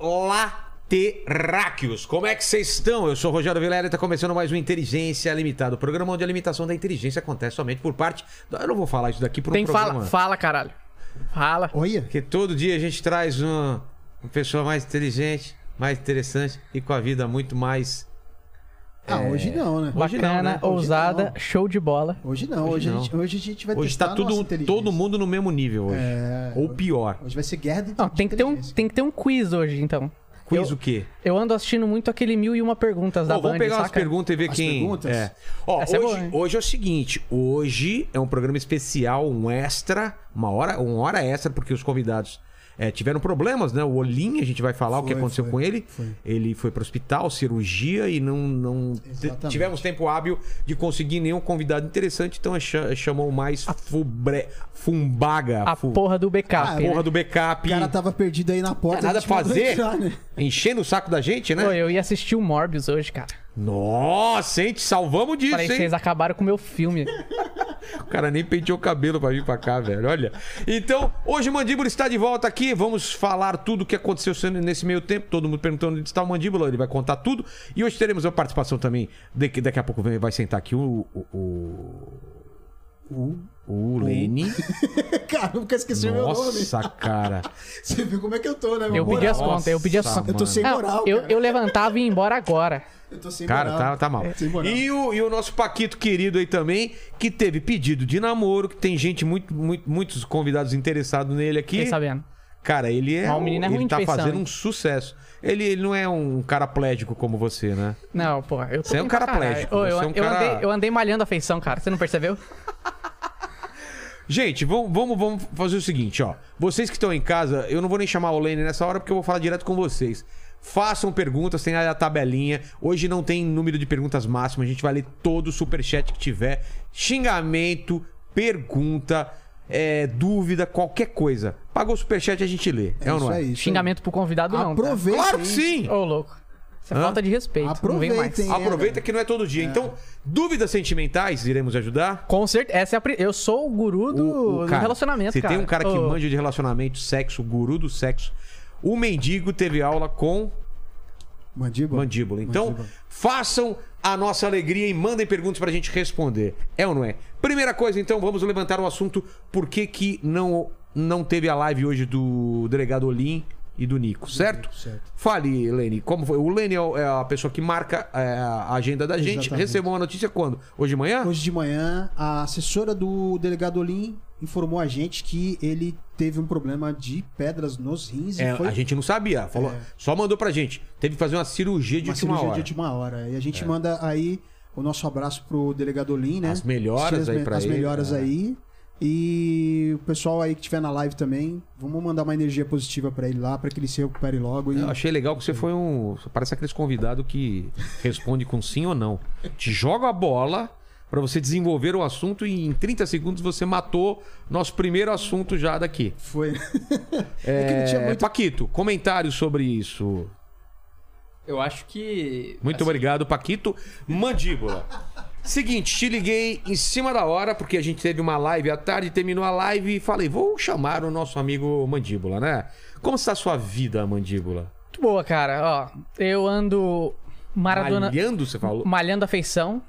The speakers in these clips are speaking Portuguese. Olá, Terráqueos, como é que vocês estão? Eu sou o Rogério Vilela e está começando mais um Inteligência Limitada, o programa onde a limitação da inteligência acontece somente por parte. Eu não vou falar isso daqui por um Tem programa. fala, fala, caralho. Fala. Olha, Porque todo dia a gente traz uma, uma pessoa mais inteligente, mais interessante e com a vida muito mais. É, ah, hoje não, né? Hoje não, Bacana, né? Hoje ousada, não. show de bola. Hoje não, hoje, Hoje não. A, gente, hoje a gente vai Hoje testar tá a nossa tudo, inteligência. todo mundo no mesmo nível hoje. É. Ou pior. Hoje vai ser guerra de Não, tem que, ter um, inteligência. tem que ter um quiz hoje, então. Quiz Eu- o quê? Eu ando assistindo muito aquele Mil e Uma Perguntas da Ó, vamos Band, pegar umas saca? perguntas e ver As quem. perguntas? É. Ó, hoje, Essa é boa, hein? hoje é o seguinte: hoje é um programa especial, um extra, uma hora, uma hora extra, porque os convidados. é, tiveram problemas, né? O Olim, a gente vai falar o que Foi, aconteceu foi, com ele. foi. Ele foi pro hospital, cirurgia e não, não t- Exatamente. tivemos tempo hábil de conseguir nenhum convidado interessante, então a cha- chamou mais fubre, Fumbaga, A fu- porra do a backup. né? porra do backup, O cara tá tava perdido aí na porta. É, nada a gente mandou fazer. entrar, né? enchendo o saco da gente, né? Pô, eu ia assistir o Morbius hoje, cara. Nossa, hein? Te salvamos disso, Parei que hein? vocês acabaram com o meu filme. O cara nem penteou o cabelo pra vir pra cá, velho. Olha. Então, hoje o Mandíbula está de volta aqui. Vamos falar tudo o que aconteceu sendo nesse meio tempo. Todo mundo perguntando onde está o Mandíbula. Ele vai contar tudo. E hoje teremos a participação também. de- que daqui a pouco vem- vai sentar aqui o. O. O, o Lene. Cara, eu nunca é esqueci o meu nome. Nossa, cara. Você viu como é que eu tô, né? meu Eu moral? pedi as contas, eu pedi as Nossa, contas. Eu tô sem Ah, moral, eu, cara. eu levantava e ia embora agora. Eu tô sem Cara, moral. tá, tá É, mal. Sem moral. E o, e o nosso Paquito querido aí também, que teve pedido de namoro, que tem gente, muito, muito- muitos convidados interessados nele aqui. Fiquei sabendo. Cara, ele é. Mas o um- menino é ele ruim de tá feição, fazendo hein? um sucesso. Ele, ele não é um cara plégico como você, né? Não, pô, eu tô. Você é um bem cara pra caralho. plégico, Ô, você eu, é um eu cara- andei, eu andei malhando a feição, cara. Você não percebeu? Gente, vamos, vamos, vamos fazer o seguinte, ó. Vocês que estão em casa, eu não vou nem chamar o Lene nessa hora porque eu vou falar direto com vocês. Façam perguntas, tem aí a tabelinha. Hoje não tem número de perguntas máximo, a gente vai ler todo o superchat que tiver. Xingamento, pergunta, é, dúvida, qualquer coisa. Pagou o superchat, a gente lê. É, ou não isso é? aí, isso aí. Xingamento pro convidado, não. tá? Aproveitem. Claro que sim! Ô, louco. Isso é Hã? falta de respeito. Não vem mais. Aproveitem. Aproveita que não é todo dia. Então, dúvidas sentimentais, iremos ajudar. Com certeza. Essa é a pri- Eu sou o guru do, do relacionamento, se cara. tem um cara que Ô, manja de relacionamento, sexo, guru do sexo, o mendigo teve aula com Mandíbula. mandíbula. Então, Mandíbula. façam a nossa alegria e mandem perguntas pra gente responder. É ou não é? Primeira coisa, então, vamos levantar o assunto por que que não não teve a live hoje do delegado Olim e do Nico, certo? certo. Fale, Lene, como foi? O Lene é o- é a pessoa que marca é, a agenda da gente. Exatamente. Recebeu a notícia quando? Hoje de manhã? Hoje de manhã, a assessora do delegado Olim informou a gente que ele teve um problema de pedras nos rins É, e foi É. A gente não sabia. Falou, Só mandou pra gente. Teve que fazer uma cirurgia de uma última cirurgia hora. de É. última hora. E a gente manda aí o nosso abraço pro delegado Olim, né? As melhoras Tira as aí me- pra As ele, melhoras é. aí. E o pessoal aí que tiver na live também, vamos mandar uma energia positiva pra ele lá, pra que ele se recupere logo. E... Eu achei legal que você foi um. você Parece aqueles convidado que responde com sim ou não. Te joga a bola pra você desenvolver o assunto e em 30 segundos você matou nosso primeiro assunto já daqui. Foi. É, que não tinha muito- Paquito, comentário sobre isso. Eu acho que. Muito assim, obrigado, Paquito. Mandíbula. Seguinte, te liguei em cima da hora, porque a gente teve uma live à tarde, terminou a live e falei, vou chamar o nosso amigo Mandíbula, né? Como está a sua vida, Mandíbula? Muito boa, cara. Ó, eu ando maradona... Malhando, você falou? malhando a feição.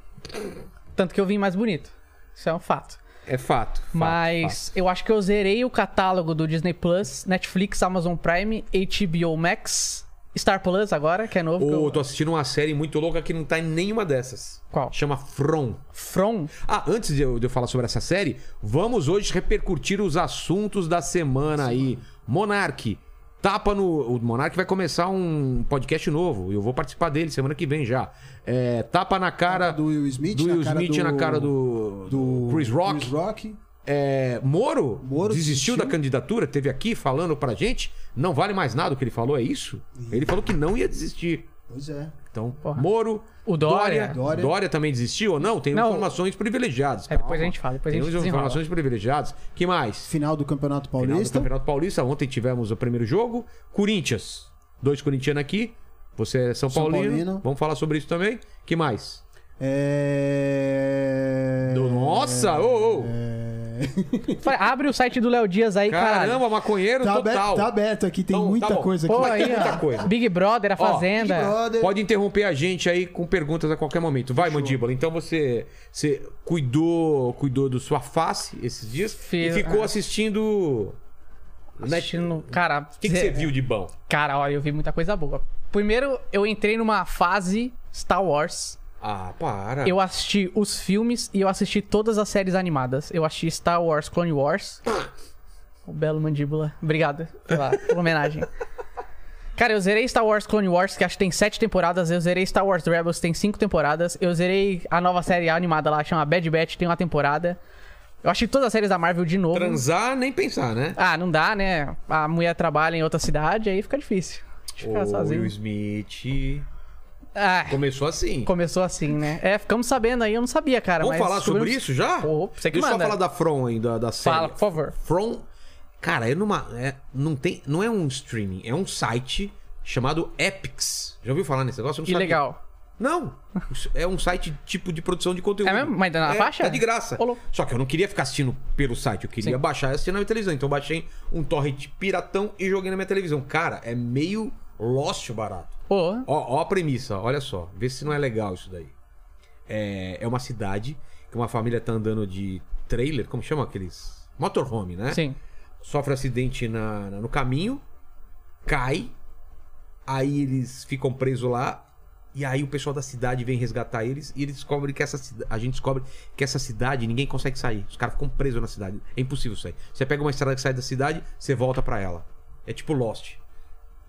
Tanto que eu vim mais bonito. Isso é um fato. É fato. fato, Mas eu acho que eu zerei o catálogo do Disney Plus, Netflix, Amazon Prime, HBO Max, Star Plus agora, que é novo. que Ou eu- eu tô assistindo uma série muito louca que não tá em nenhuma dessas. Qual? Chama From. From. Ah, antes de eu, de eu falar sobre essa série, vamos hoje repercutir os assuntos da semana aí. Monark. Tapa no. O Monark vai começar um podcast novo. Eu vou participar dele semana que vem já. É, tapa na cara. do Will Smith, Do na Will cara Smith do- na cara do. Do Chris Rock. Chris Rock. É, Moro, Moro desistiu desistiu. da candidatura, teve aqui falando pra gente. Não vale mais nada o que ele falou, é isso? Ele falou que não ia desistir. Pois é. Então, Porra. Moro, O Dória. Dória. Dória. Dória também desistiu ou não? Tem Não. informações privilegiadas. É, depois a gente fala, depois a gente Temos desenrola. informações privilegiadas. Que mais? Final do Campeonato Final do Paulista. Campeonato Paulista. Ontem tivemos o primeiro jogo. Corinthians. Dois corintianos aqui. Você é São, São Paulino. Paulino. Vamos falar sobre isso também. Que mais? É... Nossa! Ô, ô. Fala, Abre o site do Léo Dias aí, caralho. Caramba, maconheiro Tá total. aberto, tá aberto aqui, tem Então, tá muita bom. coisa aqui. Pô, Mas aí, tem muita ó. coisa. Big Brother, A Ó, Fazenda. Big Brother. Pode interromper a gente aí com perguntas a qualquer momento. Vai, Mandíbula. Então você, você cuidou cuidou do sua face esses dias Fiz, e ficou é. assistindo. Net- Assistindo- Cara, O que, que você viu de bom? Cara, olha, eu vi muita coisa boa. Primeiro, eu entrei numa fase Star Wars. Ah, para. Eu assisti os filmes e eu assisti todas as séries animadas. Eu assisti Star Wars, Clone Wars. o belo mandíbula. Obrigado pela, pela homenagem. Cara, eu zerei Star Wars Clone Wars, que acho que tem sete temporadas. Eu zerei Star Wars Rebels, tem cinco temporadas. Eu zerei a nova série animada lá, chama Bad Batch, tem uma temporada. Eu achei todas as séries da Marvel de novo. Transar, nem pensar, né? Ah, não dá, né? A mulher trabalha em outra cidade, aí fica difícil. De ficar O Will sozinho. Smith Ah, começou assim. começou assim, né? É, ficamos sabendo aí, eu não sabia, cara. Vamos mas falar sobre descobrimos- isso já? Pô, você que Deixa eu só manda. falar da From aí, da, da série. Fala, por favor. From. Cara, é numa. é- não, tem, não é um streaming, é um site chamado Epics. Já ouviu falar nesse negócio? Eu não Que sabia. legal. Não! É um site tipo de produção de conteúdo. É mesmo? Mas dá na faixa? Tá de graça. Ô, louco. Só que eu não queria ficar assistindo pelo site, eu queria Sim. baixar e assistir na minha televisão. Então eu baixei um torrent piratão e joguei na minha televisão. Cara, é meio lost o barato. Pô, Ó, ó a premissa, olha só. Vê se não é legal isso daí. É, é uma cidade que uma família tá andando de trailer, como chama aqueles? Motorhome, né? sim. Sofre acidente na- na- no caminho, cai, aí eles ficam presos lá, e aí o pessoal da cidade vem resgatar eles, e eles descobrem que essa cidade. A gente descobre que essa cidade ninguém consegue sair. Os caras ficam presos na cidade. É impossível sair. Você pega uma estrada que sai da cidade, você volta pra ela. É tipo Lost.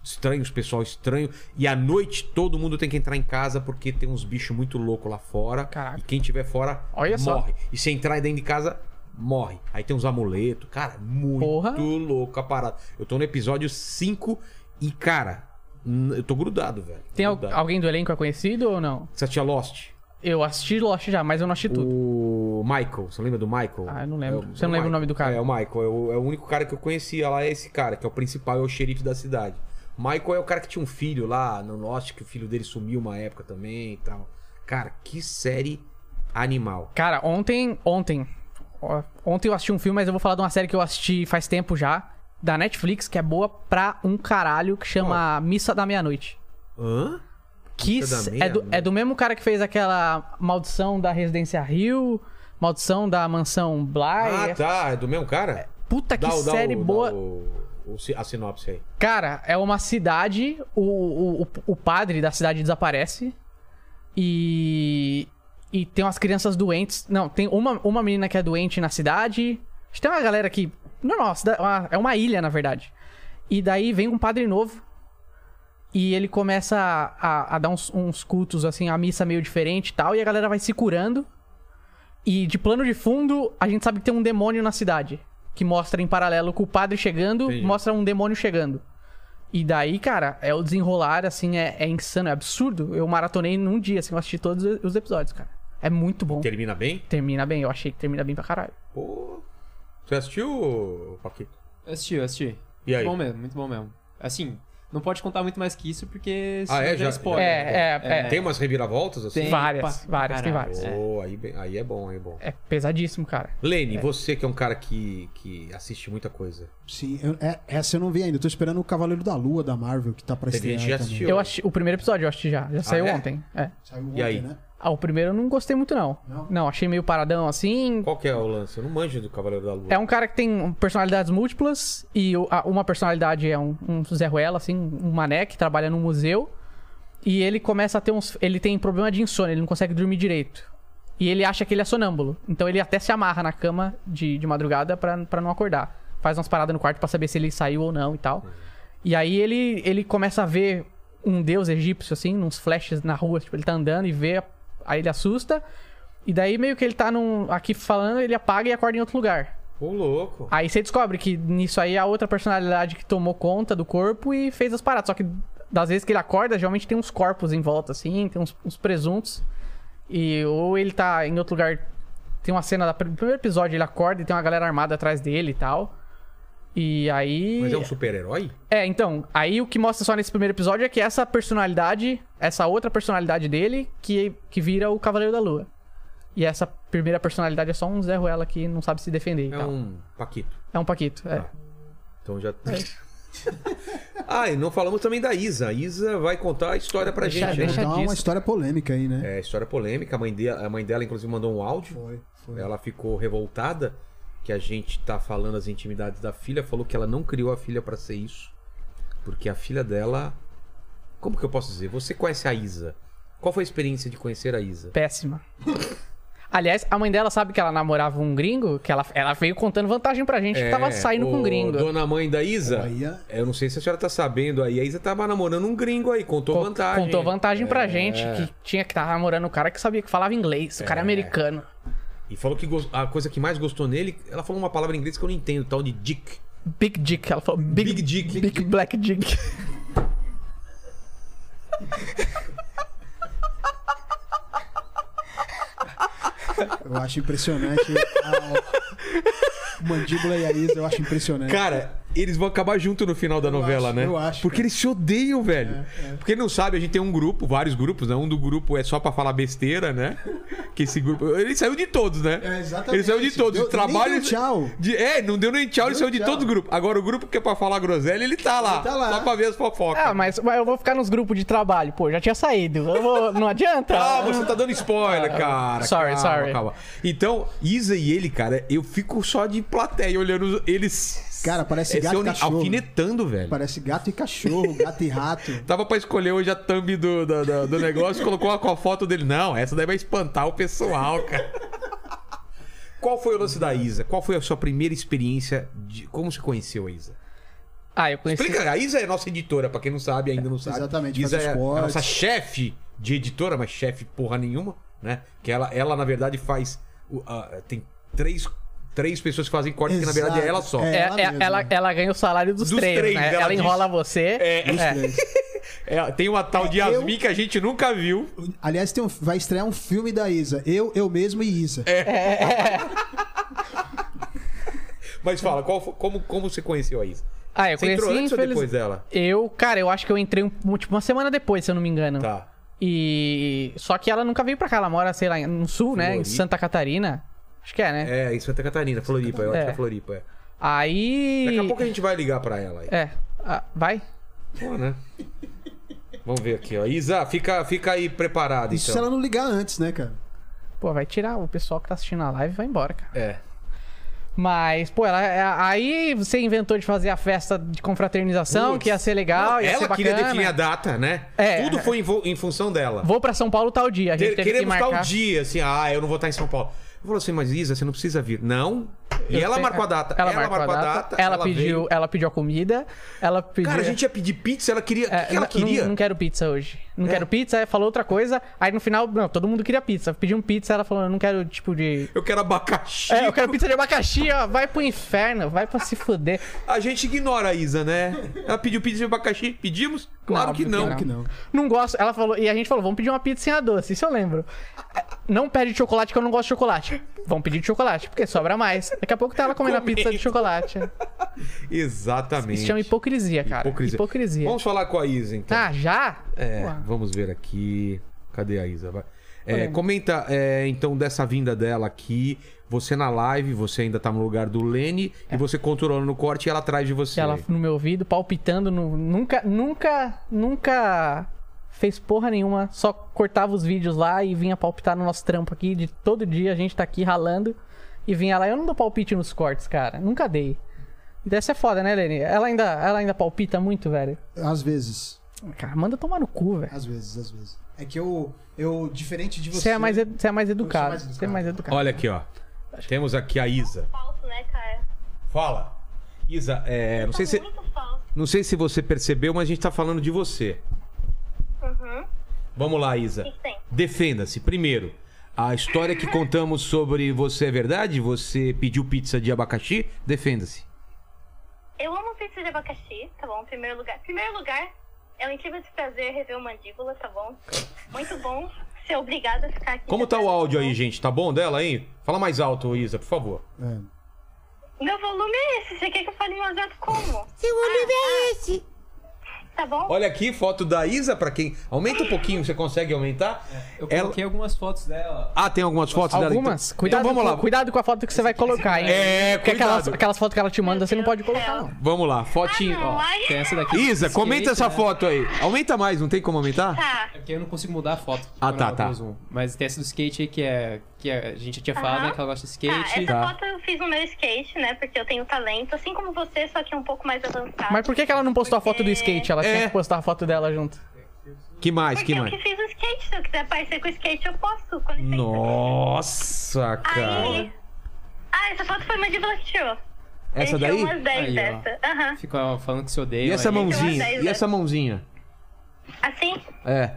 Estranhos, pessoal estranho. E à noite todo mundo tem que entrar em casa porque tem uns bichos muito loucos lá fora. Caraca. E quem tiver fora Olha só. morre. E se entrar dentro de casa, morre. Aí tem uns amuletos. Cara, muito Porra. louco a parada. Eu tô no episódio 5 e, cara, n- eu tô grudado, velho. Tem al- grudado. alguém do elenco é conhecido ou não? Você tinha Lost? Eu assisti Lost já, mas eu não assisti tudo. O Michael, você lembra do Michael? Ah, eu não lembro. É Você não lembra o nome do cara? É, o Michael. É o, é o único cara que eu conhecia lá, é esse cara, que é o principal, é o xerife da cidade. Michael é o cara que tinha um filho lá no Lost, que o filho dele sumiu uma época também e tal. Cara, que série animal. Cara, ontem. Ontem. ó, Ontem eu assisti um filme, mas eu vou falar de uma série que eu assisti faz tempo já. Da Netflix, que é boa pra um caralho, que chama Missa da Meia-Noite. Hã? Que Missa da s- é, do, Meia-Noite? é do mesmo cara que fez aquela Maldição da Residência Rio, Maldição da Mansão Bly. Ah, é- tá. É do mesmo cara? Puta É que o- série o- dá boa. o- o si- a sinopse aí. Cara, é uma cidade. O, o, o- o padre da cidade desaparece. E. E tem umas crianças doentes. Não, tem uma, uma menina que é doente na cidade. Acho que Tem uma galera que. Normal, a cida- uma- é uma ilha, na verdade. E daí vem um padre novo. E ele começa a, a- a dar uns, uns cultos, assim, a missa meio diferente e tal. E a galera vai se curando. E de plano de fundo, a gente sabe que tem um demônio na cidade. Que mostra em paralelo com o padre chegando, Entendi. mostra um demônio chegando. E daí, cara, é o desenrolar, assim, é, é insano, é absurdo. Eu maratonei num dia, assim, eu assisti todos os episódios, cara. É muito bom. Termina bem? Termina bem, eu achei que termina bem pra caralho. Pô. Você assistiu, Paquito? Eu assisti, eu assisti. E aí? Muito bom mesmo, muito bom mesmo. Assim, não pode contar muito mais que isso, porque senão Ah, é? dá Já- spoiler. É, é, é. Tem umas reviravoltas assim? Tem várias, pra várias, tem caralho. várias. É. Pô, aí, bem- aí é bom, aí é bom. É pesadíssimo, cara. Lene, você que é um cara que, que assiste muita coisa. Sim, eu- é- essa eu não vi ainda. Eu tô esperando o Cavaleiro da Lua da Marvel, que tá pra Teve estrear. gente que já também. assistiu. Eu assisti, o primeiro episódio eu assisti já, já saiu é? ontem. É. Saiu E ontem, aí? né? Ah, o primeiro eu não gostei muito, não. Não? achei meio paradão assim. Qual que é o lance? Eu não manjo do Cavaleiro da Lua. É um cara que tem personalidades múltiplas e o- a- uma personalidade é um, um Zé Ruela, assim, um mané que trabalha num museu. E ele começa a ter uns. Ele tem problema de insônia, ele não consegue dormir direito. E ele acha que ele é sonâmbulo. Então ele até se amarra na cama de, de madrugada pra pra não acordar. Faz umas paradas no quarto pra saber se ele saiu ou não e tal. E aí ele, ele começa a ver um deus egípcio, assim, uns flashes na rua. Tipo, ele tá andando e vê. Aí ele assusta. E daí meio que ele tá num, aqui falando, ele apaga e acorda em outro lugar. Ô, louco. Aí você descobre que nisso aí é a outra personalidade que tomou conta do corpo e fez as paradas. Só que das vezes que ele acorda, geralmente tem uns corpos em volta, assim, tem uns, uns presuntos. E ou ele tá em outro lugar. Tem uma cena do primeiro episódio, ele acorda e tem uma galera armada atrás dele e tal. E aí. Mas é um super-herói? É, então, aí o que mostra só nesse primeiro episódio é que essa personalidade, essa outra personalidade dele, que, que vira o Cavaleiro da Lua. E essa primeira personalidade é só um Zé Ruela que não sabe se defender e É tal. um Paquito. É um Paquito, é. Ah. Então já. ah, e não falamos também da Isa. A Isa vai contar a história pra Deixa- gente. Né? deixa- Então é disso. uma história polêmica aí, né? É história polêmica. A mãe, dela, a mãe dela, inclusive, mandou um áudio. Foi, foi. Ela ficou revoltada que a gente tá falando as intimidades da filha, falou que ela não criou a filha pra ser isso. Porque a filha dela. Como que eu posso dizer? Você conhece a Isa. Qual foi a experiência de conhecer a Isa? Péssima. Aliás, a mãe dela sabe que ela namorava um gringo, que ela, ela veio contando vantagem pra gente que tava saindo com o um gringo. É, Dona mãe da Isa. Aí é- Eu não sei se a senhora tá sabendo aí. A Isa tava namorando um gringo aí, contou Con- vantagem. É. Contou vantagem pra gente, que tinha que estar namorando um cara que sabia que falava inglês, É. o cara americano. E falou que gos- a coisa que mais gostou nele, ela falou uma palavra em inglês que eu não entendo, tal de dick. Big Dick, ela falou Big, Big dick. Big, Black Dick. Eu acho impressionante. a- O Mandíbula e a Isa, eu acho impressionante. Cara, eles vão acabar junto no final da novela, acho, né? eu acho, Porque cara. É, eles se odeiam, velho. Porque não sabe, a gente tem um grupo, vários grupos, né? Um do grupo é só pra falar besteira, né? Que esse grupo. Ele saiu de todos, né? É, exatamente. Ele saiu de todos. Deu- De trabalho. nem deu tchau. de- É, não deu nem tchau, ele Deu saiu de tchau. todos os grupos. Agora, o grupo que é pra falar groselha, ele tá lá. Ele tá lá. Só pra ver as fofocas. Ah, mas, mas eu vou ficar nos grupos de trabalho. Pô, já tinha saído. Eu vou- não adianta. Ah, você tá dando spoiler, cara. é. Sorry, calma, sorry. Calma. Então, Isa e ele, cara, eu fico só de plateia olhando os- eles. é, Cara, parece se gato e uni- cachorro. Alfinetando, velho. Parece gato e cachorro, gato e rato. Tava pra escolher hoje a thumb do, do, do- do negócio, colocou a, com a foto dele. Não, essa daí vai espantar o pessoal, cara. Qual foi o lance da Isa? Qual foi a sua primeira experiência? De... Como você conheceu a Isa? Ah, eu conheci. Explica, a Isa é nossa editora, pra quem não sabe, ainda não sabe. Exatamente, Isa faz é a os cortes. nossa chefe de editora, mas chefe porra nenhuma, né? Que ela, ela na verdade, faz. o- a- tem três, três pessoas que fazem corte, que na Exato. verdade é ela só. É, É, é- ela ela, mesma. ela, ganha o salário dos, Dos três, três, né? ela Ela, diz. enrola você. É. Os três. É, tem uma tal de É, eu- Yasmin que a gente nunca viu. Aliás, tem um- vai estrear um filme da Isa. Eu, eu mesmo e Isa. É, Mas fala, qual fo- como, como você conheceu a Isa? Ah, eu Você conheci. entrou antes ou infeliz- depois dela? Eu, cara, eu acho que eu entrei um- um- tipo, uma semana depois, se eu não me engano. Tá. E. Só que ela nunca veio pra cá, ela mora, sei lá, no sul, né? Em Floripa. Santa Catarina. Acho que é, né? É, em Santa Catarina, Floripa, eu acho É. que é Floripa. é. Aí. Daqui a pouco a gente vai ligar pra ela aí. É. Ah, vai? Pô, né? Vamos ver aqui, ó. Isa, fica, fica aí preparada, Isso então. se ela não ligar antes, né, cara? Pô, vai tirar o pessoal que tá assistindo a live e vai embora, cara. É. Mas, pô, ela, é- aí você inventou de fazer a festa de confraternização, Putz. que ia ser legal, Ah, ia ela ser bacana. queria definir a data, né? É. Tudo foi em, vo- em função dela. Vou pra São Paulo tal dia, a gente Ter- teve que Queremos marcar. tal dia, assim, ah, eu não vou estar em São Paulo. Eu falou assim, mas Isa, você não precisa vir. Não. E Eu ela sei- marcou a data. Ela, marcou, a data. Ela, pediu, veio. ela pediu a comida. Ela pediu. Cara, a gente ia pedir pizza, ela queria. O É, que, que ela não- Não, queria? não quero pizza hoje. Não É. quero pizza, aí falou outra coisa. Aí no final, não, todo mundo queria pizza. Pediu um pizza, ela falou, eu não quero tipo de. Eu quero abacaxi. É, eu quero pizza de abacaxi, ó. Vai pro inferno, vai pra se fuder. A gente ignora a Isa, né? Ela pediu pizza de abacaxi. Pedimos? Claro Não, que não. Claro que não. Não gosto. Ela falou, e a gente falou, vamos pedir uma pizza sem a doce, isso eu lembro. Não pede de chocolate, que eu não gosto de chocolate. Vamos pedir de chocolate, porque sobra mais. Daqui a pouco tá ela comendo a pizza de chocolate. Exatamente. Isso chama hipocrisia, cara. Hipocrisia. Vamos falar com a Isa, então. Ah, já? É, Ué. vamos ver aqui. Cadê a Isa? Vai. É, comenta, é, então, dessa vinda dela aqui. Você na live, você ainda tá no lugar do Lene. E você controlando o corte e ela atrás de você. É. ela no meu ouvido, palpitando, no- nunca, nunca, nunca fez porra nenhuma, só cortava os vídeos lá e vinha palpitar no nosso trampo aqui, de todo dia a gente tá aqui ralando e vinha lá, eu não dou palpite nos cortes, cara, nunca dei. E dessa é foda, né, Lene? Ela ainda, ela ainda palpita muito, velho. Às vezes. Cara, manda tomar no cu, velho. Às vezes, às vezes. É que eu, eu diferente de você. Você é mais, edu- você é mais educado. mais Você é mais educado. Olha aqui, ó. Temos aqui a Isa. falso, né, cara? Tá Fala. Isa, é, não, sei se, Muito falso. não sei se você percebeu, mas a gente tá falando de você. Uhum. O Vamos lá, Isa. que que tem? Defenda-se. Primeiro, a história que contamos sobre você é verdade? Você pediu pizza de abacaxi? Defenda-se. é Eu amo pizza de abacaxi, tá bom? Primeiro lugar. Primeiro lugar, É um incrível prazer rever o Mandíbula, tá bom? Muito bom ser obrigada a ficar aqui. Como tá o áudio aí, gente? Tá bom dela aí? Fala mais alto, Isa, por favor. É. Meu volume é esse. Você quer que eu fale mais alto como? Ah, Seu olho é esse. Tá bom? Olha aqui, foto da Isa, pra quem... Aumenta um pouquinho, você consegue aumentar? Eu Ela- coloquei algumas fotos dela. Ah, tem algumas fotos dela? Algumas? Então, Cuidado, então vamos lá. com, cuidado com a foto que você vai colocar, hein? É, Porque aquelas, cuidado. aquelas fotos que ela te manda, você não pode colocar, não. Vamos lá, fotinho. Ah, não, ó. aí- Tem essa daqui. Isa, Skate, é comenta essa né? foto aí. Aumenta mais, não tem como aumentar? Tá. É porque eu não consigo mudar a foto. Ah, quando tá, ela tá. pôs um. Mas tem essa do skate aí que é. Que a gente tinha falado, Aham. né? Que ela gosta de Tá, skate. essa Tá. foto eu fiz no meu skate, né? Porque eu tenho talento, assim como você, só que um pouco mais avançado. Mas por que, que ela não postou a foto do skate? Ela É. tinha que postar a foto dela junto. Que mais, Porque que eu mais? que fiz o skate. Se eu quiser aparecer com o skate, eu posso. Com licença. Nossa, cara. Aí. Ah, essa foto foi mandíbula que tirou. Essa Ele tirou daí? umas 10 Aí, ó. dessa. Aham. Fica falando que se odeia. E essa aí. mãozinha? dez, E né? essa mãozinha? Assim, É,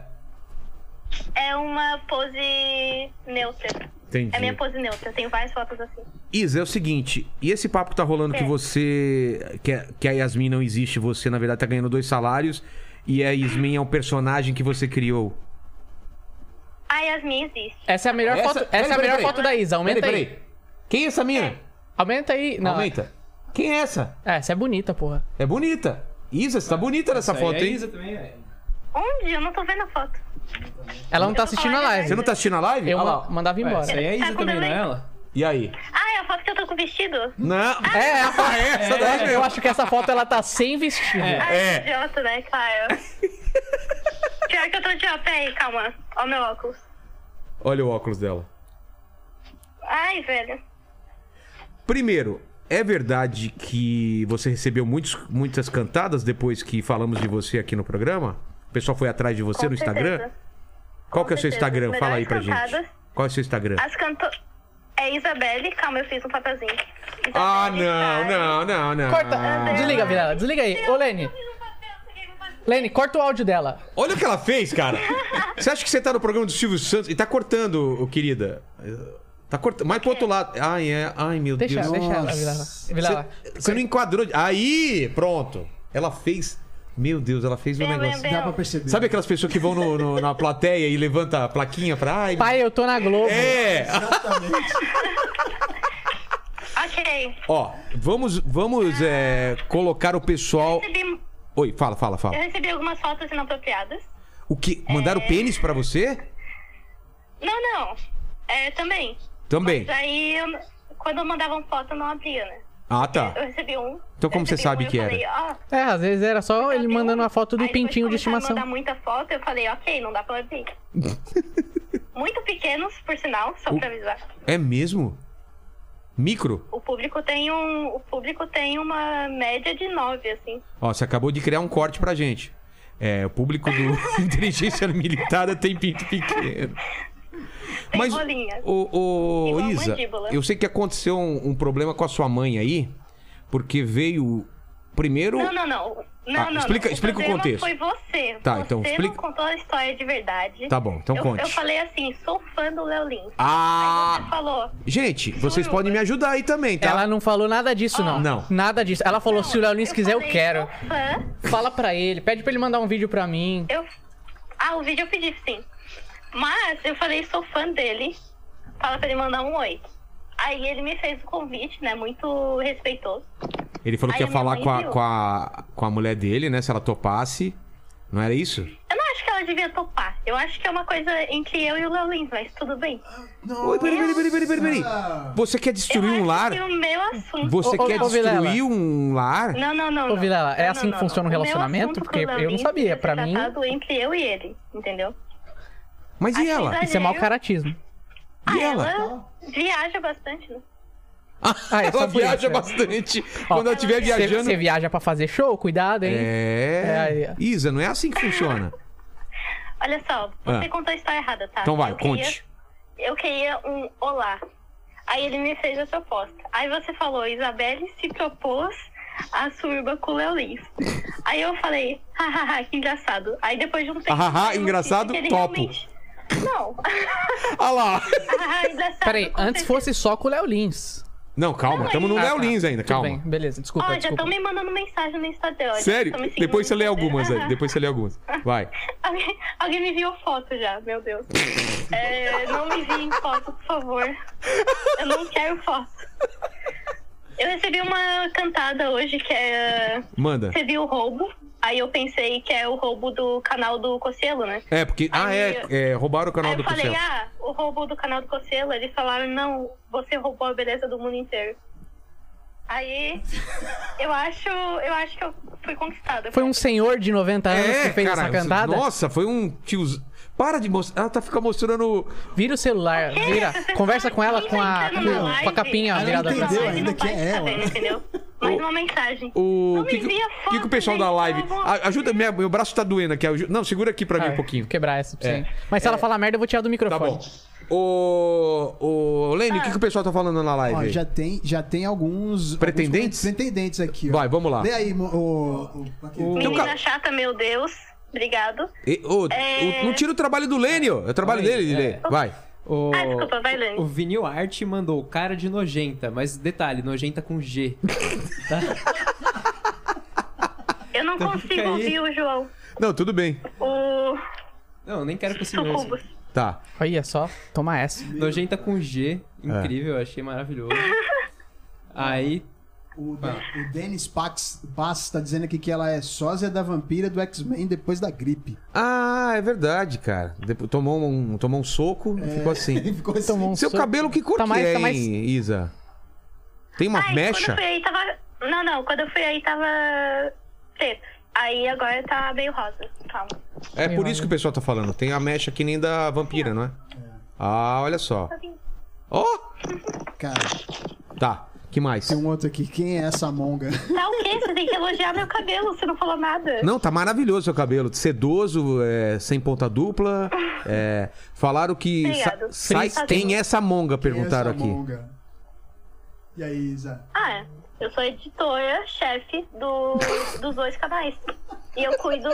é uma pose neutra. entendi. É a minha pose neutra. Eu tenho várias fotos assim. Isa, é o seguinte, e esse papo que tá rolando que É. você. Que, a- que a Yasmin não existe, você, na verdade, tá ganhando dois salários e a Yasmin é um personagem que você criou. A Yasmin existe. Essa é a melhor Essa- foto, essa peraí, é a peraí, melhor peraí. foto da Isa. Aumenta aí. Quem é essa minha? Aumenta aí. Não, Aumenta. Quem é essa? É, essa é bonita, porra. É bonita. Isa, você tá bonita nessa Essa aí foto, é hein? Isa também, velho. Onde? Eu não tô vendo a foto. Ela não tá assistindo a live. Você não tá assistindo a live? Eu Olha ma- lá. mandava Ué, embora. Essa aí é a Isa Tá com também, não é delay. ela? E aí? Ah, é a foto que eu tô com o vestido? Não. É, a foto- Ah, essa daí eu mesmo. acho que essa foto ela tá sem vestido. Ah, É. é. idiota, né, Caio? Pior que eu tô idiota aí, calma. Ó meu óculos. Olha o óculos dela. Ai, velho. Primeiro, é verdade que você recebeu muitos, muitas cantadas depois que falamos de você aqui no programa? O pessoal foi atrás de você Com no Instagram? certeza. Qual Com que é o seu certeza. Instagram? Fala aí pra Melhores gente. cantadas. Qual é o seu Instagram? As canto... É Isabelle. Calma, eu fiz um papazinho. Ah, tá, não, não, não, não. Corta. Desliga, Virela. Desliga aí. Ô, Lene. Lene, corta o áudio dela. Olha o que ela fez, cara. Você acha que você tá no programa do Silvio Santos e tá cortando, ô, querida? Tá cortando. Mas pro outro lado. Ai, é. Ai, meu Deixa, Deus. deixa ela, Virela. Virela. Você- Você não enquadrou. Aí, pronto. Ela fez. Meu Deus, ela fez um Bem, negócio. bem, Dá bem. pra perceber. Sabe aquelas pessoas que vão no- no- na plateia e levanta a plaquinha pra. Ai, Pai, eu tô na Globo. é! Ok. Ó, vamos, vamos é, colocar o pessoal. Recebi- Oi, fala, fala, Eu fala. recebi algumas fotos inapropriadas. O que? Mandaram pênis pra você? Não, não. É, também. Também. Mas aí, eu- quando eu mandavam foto, eu não abria, né? Ah, tá. Eu recebi um. Então como eu você recebi sabe um, eu que era? falei, ó, É, às vezes era só ele abri um. mandando uma foto Aí do depois pintinho de começaram a estimação. mandar muita foto, eu falei, ok, não dá pra abrir. Muito pequenos, por sinal, só pra avisar. É mesmo? Micro? O público tem um. O público tem uma média de nove, assim. Ó, você acabou de criar um corte pra gente. É, o público do Inteligência Militada tem pinto pequeno. Tem bolinha. o, Igual Isa, mandíbula. eu sei que aconteceu um, um problema com a sua mãe aí, porque veio primeiro... Não, não, não. Não, Ah, não, não. explica- explica o problema contexto. Foi você. Tá, você então explica- não contou a história de verdade. Tá bom, então eu, conte. Eu falei assim, sou fã do Léo Lins. Aí você Ah! falou. Gente, vocês Juro. podem me ajudar aí também, tá? Ela não falou nada disso, não. Não. Nada disso. Ela falou, se o Léo Lins eu quiser, eu falei, quero. Sou fã. Fala pra ele, pede pra ele mandar um vídeo pra mim. Eu... Ah, o vídeo eu pedi, sim. Mas eu falei, sou fã dele. Fala pra ele mandar um oi. Aí ele me fez o convite, né? Muito respeitoso. Ele falou que ia Aí a minha falar mãe com a, viu. com, a, com a mulher dele, né? Se ela topasse. Não era isso? Eu não acho que ela devia topar. Eu acho que é uma coisa entre eu e o Léo Lins, mas tudo bem. Não, Oi, peraí, peraí, peraí, peraí, peraí, peraí. Ah. Você quer Eu destruir um acho lar? que o meu assunto... Você Ô, ô, quer ô, Vilela. destruir um lar? Não, não, não. Ô, não. Vilela, é Não, assim não, que não, funciona um não. O meu relacionamento? assunto Porque com o eu Léo não Lins sabia, devia pra ser mim- tratado entre eu e ele, entendeu? Mas e Acho ela? exagero. Isso é mau caratismo. E Ah, ela? viaja bastante, né? Ah, é ela só por viaja isso, é. bastante. Quando ela estiver viajando. Você viaja pra fazer show? Cuidado, hein? É, aí, É. ó. Isa, não é assim que funciona. Olha só, você Ah. contou a história errada, tá? Então vai, Eu queria- conte. Eu queria um olá. Aí ele me fez a proposta. Aí você falou, Isabelle se propôs a surba com o Léo Lins. Aí eu falei, hahaha, que engraçado. Aí depois de um tempo. Hahaha, eu vi engraçado, que ele topo. realmente- Não. Olha lá. Hahaha, engraçado. Peraí, Tá, com antes certeza. fosse só com o Léo Lins. Não, calma, Não, estamos no aí- Léo Ah, tá. Lins ainda, Tudo calma. bem, beleza, Ó, desculpa, já desculpa. estão me mandando mensagem no Instagram. olha, Sério? tão me seguindo Depois você no lê Instagram. algumas aí. Depois você lê algumas. Vai. Alguém, alguém me viu foto já, meu Deus. É, não me enviem foto, por favor. Eu não quero foto. Eu recebi uma cantada hoje que é. Manda. Você viu o roubo? Aí eu pensei que é o roubo do canal do Cocielo, né? É, porque. Ah, Aí é. eu- é roubaram o canal Aí eu do falei, Cocelo. ah, o roubo do canal do Cocielo. Eles falaram, não, você roubou a beleza do mundo inteiro. Aí eu acho, eu acho que eu fui conquistada. Foi um senhor de 90 anos que fez essa cantada? É, Nossa, foi um tiozão. Para de mostrar. Ela tá ficando mostrando. Vira o É. celular, vira. Você Conversa tá com ela com a, inventando uma com, com a live. capinha Ela virada pra inventa entendeu uma cima. live, ainda não que faz é saber, ela. entendeu? Mais uma mensagem. O Não me que, que, envia o que que o foto, pessoal da gente, live. por favor. A- Ajuda, minha- meu braço tá doendo aqui. Aju- Não, segura aqui pra mim Ah, um pouquinho. Vou quebrar essa pra É. você. Mas se ela falar merda, eu vou tirar do Tá microfone. bom. Ô, ô, Lene, o que, que o pessoal tá falando na live? Ó, aí? já tem, já tem alguns Pretendentes? alguns pretendentes aqui. Ó. Vai, vamos lá. Lê aí, mo- o, o, aquele- Tem um Menina ca- chata, meu Deus. Obrigado. E- ô, É. o- não tira o trabalho do Lene, ó. É o trabalho Oi, dele, é. Lene. Vai. O, Ah, desculpa, vai, Lani. o Vinil Art mandou cara de nojenta, mas detalhe, nojenta com G. Eu não Então fica aí. consigo ouvir o João. Não, tudo bem. O Não, eu nem quero que você ouça. Sucubus. Tá. Olha é só, toma essa. Nojenta com G, É. incrível, eu achei maravilhoso. Aí, o, da- o Dennis Pax, Pax tá dizendo aqui que ela é sósia da vampira do X-Men depois da gripe. Ah, é verdade, cara. Depois, tomou, um, tomou um soco e ficou É. assim. Ele ficou assim. Tomou um Seu soco. cabelo que cor Tá que mais- é, tá mais- hein, Isa? Tem Ah, uma Ai, quando mecha? eu fui aí tava. Não, não, quando eu fui aí tava preto. Aí agora tá meio rosa. Calma. É por Olha. isso que o pessoal tá falando. Tem a mecha que nem da vampira, não é? Ah, olha só. Ó! Cara, Tá. Que mais? tem um outro aqui. Quem é essa monga? Tá o quê? Você tem que elogiar meu cabelo, você não falou nada. Não, tá maravilhoso seu cabelo. Sedoso, é, sem ponta dupla. é, falaram que. Obrigado. sai, Feliz quem Páscoa. é essa monga? Perguntaram Quem é essa aqui. monga? E aí, Isa? Ah, eu sou editora, chefe do, dos dois canais. E eu cuido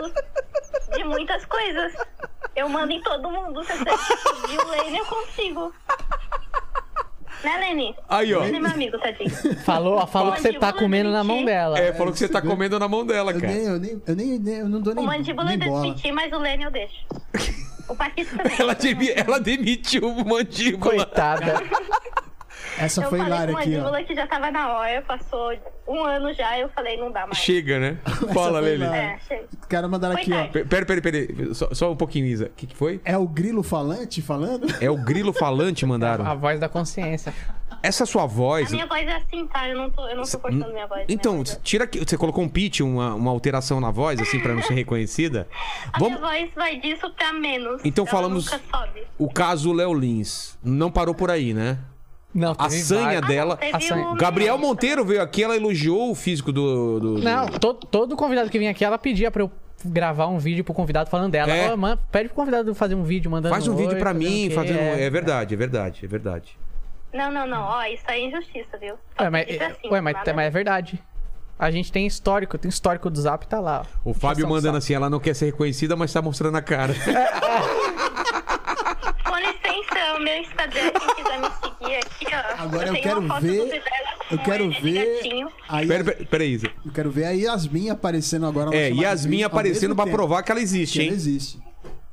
de muitas coisas. Eu mando em todo mundo. Se você pedir o Lene, eu consigo. Né, Lene? Aí, ó. Lene é meu amigo, tadinho. Falou, ó, falou que você tá Mandíbula comendo na mentir. mão dela. É, falou que você tá comendo na mão dela, Eu cara. nem, eu nem, eu nem, nem- eu não dou O nem, mandíbula eu nem bola. demiti, mas o Lene eu deixo. O Paquito também. Ela, demi- ela demitiu o mandíbula. Coitada. Essa Eu foi falei hilária com o aqui, ó. mandíbula que já tava na hora, passou um ano já, eu falei, não dá mais. Chega, né? Fala, foi Lele. lá. É, chega. Os caras mandaram aqui, ó. Coitado. Pe- Pera, pera, pera. Só, só um pouquinho, Isa. O que, que foi? É o grilo falante falando? É o grilo falante, A mandaram. voz da consciência. Essa sua A voz. minha voz é assim, tá? Eu não tô, eu não tô cortando minha voz. Então, minha voz é- tira aqui. Você colocou um pitch, uma, uma alteração na voz, assim, pra não ser reconhecida. A Vamos. minha voz vai disso pra menos. Então Ela falamos- Nunca sobe. O caso Léo Lins. Não parou por aí, né? Não, A teve Ah, sanha vários. dela. Teve Assim, um- Gabriel Monteiro veio aqui, ela elogiou o físico do. do- do- Não, to- todo convidado que vinha aqui, ela pedia pra eu gravar um vídeo pro convidado falando dela. É. Ó, man- pede pro convidado fazer um vídeo, mandando Faz um vídeo oi, pra fazendo o mim, quê, fazendo. É é. verdade, é verdade, é verdade. Não, não, não. Ó, isso aí é injustiça, viu? Ué, mas, Isso é assim, ué, mas, nada. mas é verdade. A gente tem histórico, tem histórico do Zap, tá lá. ó. O Fábio Puxação de mandando saco. assim, ela não quer ser reconhecida, mas tá mostrando a cara. Com licença, o meu Instagram, quem quiser me seguir aqui, ó. Agora eu tenho quero uma foto do ver. Vilela com Eu quero ele de ver. gatinho. Aí, Pera, pera, pera aí, Isa. Eu quero ver a Yasmin aparecendo agora. na É, chamada Yasmin ao aparecendo mesmo pra tempo provar que ela existe, que ela hein? existe.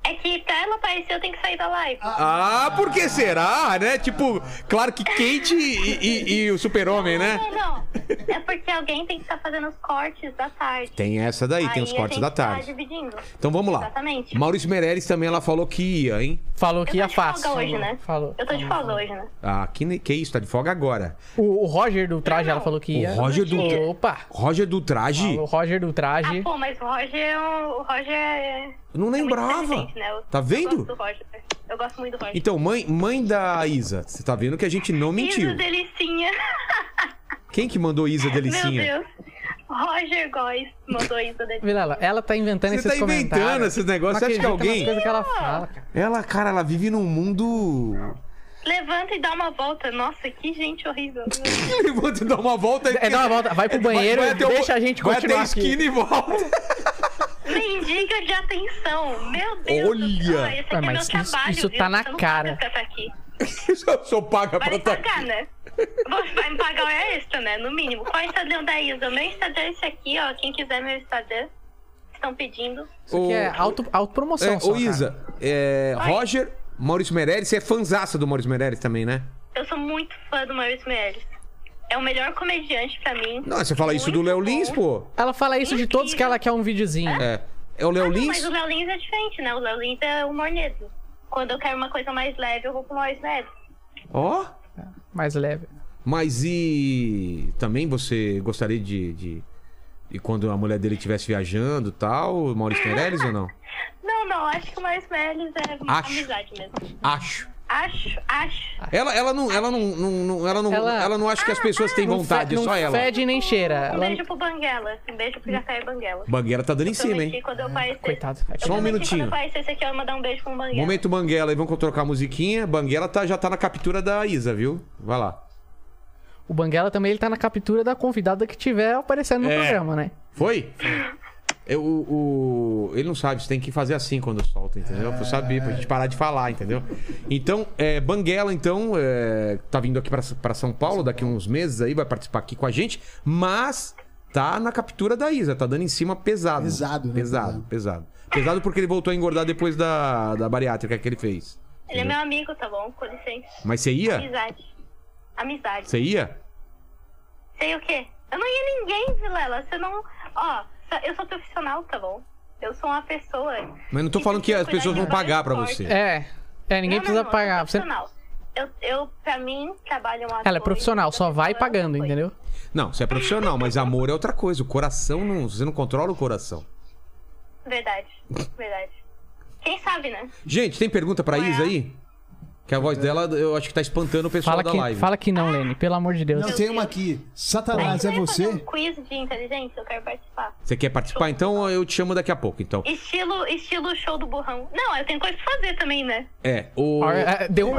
É que pra ela aparecer, eu tenho que sair da live. Ah, por que será, né? Tipo, claro que Kate e, e- e o super-homem, né? Não, não. É porque alguém tem que estar fazendo os cortes da tarde. Tem essa daí, tem Aí os a cortes gente da Tá tarde. dividindo. Então vamos lá. Exatamente. Maurício Meirelles também, ela falou que ia, hein? Falou que eu ia tô de folga fácil. hoje, né? Falou. Eu tô de folga hoje, né? Ah, que, ne- que isso, tá de folga agora. O, o Roger do traje, Não, ela falou que ia. O Roger do- Opa! Roger do traje? Falou, o Roger do Ah, traje. pô, mas o Roger é um- O Roger é. Eu não é muito lembrava. inteligente, né? Eu- Tá Eu gosto do vendo? Roger. Eu gosto muito do Roger. Então, mãe, mãe da Isa, você tá vendo que a gente não mentiu. Isso, delicinha. Quem que mandou Isa Delicinha? Meu Deus. Roger Góes mandou isso delicinha. Vilela, ela tá inventando Você esses tá inventando comentários. esses negócios, Não você acha que é acredita nas alguém- coisas que tá ela fala, cara. Ela, cara, ela vive num mundo. Levanta e dá uma volta. Nossa, que gente horrível. Levanta e dá uma volta e. É, dá uma volta, vai pro banheiro e o- deixa a gente vai continuar até a esquina aqui. e volta. Mendiga de atenção. Meu Deus. do Olha. céu. Ué, Ai, Esse aqui é meu Ah, mas isso- trabalho, isso viu? tá na Você não cara. paga pra tá aqui. Só, só paga Vai pra tá. pagar, né? Você vai me pagar hora extra, né? No mínimo. Qual é o Instagram da Isa? Meu Instagram é esse aqui, ó. Quem quiser meu Instagram, estão pedindo. Isso aqui é auto, autopromoção. É, só, ô cara. Isa, é, Oi. Roger, Maurício Meirelles, você é fanzaça do Maurício Meirelles também, né? Eu sou muito fã do Maurício Meirelles. É o melhor comediante pra mim. Não, você fala isso do Muito Léo bom. Lins, pô. Ela fala isso de todos que ela quer um videozinho. É. É o Léo Ah, não, Lins? mas o Léo Lins é diferente, né? O Léo Lins é humor negro. Quando eu quero uma coisa mais leve, eu vou pro Maurício Meirelles. Ó. Mais leve. Mas e também você gostaria de, de. E quando a mulher dele estivesse viajando e tal, Maurício Meirelles ou não? Não, não, acho que o Maurício Meirelles é Acho. Ah, amizade mesmo. Acho. Acho, acho. Ela, ela, não, ela, não, não- não- ela, não, Ela- ela não acha Ah, que as pessoas têm Não vontade, fe- não só ela. fede nem cheira. Um Ela- beijo pro Banguela. Um beijo pro Jacaé Banguela. Banguela tá dando em cima, Prometi hein? quando eu aparecer. Coitado. é Eu Só um prometi minutinho. Quando eu aparecer, esse aqui eu vou mandar um beijo pro Banguela. Momento Banguela, e vamos trocar a musiquinha. Banguela tá, já tá na captura da Isa, viu? Vai lá. O Banguela também ele tá na captura da convidada que tiver aparecendo no É. programa, né? Foi? Eu, o, o- ele não sabe, você tem que fazer assim quando solta, entendeu? Pra eu saber, pra gente parar de falar, entendeu? Então, é, Banguela, então, é, tá vindo aqui pra, pra São Paulo daqui uns meses aí, vai participar aqui com a gente, mas tá na captura da Isa, tá dando em cima pesado. Pesado, né? Pesado, pesado. Pesado porque ele voltou a engordar depois da, da bariátrica que ele fez. Ele é meu amigo, tá bom? Com licença. Mas você ia? Amizade. Amizade. Você ia? Sei o quê? Eu não ia ninguém, Vilela. Você não. Ó, eu sou profissional, tá bom? Eu sou uma pessoa. Mas não tô que falando que precisa as cuidar pessoas de vão vários pagar pra corpos. você. É. É, ninguém Não, não, precisa não, pagar. Eu, Você... sou profissional. eu, eu, pra mim, trabalho uma. Ela é profissional, só vai pagando, entendeu? Não, você é profissional, mas amor é outra coisa. O coração não. Você não controla o coração. Verdade, verdade. Quem sabe, né? Gente, tem pergunta pra é Isa aí? Que a voz dela, eu acho que tá espantando o pessoal Fala da que, live. fala que não, Lene, pelo amor de Deus. Não, tem uma aqui. Satanás, Eu é ia fazer você? Um quiz de inteligência, eu quero participar. Você quer participar? Então eu te chamo daqui a pouco. Então, Estilo, estilo show do burrão. Não, eu tenho coisa pra fazer também, né? é. O Olha, é, Deu,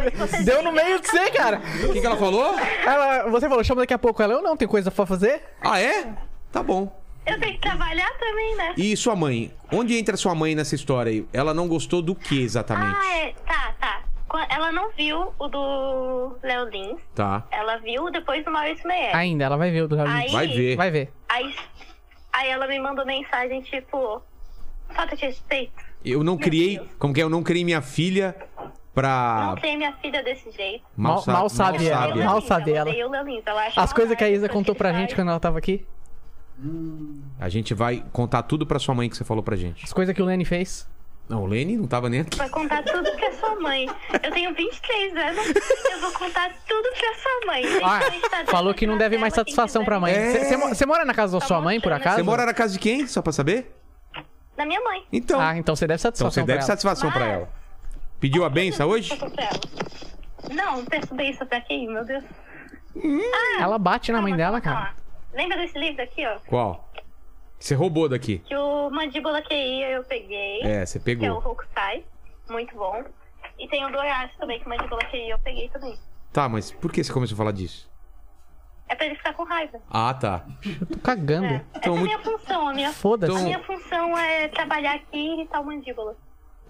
vocês deu no têm que meio de você, cara. O que, que ela falou? Ela, você falou, chama daqui a pouco. Ela, eu não, tem coisa pra fazer? Ah, é? Tá bom. Eu tenho que trabalhar também, né? E sua mãe? Onde entra sua mãe nessa história aí? Ela não gostou do que exatamente? Ah, é. Tá, tá. Qua- Ela não viu o do Léo Lins. Tá. Ela viu depois do Maurício Meyer. Ainda, ela vai ver o do Gabi. Aí, Vai ver. Vai ver. Aí, aí ela me mandou mensagem tipo: falta de respeito. Eu não criei. Deus. Como que é? Eu não criei minha filha pra. Não criei minha filha desse jeito. Mal- sa- mal sabe Eu ela. odeio sabe é. Mal o Léo sabe Lins, eu ela. odeio o Léo Lins, ela acha As uma coisas que a merda, Isa contou pra ele gente faz. quando ela tava aqui, A gente vai contar tudo pra sua mãe que você falou pra gente. as coisas que o Lene fez. Não, o Lene não tava nem aqui. Vai contar tudo pra sua mãe. Eu tenho 23 anos, eu vou contar tudo pra sua mãe. Então, Tem Ah, no Instagram, falou que não deve mais quem satisfação quiser. pra mãe. É. Você mora na casa da Tá sua mãe, por mostrando. acaso? Você mora na casa de quem? Só pra saber? Da minha mãe. Então. Ah, então você deve Então você satisfação deve pra ela. satisfação pra Mas- ela. Pediu a benção hoje? Contou pra ela. Não, peço bem isso pra quem, meu Deus. Ela bate na mãe Calma, dela, calma, cara. calma. Lembra desse livro aqui, ó? Qual? Você roubou daqui. Que o Mandíbula que ia eu peguei. É, você Que é o pegou. Hokusai. Muito bom. E tem o Dourado também, que o Mandíbula que ia eu peguei também. Tá, mas por que você começou a falar disso? É pra ele ficar com raiva. Ah, tá. Eu tô É. cagando. Essa Então, é a muito- Então, minha função. A minha, Foda-se. a minha função é trabalhar aqui e irritar o Mandíbula.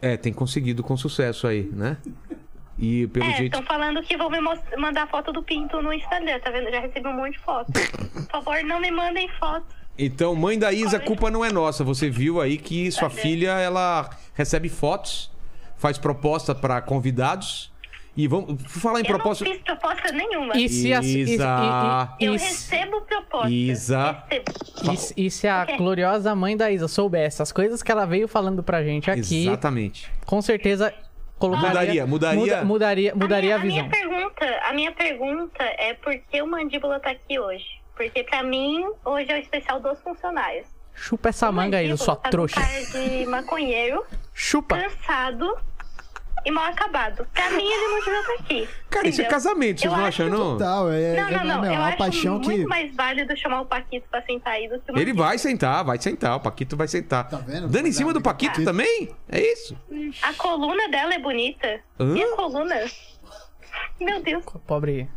É, tem conseguido com sucesso aí, né? E pelo é, jeito. estão falando que vão me mos- mandar foto do Pinto no Instagram, tá vendo? Eu já recebi um monte de foto. Por favor, não me mandem foto. Então, mãe da Isa, a culpa não é nossa. Você viu aí que É. sua filha, ela recebe fotos, faz proposta pra convidados. E vamos. por Falar em Eu proposta. não fiz proposta nenhuma. E se a. e- e- Isa. e- Eu e- recebo proposta. Isa. Recebo. E, e se a Ok. gloriosa mãe da Isa soubesse as coisas que ela veio falando pra gente aqui, Exatamente. com certeza colocaria. Mudaria, mudaria- muda- mudaria, mudaria a, minha- visão. minha pergunta, a minha pergunta é por que o Mandíbula tá aqui hoje? Porque pra mim, hoje é o especial dos funcionários. Chupa essa O manga, Isa, Mandíbula sua tá com trouxa. cara de maconheiro, Chupa. cansado e mal acabado. Pra mim, ele Mandíbula tá aqui. Cara, isso é entendeu? casamento, vocês Eu não acho acham, não? Tá, Total, é, Não, não, é, não. meu, eu uma acho paixão muito que. mais válido chamar o Paquito pra sentar aí do que o Ele Mandíbula. vai sentar, vai sentar. O Paquito vai sentar. Tá vendo? Dando em cima do Paquito Ah. também? É isso? A coluna dela é bonita. Hã? E a coluna? Meu Deus, Pobre.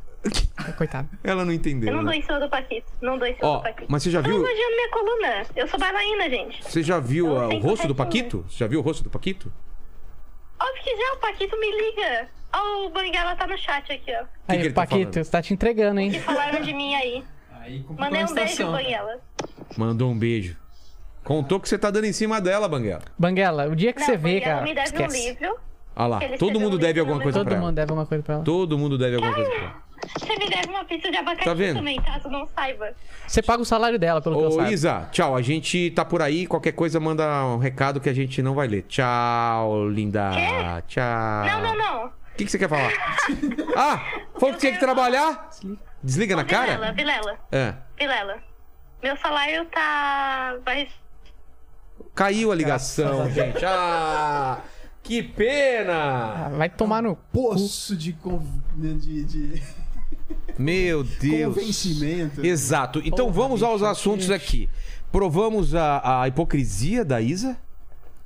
Coitado. Ela não eu entendeu. não dou né? em cima do Paquito. Não dou em cima Ó, do Paquito. mas você já Eu não viu? elogiando minha coluna. Eu sou bailarina, gente. Você já viu Eu ah, sei o rosto do corretinho. Paquito? Você já viu o rosto do Paquito? Óbvio que já, o Paquito me liga. Ó, o Banguela tá no chat aqui, ó. que Aí, que ele tá Paquito, falando? você tá te entregando, hein? E falaram de mim aí. Aí complicou Mandei a um beijo, situação. Banguela. Mandou um beijo. Contou que você tá dando em cima dela, Banguela. Banguela, o dia que Não, você vê, Banguela cara, me deve um esquece. livro. Olha lá, Ele todo escreveu mundo um deve livro alguma no coisa meu- pra Todo mundo ela. deve uma coisa pra ela. Todo mundo deve alguma coisa pra ela. Você me deve uma pizza de abacaxi Tá vendo? também, caso não saiba. Você paga o salário dela, pelo que eu Ô, saiba. Isa, tchau. A gente tá por aí. Qualquer coisa, manda um recado que a gente não vai ler. Tchau, linda. Quê? Tchau. Não, não, não. O que, que você quer falar? ah, falou que tinha que trabalhar? Desliga na Vilela, cara? Vilela, É. Vilela. Meu salário tá. Vai... Caiu a ligação, gente. Ah, que Ah, pena. Vai tomar no. Poço de, con... de, de Meu Deus. convencimento. Exato. Então vamos aos assuntos aqui. Provamos a, a hipocrisia da Isa.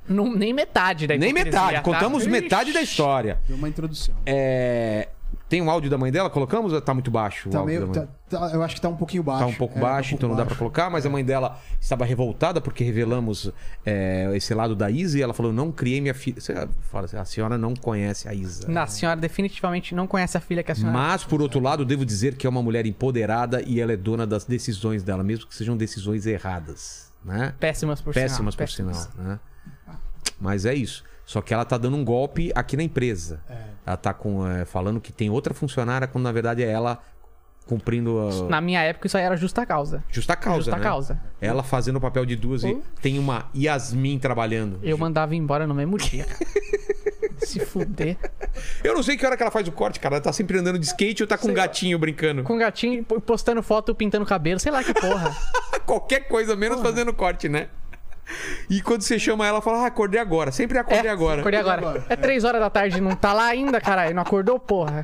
Não, nem metade da Nem hipocrisia, metade. tá? Contamos metade da história. Deu uma introdução. É, Tem um áudio da mãe dela? Colocamos ou tá muito baixo? o Tá áudio meio, da mãe? tá- tá- eu acho que tá um pouquinho baixo. Tá um pouco É, baixo, um pouco então não dá pra baixo. colocar, mas a mãe dela estava revoltada porque revelamos é, esse lado da Isa e ela falou: não criei minha filha. Você fala assim, a senhora não conhece a Isa. Na senhora definitivamente não conhece a filha que a senhora. Mas, por outro lado, devo dizer que é uma mulher empoderada e ela é dona das decisões dela, mesmo que sejam decisões erradas, né? é Péssimas por Péssimas, sinal. por sinal, né? Mas é isso. Só que ela tá dando um golpe aqui na empresa. Ela tá com, é, falando que tem outra funcionária, quando na verdade é ela cumprindo a Na minha época, isso aí era justa causa. justa causa, justa né? causa. Hum. Ela fazendo o papel de duas e tem uma Yasmin trabalhando. Eu mandava embora no mesmo dia, cara. Se fuder. Eu não sei que hora que ela faz o corte, cara. Ela tá sempre andando de skate ou tá com um gatinho brincando. Com gatinho e postando foto, pintando cabelo, sei lá que porra. Qualquer coisa, menos fazendo corte, né? E quando você chama ela, fala, ah, acordei agora. Sempre acordei agora. É, Acordei Acordei agora. agora. É três horas da tarde, não tá lá ainda, caralho. Não acordou, porra.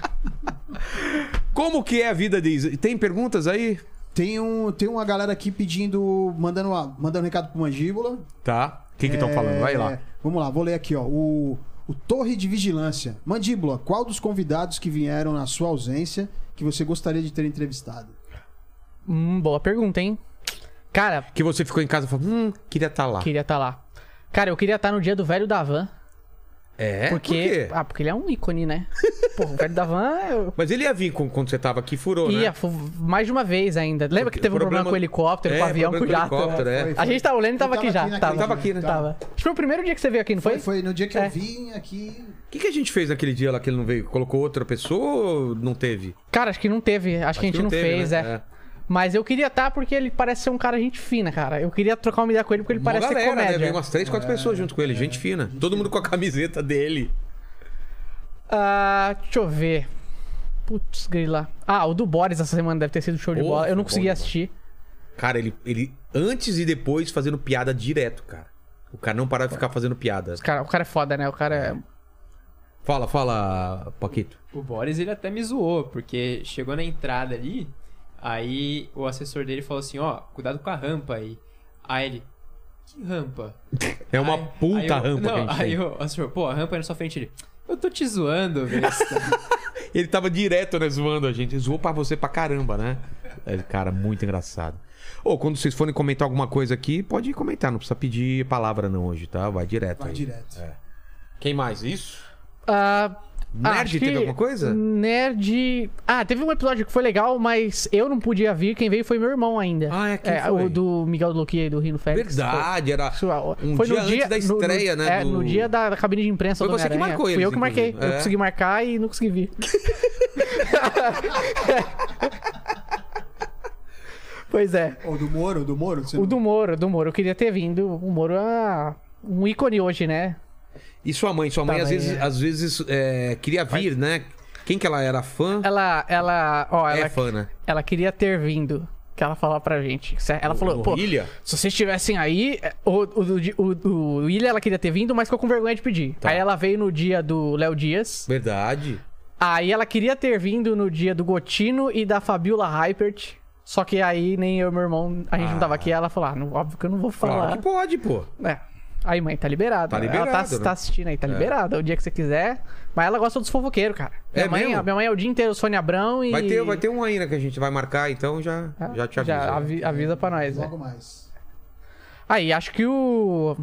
Como que é a vida de Isa? Tem perguntas aí? Tem, um, tem uma galera aqui pedindo, mandando, uma, mandando um recado pro Mandíbula. Tá. O que que estão falando? Vai lá. É, Vamos lá, vou ler aqui, ó. O, o Torre de Vigilância. Mandíbula, qual dos convidados que vieram na sua ausência que você gostaria de ter entrevistado? Hum, boa pergunta, hein? Cara, Que você ficou em casa e falou, hum, queria estar lá. queria estar lá. Cara, eu queria estar no dia do velho da van. É? Porque. Por quê? ah, porque ele é um ícone, né? Porra, o velho da van. Eu... Mas ele ia vir com- quando você tava aqui, furou, né? Ia, foi mais de uma vez ainda. Lembra Porque que teve um o problema problema- com o helicóptero, É, com o avião, com o problema jato. né? do helicóptero, é. A gente tava olhando e tava Ele aqui já. naquele Tava. Tava aqui, né? dia, Tava. Acho que foi o primeiro dia que você veio aqui, não foi? Foi, foi no dia que É. eu vim aqui. O que, que a gente fez naquele dia lá que ele não veio? Colocou outra pessoa ou não teve? Cara, acho que não teve. Acho, que a gente que não não, teve, fez, né? é. É. Mas eu queria estar porque ele parece ser um cara gente fina, cara. Eu queria trocar uma ideia com ele porque ele Uma parece ser galera, né? comédia. É. Vem umas três, quatro pessoas junto com ele. gente fina. Todo mundo com a camiseta dele. Ah, deixa eu ver. Putz, grila. Ah, o do Boris essa semana deve ter sido show de Pô, bola. Eu não foi consegui bom, assistir. Cara, ele, ele antes e depois fazendo piada direto, cara. O cara não parava de ficar fazendo piada. Cara, o cara é foda, né? O cara é. Fala, fala, Paquito. O Boris ele até me zoou, porque chegou na entrada ali, aí o assessor dele falou assim, ó, cuidado com a rampa aí. Aí ele, que rampa? É uma Aí- puta aí eu- rampa não, que a gente aí tem. o assessor, pô, a rampa é na sua frente ele. Eu tô te zoando, besta. Ele tava direto, né, zoando a gente. Ele Zoou pra você pra caramba, né? É, cara, muito engraçado. Ô, quando vocês forem comentar alguma coisa aqui, pode comentar. Não precisa pedir palavra não hoje, tá? Vai direto Vai aí. direto. É. Quem mais? Isso? Ah, Nerd acho teve que alguma coisa? Nerd. Ah, teve um episódio que foi legal, mas eu não podia vir. Quem veio foi meu irmão ainda. Ah, é, quem é foi? O do Miguel do Luquia e do Rino Félix. Verdade, era Foi, Isso, um foi dia no antes dia da no- no- estreia, né? É, do- no dia da da cabine de imprensa Foi do você que Homem-Aranha. marcou Fui eles, eu que marquei. inclusive. Eu É. consegui marcar e não consegui vir. pois é. Ou do Moro, do Moro? você O não- do Moro, o do Moro. Eu queria ter vindo. O Moro é um ícone hoje, né? E sua mãe? Sua mãe Tá, às mas vezes, é. às vezes é, queria vir, né? Quem que ela era fã? Ela, ela, ó, ela, é fã, né? ela queria ter vindo. Que ela falou pra gente. Cé- Ela falou, pô, Ilha? se vocês estivessem aí, é, o, o, o, o- o William ela queria ter vindo, mas ficou com vergonha de pedir. Tá. Aí ela veio no dia do Léo Dias. Verdade. Aí ela queria ter vindo no dia do Gotino e da Fabiola Hypert. Só que aí nem eu e meu irmão, a gente não tava aqui. Ela falou, ah, não, óbvio que eu não vou Claro falar. que pode, pô. É. Aí, mãe, tá liberado. Tá ela tá, liberado, né? tá assistindo aí, tá liberada. O dia que você quiser. Mas ela gosta dos fofoqueiros, cara. É Minha, mãe, mesmo? minha mãe é o dia inteiro Sônia Abrão e... Vai ter, vai ter um aí, né? Que a gente vai marcar, então já, Ah, já te aviso. avi- avisa pra nós, né? Logo mais. Aí, acho que o...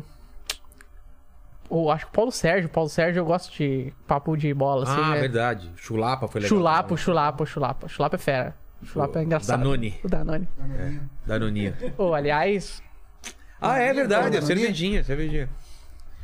ou acho que o Paulo Sérgio. Paulo Sérgio eu gosto de papo de bola, assim. ah, né? verdade. Chulapa foi legal. Chulapo, chulapo, chulapo. Chulapo é fera. Chulapo é engraçado. Danone. O Danone. Danoninha. Ô, aliás, Ah, é verdade. É Danoninha. cervejinha, cervejinha.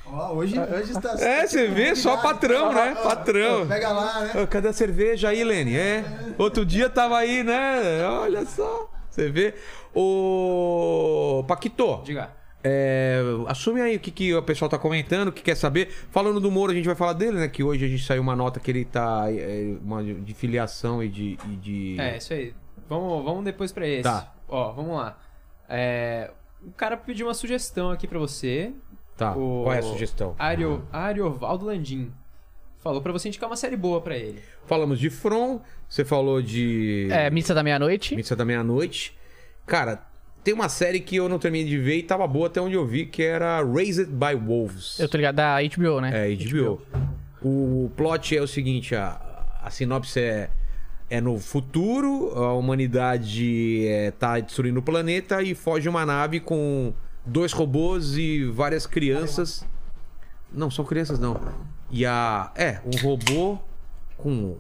Ó, hoje, hoje está. É, você vê, só patrão, né? Patrão. Pega lá, né? Ô, Cadê a cerveja aí, Lene? É. Outro dia tava aí, né? Olha só. Você vê. Ô. Paquito. Diga. É, assume aí o que, que o pessoal tá comentando, o que quer saber. Falando do Moro, a gente vai falar dele, né? Que hoje a gente saiu uma nota que ele tá. é, uma, de filiação e de. e de- É, isso aí. Vamos, vamos depois pra esse. Tá. Ó, vamos lá. É, o cara pediu uma sugestão aqui pra você. Tá. O- Qual é a sugestão? Ario, Ariovaldo Landim. Falou pra você indicar uma série boa pra ele. Falamos de From, você falou de. é, missa da meia-noite. Missa da Meia-Noite. Cara, tem uma série que eu não terminei de ver e tava boa até onde eu vi, que era Raised by Wolves. Eu tô ligado, da HBO, né? É, HBO. O plot é o seguinte, a, a sinopse é, é no futuro, a humanidade é, tá destruindo o planeta e foge uma nave com dois robôs e várias crianças. Não, são crianças não. E a... É, um robô com...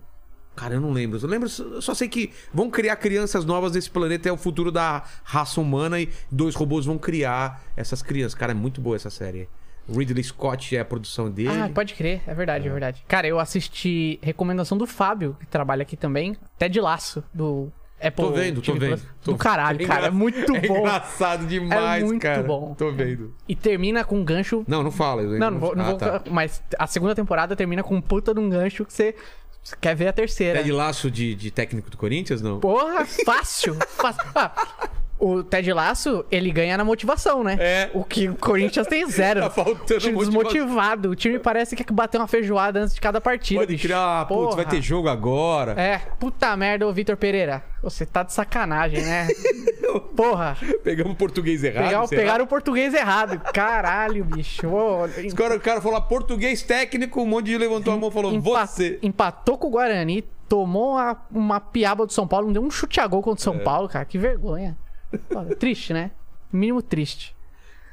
Cara, eu não lembro. Eu lembro, eu só sei que vão criar crianças novas nesse planeta, é o futuro da raça humana e dois robôs vão criar essas crianças. Cara, é muito boa essa série. Ridley Scott é a produção dele. Ah, pode crer, é verdade, é verdade. Cara, eu assisti recomendação do Fábio, que trabalha aqui também, até de laço, do Apple Tô vendo, tô TV+. vendo. Tô- Do caralho, cara, é muito É bom. engraçado demais, É muito cara. bom. Tô vendo. E termina com um gancho. Não, não fala. eu ainda Não, não vou. não Ah, vou- tá. Mas a segunda temporada termina com um puta de um gancho que você você quer ver a terceira. Ted É Laço de, de técnico do Corinthians, não? Porra, fácil. fácil. Ah, o Ted Laço, ele ganha na motivação, né? É. O que o Corinthians tem zero. Tá faltando time motivação. desmotivado. O time parece que bateu uma feijoada antes de cada partida. Pode bicho. criar, ah, putz, vai Porra. ter jogo agora. É, puta merda, ô Vitor Pereira. Você tá de sacanagem, né? Porra, Pegamos o português errado. É. pegar, será? pegaram o português errado. Caralho, bicho. Ô, Os cara, o cara falou "Ah, português técnico, um monte de levantou a mão e falou, empa- você. Empatou com o Guarani, tomou uma, uma piaba do São Paulo, não deu um chute a gol contra o É. São Paulo, cara. Que vergonha. Foda. triste, né? Mínimo triste.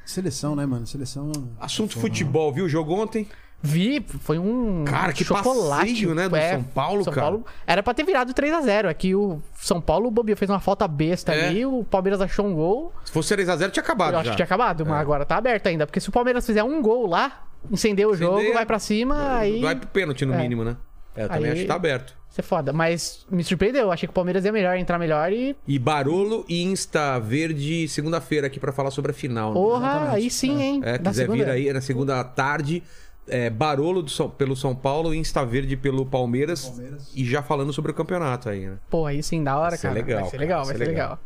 Seleção, né, mano? Seleção. Assunto futebol, viu? o Jogo ontem. Vi, foi um Cara, que chocolate, passeio, né, do São Paulo, cara. era pra ter virado 3 a 0 É que o São Paulo, o Bobi fez uma falta besta É. ali, o Palmeiras achou um gol. Se fosse 3x0, tinha acabado Eu já. É. acho que tinha acabado, mas agora tá aberto ainda. Porque se o Palmeiras fizer um gol lá, incender o jogo, Incendeia. vai pra cima, aí Vai pro pênalti, no É. mínimo, né? É, eu também Aí- acho que tá aberto. isso é foda. Mas me surpreendeu, achei que o Palmeiras ia melhor, entrar melhor e, E Barolo e Insta Verde, segunda-feira aqui pra falar sobre a final. né? porra, aí sim, hein? É, Da quiser segunda. vir aí é na segunda à tarde. é, Barolo do São- pelo São Paulo e Insta Verde pelo Palmeiras, Palmeiras. E já falando sobre o campeonato aí, né? Pô, aí sim, da hora, Vai ser cara. legal, vai ser cara, legal, vai vai ser ser legal. legal.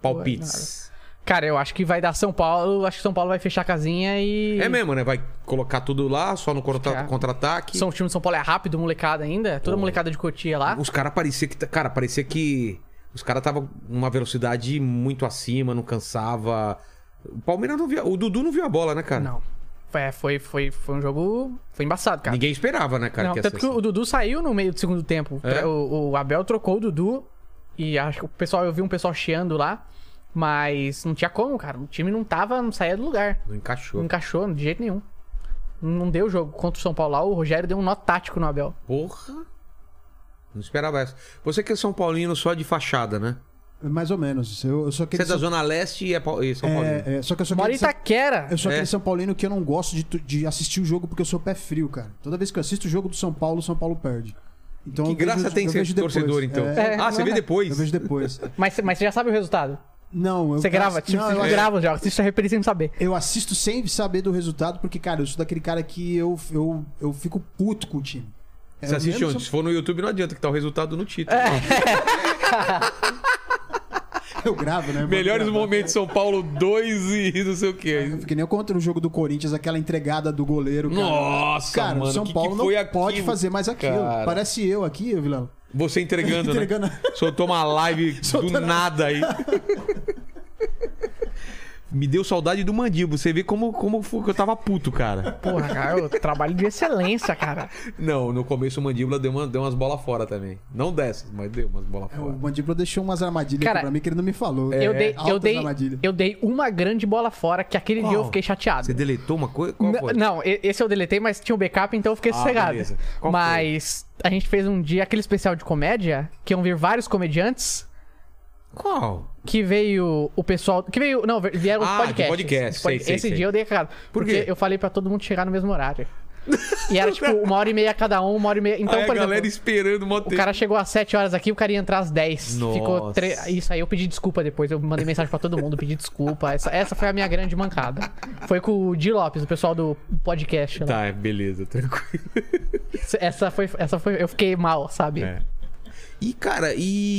Palpites. Cara, eu acho que vai dar São Paulo, acho que São Paulo vai fechar a casinha e. É mesmo, né? Vai colocar tudo lá, só no contra- Ficar. contra-ataque. São, o time de São Paulo é rápido, molecada ainda. Toda molecada de Cotia lá. Os caras parecia que. tá, Cara, parecia que. Os caras estavam numa velocidade muito acima, não cansava. O Palmeiras não via. O Dudu não viu a bola, né, cara? Não. É, foi, foi, foi um jogo. Foi embaçado, cara. Ninguém esperava, né, cara? não, que ia tanto ser que assim. o Dudu saiu no meio do segundo tempo. É? O, o Abel trocou o Dudu e acho que o pessoal, eu vi um pessoal chiando lá, mas não tinha como, cara. O time não tava, não saía do lugar. Não encaixou. Não encaixou de jeito nenhum. Não deu o jogo contra o São Paulo lá, o Rogério deu um nó tático no Abel. Porra! Não esperava essa. Você que é São Paulino só de fachada, né? Mais ou menos. Eu, eu sou Você aquele. é da Zona Leste e é pau- e São Paulino. é, é, só que eu sou Mora em aquele São- Itaquera. Eu sou É. aquele São Paulino que eu não gosto de, tu- de assistir o jogo porque eu sou pé frio, cara. Toda vez que eu assisto o jogo do São Paulo, o São Paulo perde. Então, Que eu graça vejo- tem eu ser vejo depois. torcedor, então. É, É, ah, você vê depois. Eu vejo depois. Mas, mas você já sabe o resultado. Não, eu Você grava, tipo, não, você eu, já grava já, assiste a reprise sem saber. eu assisto sem saber do resultado, porque, cara, eu sou daquele cara que eu, eu, eu fico puto com o time. É, Você eu assiste mesmo onde? sou- É. Se for no YouTube, não adianta que tá o resultado no título. Eu gravo, né? Eu Melhores gravo. momentos São Paulo 2 e não sei o quê. Eu fiquei nem contra o jogo do Corinthians, aquela entregada do goleiro. Cara. Nossa, cara, mano, o São que que Paulo foi não aquilo, pode fazer mais aquilo. cara? Parece eu aqui, Vilão. Você entregando, Entregando. né? Soltou uma live do Soltando. nada aí. Me deu saudade do mandíbulo. Você vê como, como foi que eu tava puto, cara. Porra, cara, eu trabalho de excelência, cara. Não, no começo o mandíbula deu, uma, deu umas bolas fora também. Não dessas, mas deu umas bolas É O fora. Mandíbula deixou umas armadilhas Cara, aqui pra mim que ele não me falou. eu, dei, eu, É, Altas dei, armadilhas. eu dei uma grande bola fora, que aquele dia eu Qual? fiquei chateado. Você deletou uma coisa? Qual N- foi? Não, e- esse eu deletei, mas tinha um backup, então eu fiquei Ah, sossegado. beleza. Qual Mas a gente fez um dia aquele especial de comédia, que iam vir vários comediantes, Qual? que veio o pessoal. Que veio. Não, vieram os Ah, de podcasts. podcast, Os pod- sei, sei, esse sei. dia eu dei cagada. Por porque quê? eu falei pra todo mundo chegar no mesmo horário. E era tipo uma hora e meia cada um, uma hora e meia. Então, Aí a por galera exemplo. esperando o O cara chegou às 7 horas aqui, o cara ia entrar às 10. Nossa. Ficou tre... Isso aí eu pedi desculpa depois. Eu mandei mensagem pra todo mundo, pedi desculpa. Essa, essa foi a minha grande mancada. Foi com o Di Lopes, o pessoal do podcast lá. Tá, beleza, tranquilo. Essa foi, essa foi. Eu fiquei mal, sabe? É. E, cara,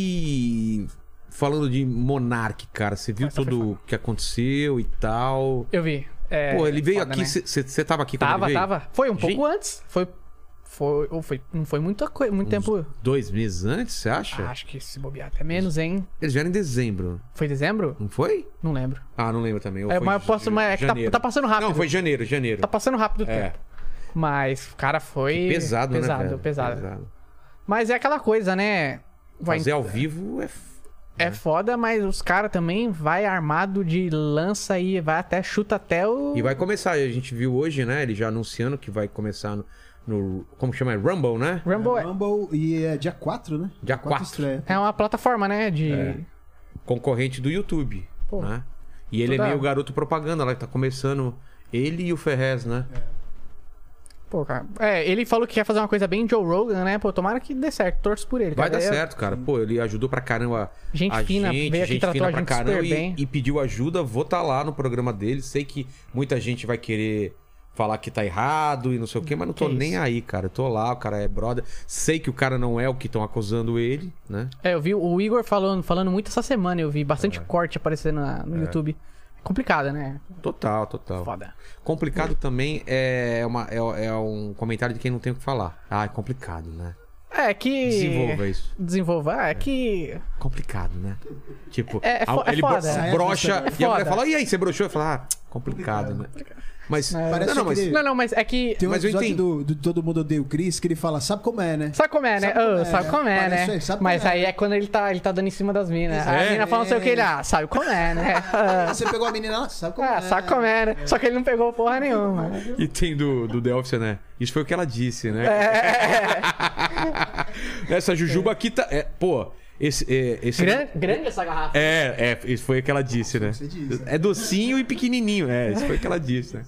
e. Falando de Monark, cara, você viu Essa foi tudo o que aconteceu e tal. Eu vi. É, Pô, ele veio foda, aqui, né? você tava aqui quando ele Tava, veio? tava. Foi um pouco Gente. antes. Foi. Foi. ou foi não foi muita coisa. Muito tempo. Ah, Dois meses antes, você acha? acho que se bobear até menos, hein? Eles vieram em dezembro, Foi dezembro? não foi? Não lembro. Ah, não lembro também. ou É, foi mas eu posso- ja- mas é que tá- janeiro. tá passando rápido. Não, foi janeiro, janeiro. Tá passando rápido o É. tempo. Mas, cara, foi. Pesado, né, pesado, velho? Pesado, Mas é aquela coisa, né? Vai- Fazer ao vivo é... f- É foda, mas os caras também vai armado de lança e vai até chuta até o. E vai começar, a gente viu hoje, né? Ele já anunciando que vai começar no... no- como chama? É Rumble, né? Rumble É, é- Rumble, e é dia 4, né? Dia Quatro 4. estreia. é uma plataforma, né? De. É. Concorrente do YouTube, Pô, né? E ele toda- é meio garoto propaganda lá, que tá começando... Ele e o Ferrez, né? Pô, cara. É, ele falou que quer fazer uma coisa bem Joe Rogan, né? Pô, tomara que dê certo. Torço por ele. Vai cara. dar É- certo, cara. Pô, ele ajudou pra caramba. Gente a fina, gente, veio aqui, gente tratou fina a pra gente caramba super e, bem. e pediu ajuda. Vou estar lá no programa dele. Sei que muita gente vai querer falar que tá errado e não sei o quê, mas não tô Que nem isso. aí, cara. Eu tô lá, o cara é brother. Sei que o cara não é o que estão acusando ele, né? É, eu vi o Igor falando, falando muito essa semana. Eu vi bastante corte aparecendo na- no YouTube. É complicado, né? Total, total. Foda. Complicado também é, uma, é, é um comentário de quem não tem o que falar. Ah, é complicado, né? É que. Desenvolva isso. Desenvolva. Ah, É que. Complicado, né? Tipo, É- é fo- a- é ele bro- foda. se brocha É e a foda. mulher fala, e aí, você broxou? Eu falo, ah, complicado, né? Mas, Parece não, não, mas aquele- Não, não, mas é que. Tem um Mas eu episódio entendi. do, do Todo Mundo Odeia o Chris que ele fala, sabe como é, um- né? Sabe como é, né? Sabe como é, Ô, sabe né? como é, Parece né? aí, sabe Mas como é, aí é quando ele tá, ele tá dando em cima das minas. A É. mina fala não sei o que, ele, ah, sabe como é, né? Ah, Você pegou a menina lá, sabe como é. ah, sabe como é, né? Só que ele não pegou porra nenhuma. E tem do, do The Office, né? Isso foi o que ela disse, né? É. Essa jujuba aqui tá. é, pô, esse. É, esse Gran- É. grande essa garrafa. é, é, isso foi o que ela disse, né? você disse. É docinho e pequenininho. É, isso foi o que ela disse, né?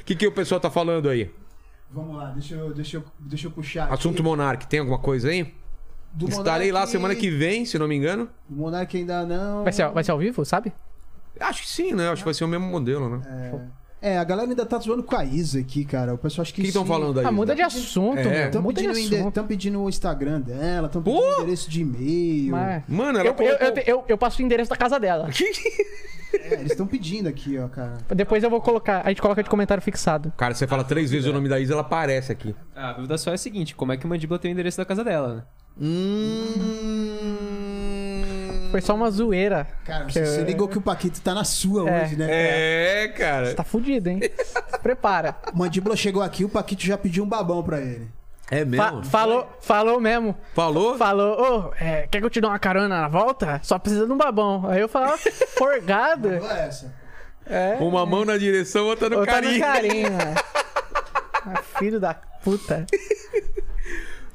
O que, que o pessoal tá falando aí? Vamos lá, deixa eu, deixa eu, deixa eu puxar. Assunto Monark, tem alguma coisa aí? do Estarei lá Monark. semana que vem, se não me engano. O Monark ainda não. Vai ser, ao- vai ser ao vivo, sabe? Acho que sim, né? Acho que vai ser o mesmo modelo, né? É, a galera ainda tá zoando com a Isa aqui, cara. O pessoal acha O que. que estão sim. falando aí? Ah, muda de assunto, É. meu. Tão Então Muda de pedindo, inde- assunto. tão pedindo o Instagram dela, tão pedindo Pô! o endereço de e-mail. Mas- Mano, ela Eu, eu, colocou- eu, eu- eu passo o endereço da casa dela. É, eles estão pedindo aqui, ó, cara. Depois eu vou colocar. A gente coloca de comentário fixado. Cara, você fala três vezes o nome da Isa, ela aparece aqui. A dúvida só é a seguinte: como é que o mandíbula tem o endereço da casa dela, né? Hum. Foi só uma zoeira. Cara, Que- você, você ligou que o Paquito tá na sua É. hoje, né? cara? É, cara. Tá fudido, hein? Se prepara. O Mandíbula chegou aqui, o Paquito já pediu um babão pra ele. É Fa- mesmo? falou, falou mesmo. Falou? Falou, ô, é, quer que eu te dê uma carona na volta? Só precisa de um babão. Aí eu falava, forgado. Qual é essa? Uma mão na direção, outra no Ô, tá no carinho. carinho. Ah, Filho da puta.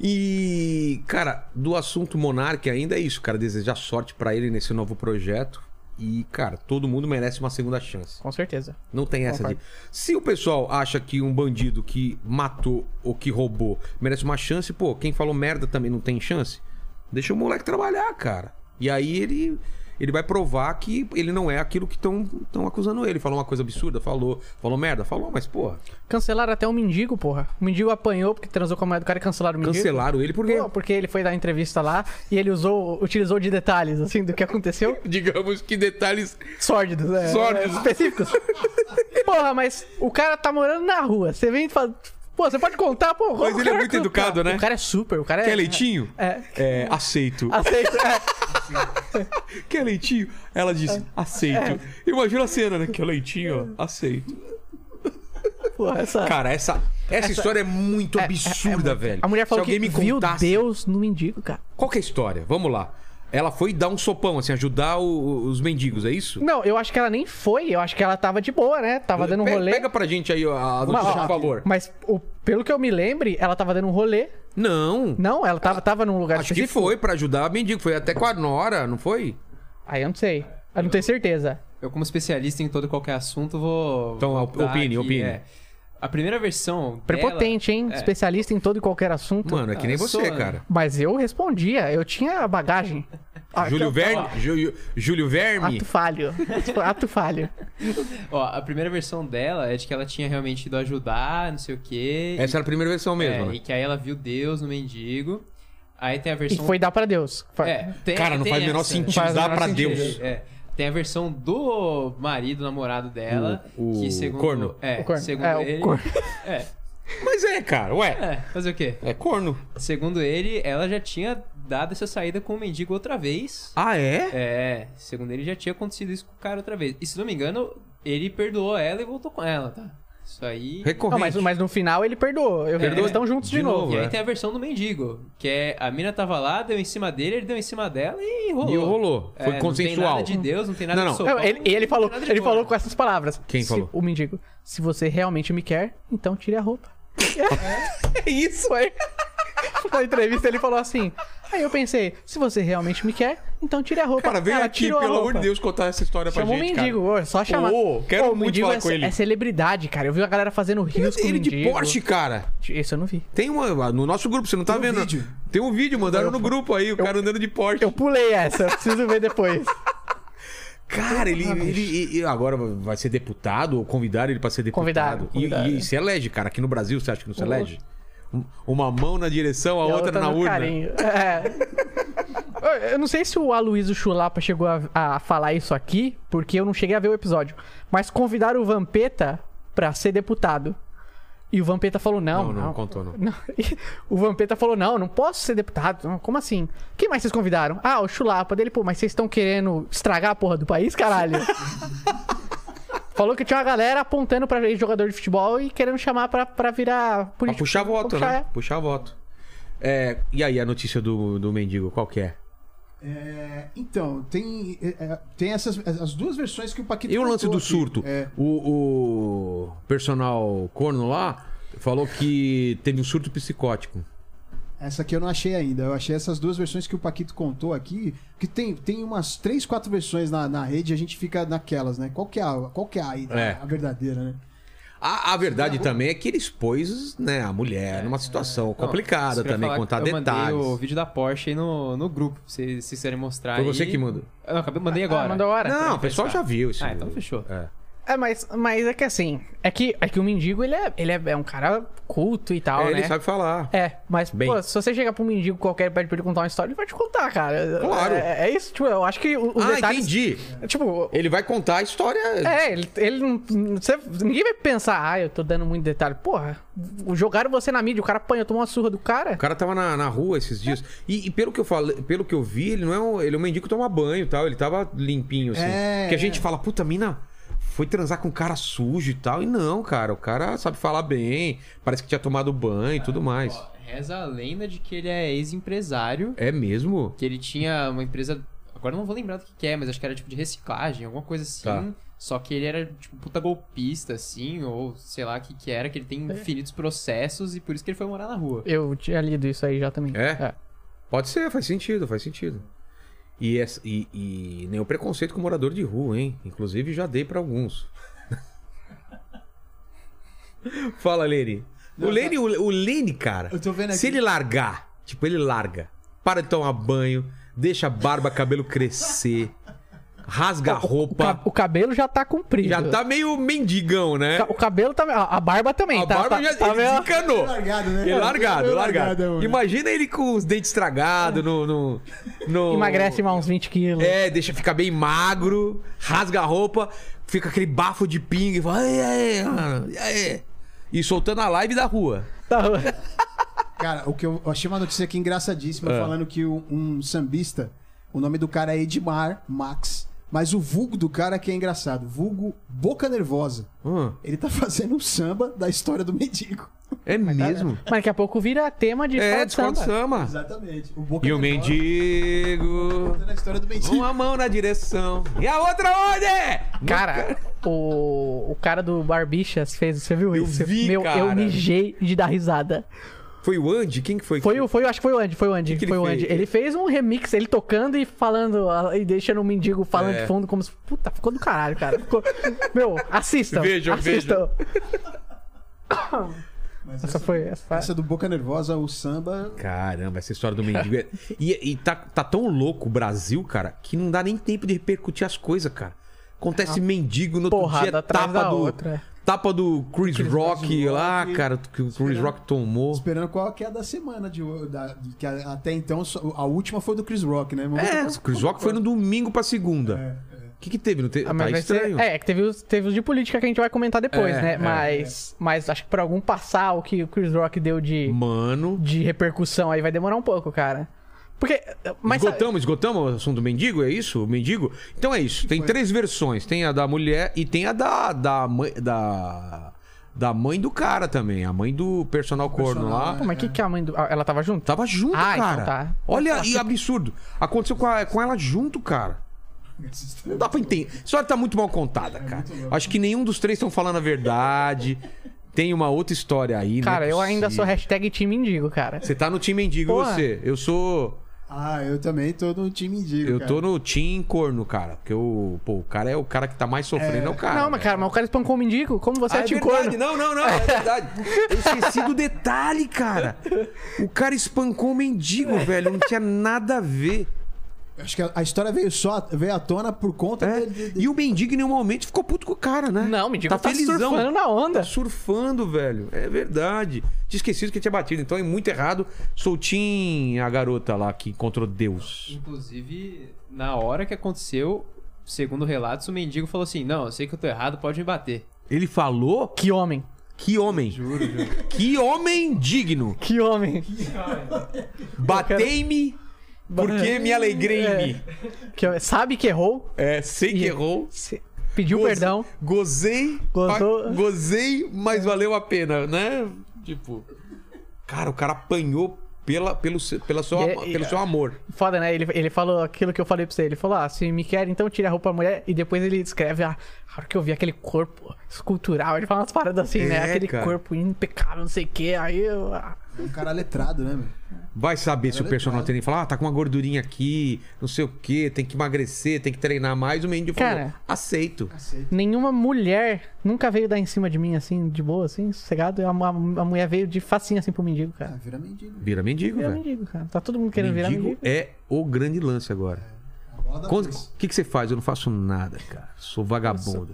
E, cara, do assunto Monark ainda é isso, cara. Desejar sorte pra ele nesse novo projeto. E, cara, todo mundo merece uma segunda chance. Com certeza. Não tem essa de. Concordo. Se o pessoal acha que um bandido que matou ou que roubou merece uma chance, pô, quem falou merda também não tem chance? Deixa o moleque trabalhar, cara. E aí ele ele vai provar que ele não é aquilo que estão acusando ele. Falou uma coisa absurda, falou, falou merda, falou, mas pô, Cancelaram até o mendigo, porra. O mendigo apanhou porque transou com a mulher do cara e cancelaram o mendigo. cancelaram ele porque Pô, porque ele foi dar entrevista lá e ele usou, utilizou de detalhes, assim, do que aconteceu. digamos que detalhes Sórdidos, é. Sórdidos. Específicos. Porra, mas o cara tá morando na rua. Você vem e fala. Pô, você pode contar, pô. Mas ele é muito educado, né? O cara é super, o cara é. Quer leitinho? É. É, aceito. Aceita. é. Quer leitinho? Ela disse, aceito. Imagina a cena, né? Quer leitinho? ó, Aceito. É, pô, essa. Cara, essa, essa, história é muito absurda, velho. a mulher falou Se alguém que me viu contasse... Deus no mendigo, cara. Qual que é a história? Vamos lá. Ela foi dar um sopão, assim, ajudar o- os mendigos, é isso? Não, eu acho que ela nem foi. Eu acho que ela tava de boa, né? Tava dando um Pe- rolê. Pega pra gente aí a Mas, notícia, ó, por favor. Mas o- pelo que eu me lembre, ela tava dando um rolê. Não. Não, ela tava, tava num lugar Acho que específico. foi pra ajudar o mendigo. Foi até com a Nora, não foi? Aí eu não sei. Eu não tenho certeza. Eu, como especialista em todo e qualquer assunto, vou. Então, vou dar opine, opine. A primeira versão. Prepotente, dela- hein? É. Especialista em todo e qualquer assunto. Mano, é que Ah, nem eu você, sou, cara. Mas eu respondia, eu tinha bagagem. Ah, Júlio que- Verne, Júlio, Júlio Verme. Ato falho. Tipo, Ato falho. Ó, a primeira versão dela é de que ela tinha realmente ido ajudar, não sei o quê. Essa era a primeira versão mesmo, É, né? E que aí ela viu Deus no mendigo. Aí tem a E versão. foi dar pra Deus. Foi- É, tem- Cara, não tem faz o menor essa. sentido Faz o dar menor pra sentido. Deus. É, tem a versão do marido, namorado dela. O- o que segundo, corno. É, O corno. segundo É, o ele. corno. É, Mas é, cara, ué. é, fazer o quê? É corno. Segundo ele, ela já tinha dado essa saída com o mendigo outra vez. Ah, é? É, segundo ele, já tinha acontecido isso com o cara outra vez. E se não me engano, ele perdoou ela e voltou com ela, tá? Isso aí. Não, Recorrente. mas, mas no final ele perdoou. Eu, Perdoou Eles estão juntos de, de novo. novo. E aí é. tem a versão do mendigo, que é a mina tava lá, deu em cima dele, ele deu em cima dela e rolou. E rolou. É, Foi consensual. Não tem nada de Deus, não tem nada Não, não. de sopão, Não, ele, ele não falou, tem nada de ele boa. falou com essas palavras. Quem Se- falou? O mendigo. Se você realmente me quer, então tire a roupa. É isso aí. Na entrevista ele falou assim. Aí eu pensei, se você realmente me quer, então tire a roupa. Cara, vem Ela aqui, tirou a pelo amor roupa. de Deus, contar essa história pra Chamou o gente, mendigo, cara. ô, só chamar. Ô, quero Ô, o muito mendigo falar é, com ele. é celebridade, cara. Eu vi a galera fazendo rios com o Ele mendigo. de Porsche, cara. Isso eu não vi. Tem uma... No nosso grupo, você não tá Tem um vendo? vídeo. Tem um vídeo, mandaram no grupo aí, o cara andando de Porsche. Eu pulei essa, eu preciso ver depois. Cara, ele, ele, e- e agora vai ser deputado ou convidaram ele pra ser deputado. Convidado, E- convidado, E, é. e se elege, cara. Aqui no Brasil, você acha que não se elege? Um- Uma mão na direção, a, E outra, na no urna. carinho. É. Eu- Eu não sei se o Aloysio Chulapa chegou a, a falar isso aqui, porque eu não cheguei a ver o episódio. Mas convidaram o Vampeta pra ser deputado. E o Vampeta falou: não, Não, não. não, contou, não. E O Vampeta falou: não, não posso ser deputado. Não, Como assim? Quem mais vocês convidaram? Ah, o Chulapa dele, pô, mas vocês estão querendo estragar a porra do país, caralho? Falou que tinha uma galera apontando pra jogador de futebol e querendo chamar pra, pra virar Pra político. puxar voto, puxar, né? Puxar voto. É, e aí, a notícia do, do mendigo, qual que é? É, então, tem, é, é, tem essas, as duas versões que o Paquito E o lance contou do aqui. surto? É, O, o personal corno lá falou que teve um surto psicótico. essa aqui eu não achei ainda. Eu achei essas duas versões que o Paquito contou aqui. Que tem, tem umas três, quatro versões na, na rede e a gente fica naquelas, né? Qual que é a, qual que é a, É. a verdadeira, né? A, a verdade também é que ele expôs né, a mulher numa situação É. Não, complicada isso que eu ia também, falar, contar Eu mandei o detalhes. vídeo da Porsche aí no, no grupo, pra vocês, vocês quiserem mostrar Foi aí. você que mandou. Eu não, acabei, mandei agora. Ah, manda hora. Não, o pessoal já viu isso. Ah, então fechou. É. É, mas, mas é que assim, é que, é que o mendigo, ele é, ele é, é um cara culto e tal, É, né? Ele sabe falar. É, mas, Bem. pô, se você chegar pra um mendigo qualquer e pede pra ele contar uma história, ele vai te contar, cara. Claro. É, é isso, tipo, eu acho que o- os ah, detalhes... entendi. Tipo... Ele vai contar a história. É, ele, ele não. você- ninguém vai pensar, ah, eu tô dando muito detalhe. Porra, jogaram você na mídia, o cara apanhou, tomou uma surra do cara. O cara tava na, na rua esses dias. E, e pelo que eu falei, pelo que eu vi, ele não é um, ele é um mendigo que toma banho e tal. Ele tava limpinho, assim. É, que a é. gente fala, puta, a mina foi transar com um cara sujo e tal. E não, cara, o cara sabe falar bem. Parece que tinha tomado banho e tudo mais. Ó, reza a lenda de que ele é ex-empresário, É mesmo? que ele tinha uma empresa. Agora eu não vou lembrar do que, que é, mas acho que era tipo de reciclagem, alguma coisa assim. Tá. Só que ele era tipo puta golpista, assim, ou sei lá o que, que era, que ele tem infinitos processos e por isso que ele foi morar na rua. Eu tinha lido isso aí já também. É? Pode ser, faz sentido, faz sentido. E, essa, e, e nem o preconceito com morador de rua, hein? Inclusive já dei pra alguns. Fala, Lene. O Lene, o, o Lene, cara, Eu tô vendo aqui. se ele largar, tipo, ele larga, para de tomar banho, deixa a barba, cabelo crescer, Tá rasga a O, ca- roupa, o cabelo já tá comprido. já tá meio mendigão, né? O cabelo tá. A a barba também, A tá? barba tá, já tá ele meio- desencanou. Largado, é né? Ele largado, Ele largado. mano. Imagina ele com os dentes estragados no, no, no- Emagrece mais uns 20 quilos. É, deixa ficar bem magro, rasga a roupa, fica aquele bafo de pinga e fala. "Ai, ai, ai, ai". e soltando a live da rua. Tá. Cara, o que eu eu achei uma notícia aqui engraçadíssima Ah. falando que um, um sambista, o nome do cara é Edmar Max, mas o vulgo do cara que é engraçado, vulgo Boca Nervosa. Hum, Ele tá fazendo um samba da história do mendigo. é mesmo? Mas daqui a pouco vira tema de É, escola de desconto samba. samba. Exatamente. O Boca E o Nervosa mendigo. contando a história do mendigo. Uma mão na direção. E a outra onde? Cara, o, o cara do Barbichas fez, você viu Eu isso? vi, Meu, eu cara. mijei de dar risada. Foi o Andy? Quem que foi? Foi o, foi, acho que foi o Andy, foi o Andy, Que que ele foi o Andy. fez? Ele fez um remix, ele tocando e falando, ah, e deixando o mendigo falando É. de fundo como se... Puta, ficou do caralho, cara. Ficou... Meu, assistam, Vejam, assistam. Mas Essa essa, foi... Essa... essa do Boca Nervosa, o samba. Caramba, essa história do mendigo. é- E, e tá, tá tão louco o Brasil, cara, que não dá nem tempo de repercutir as coisas, cara. Acontece mendigo no outro porrada dia, atrás tapa da do. outra. Tapa do Chris, Rock, Rock, lá, cara, que o Chris Rock tomou. Esperando qual que é a da semana de, ho- da- de- que a- até então só- a última foi do Chris Rock, né? Vamos É, ver o Chris Rock foi no domingo pra segunda. É, O que, que teve? Não teve? Ah, tá vai ser- estranho. É, que teve os, teve os de política que a gente vai comentar depois, É, né? é. mas, mas acho que por algum passar o que o Chris Rock deu de, Mano. de repercussão aí vai demorar um pouco, cara. Porque. Mas sabe- esgotamos, esgotamos o assunto do mendigo? É isso? O mendigo? Então é isso. Tem três versões. Tem a da mulher e tem a da, da mãe. Da, da mãe do cara também. A mãe do personal corno lá. Pô, mas o que, que a mãe do. ah, Ela tava junto? Tava junto, Ah, então cara. tá. Olha, e absurdo. Aconteceu com, a- com ela junto, cara. é tá. Não dá pra entender. A história tá muito mal contada, É cara. Acho que nenhum dos três estão falando a verdade. Tem uma outra história aí, né? Cara, eu ainda sou hashtag time mendigo, cara. Você tá no time mendigo, Porra. você. Eu sou. Ah, eu também tô no time indigo. Eu cara. tô no Team Corno, cara. Porque o. Pô, o cara é o cara que tá mais sofrendo, é, o cara. não, mas cara, mas o cara espancou o mendigo? Como você Ah, é é tio verdade, corno? não, não, não, é verdade. Eu esqueci do detalhe, cara. O cara espancou o mendigo, velho. Não tinha nada a ver. Acho que a, a história veio só veio à tona por conta É. dele. E o mendigo em nenhum momento ficou puto com o cara, né? Não, o mendigo tá surfando na onda. Tá surfando, velho. É verdade. Tinha esquecido que tinha batido. Então é muito errado. Soltinho a garota lá que encontrou Deus. Inclusive, na hora que aconteceu, segundo relatos, o mendigo falou assim: Não, eu sei que eu tô errado, pode me bater. Ele falou Que homem. que homem. Juro, juro. Que homem digno. Que homem. Batei-me porque me alegrei É. em mim. Que homem. Sabe que errou? É, sei que E- errou. se- Pediu Goze- perdão. Gozei, Gozou. pa- gozei, mas valeu a pena, né? Tipo, cara, o cara apanhou pela, pelo, se- pela sua, E- é- e- pelo seu amor. Foda, né? Ele, ele falou aquilo que eu falei pra você. Ele falou: ah, se me quer, então tira a roupa da mulher. E depois ele descreve: ah, a hora que eu vi aquele corpo escultural. Ele fala umas paradas assim, né? É, Aquele cara. corpo impecável, não sei o quê. Aí eu. ah. Um cara letrado, né, meu? Vai saber É se o personal treina fala, ah, tá com uma gordurinha aqui, não sei o que, tem que emagrecer, tem que treinar mais. O mendigo falou, Cara. aceito. Nenhuma mulher nunca veio dar em cima de mim assim, de boa, assim, sossegado. A, a- a mulher veio de facinho assim pro mendigo, Ah, cara. vira mendigo. Vira mendigo, Vira velho. mendigo, cara. Tá todo mundo querendo virar Mendigo mendigo. é o grande lance agora. A bola da Quando- vez. O que, que você faz? Eu não faço nada, cara. Sou vagabundo.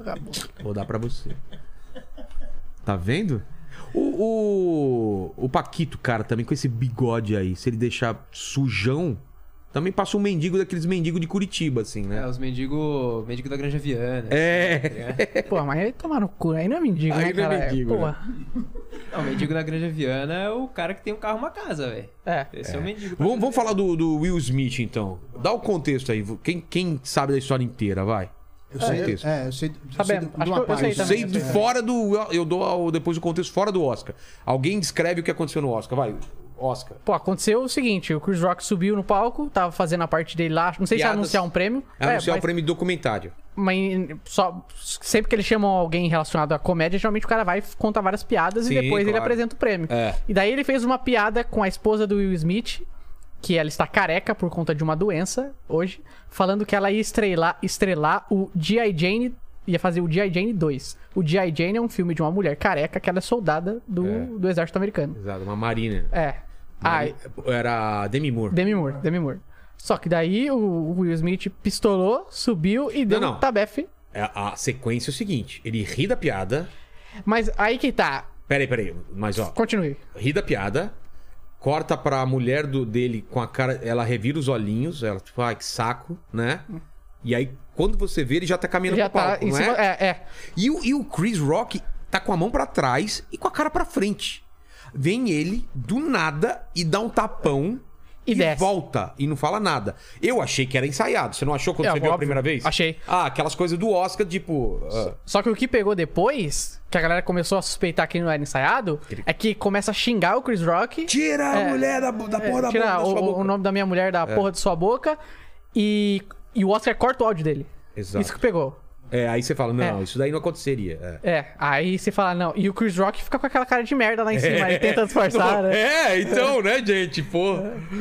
Vou dar pra você. Tá vendo? O, o, o Paquito, cara, também com esse bigode aí, se ele deixar sujão, também passa um mendigo daqueles mendigos de Curitiba, assim, É, né? os mendigo, mendigo da Granja Viana. É. Pô, mas aí tomar no cu, né? aí não é mendigo, Aí né, não é cara? mendigo, Pô, né? Não, o mendigo da Granja Viana é o cara que tem um carro e uma casa, velho. é. Esse é, o mendigo. pra Vamos, vamos falar do, do Will Smith, então. Dá o contexto aí. Quem, quem sabe da história inteira, vai. Eu sei, contexto. é, eu sei, eu sei Sabemos. de Acho uma que eu- eu parte. sei Eu também, sei eu de É. sei. fora do. Eu dou ao- depois o contexto fora do Oscar. Alguém descreve o que aconteceu no Oscar. Vai, Oscar. Pô, aconteceu o seguinte, o Chris Rock subiu no palco, tava fazendo a parte dele lá, não sei se Piadas. ia anunciar um prêmio. Anunciar é, o prêmio de documentário. Mas só, sempre que eles chamam alguém relacionado à comédia, geralmente o cara vai conta várias piadas Sim, e depois ele claro. apresenta o prêmio. É. E daí ele fez uma piada com a esposa do Will Smith, que ela está careca por conta de uma doença hoje, falando que ela ia estrelar, estrelar o G.I. Jane, ia fazer o G.I. Jane 2. O G.I. Jane é um filme de uma mulher careca que ela é soldada do, É. do exército americano. Exato, uma Marina. É. Ai, Era a Demi Moore. Demi Moore, Demi Moore. Só que daí o Will Smith pistolou, subiu e deu Não, um não. tabefe. É, A sequência é o seguinte: ele ri da piada. Mas aí que tá. Peraí, peraí, mas ó, Continue. ri da piada, corta pra mulher do, dele com a cara. Ela revira os olhinhos, ela tipo, ai que saco, né? E aí, quando você vê, ele já tá caminhando Hum. Já pro tá palco, em não cima. é? É, é. E, o, e o Chris Rock tá com a mão pra trás e com a cara pra frente. Vem ele, do nada, e dá um tapão E desce. volta e não fala nada. Eu achei que era ensaiado. Você não achou quando É, você viu a óbvio. primeira vez? Achei. Ah, aquelas coisas do Oscar, tipo. ah, Só que o que pegou depois, que a galera começou a suspeitar que não era ensaiado, é que começa a xingar o Chris Rock. tira a É. mulher da, bu- da É, porra da, tira boca, da o, sua boca. É. o nome da minha mulher da porra de sua boca. E, e o Oscar corta o áudio dele. Exato. Isso que pegou. É, aí você fala, não, É. isso daí não aconteceria. É. É, aí você fala, não. E o Chris Rock fica com aquela cara de merda lá em cima, ele tenta disfarçar, né? É, então, né, gente? Pô.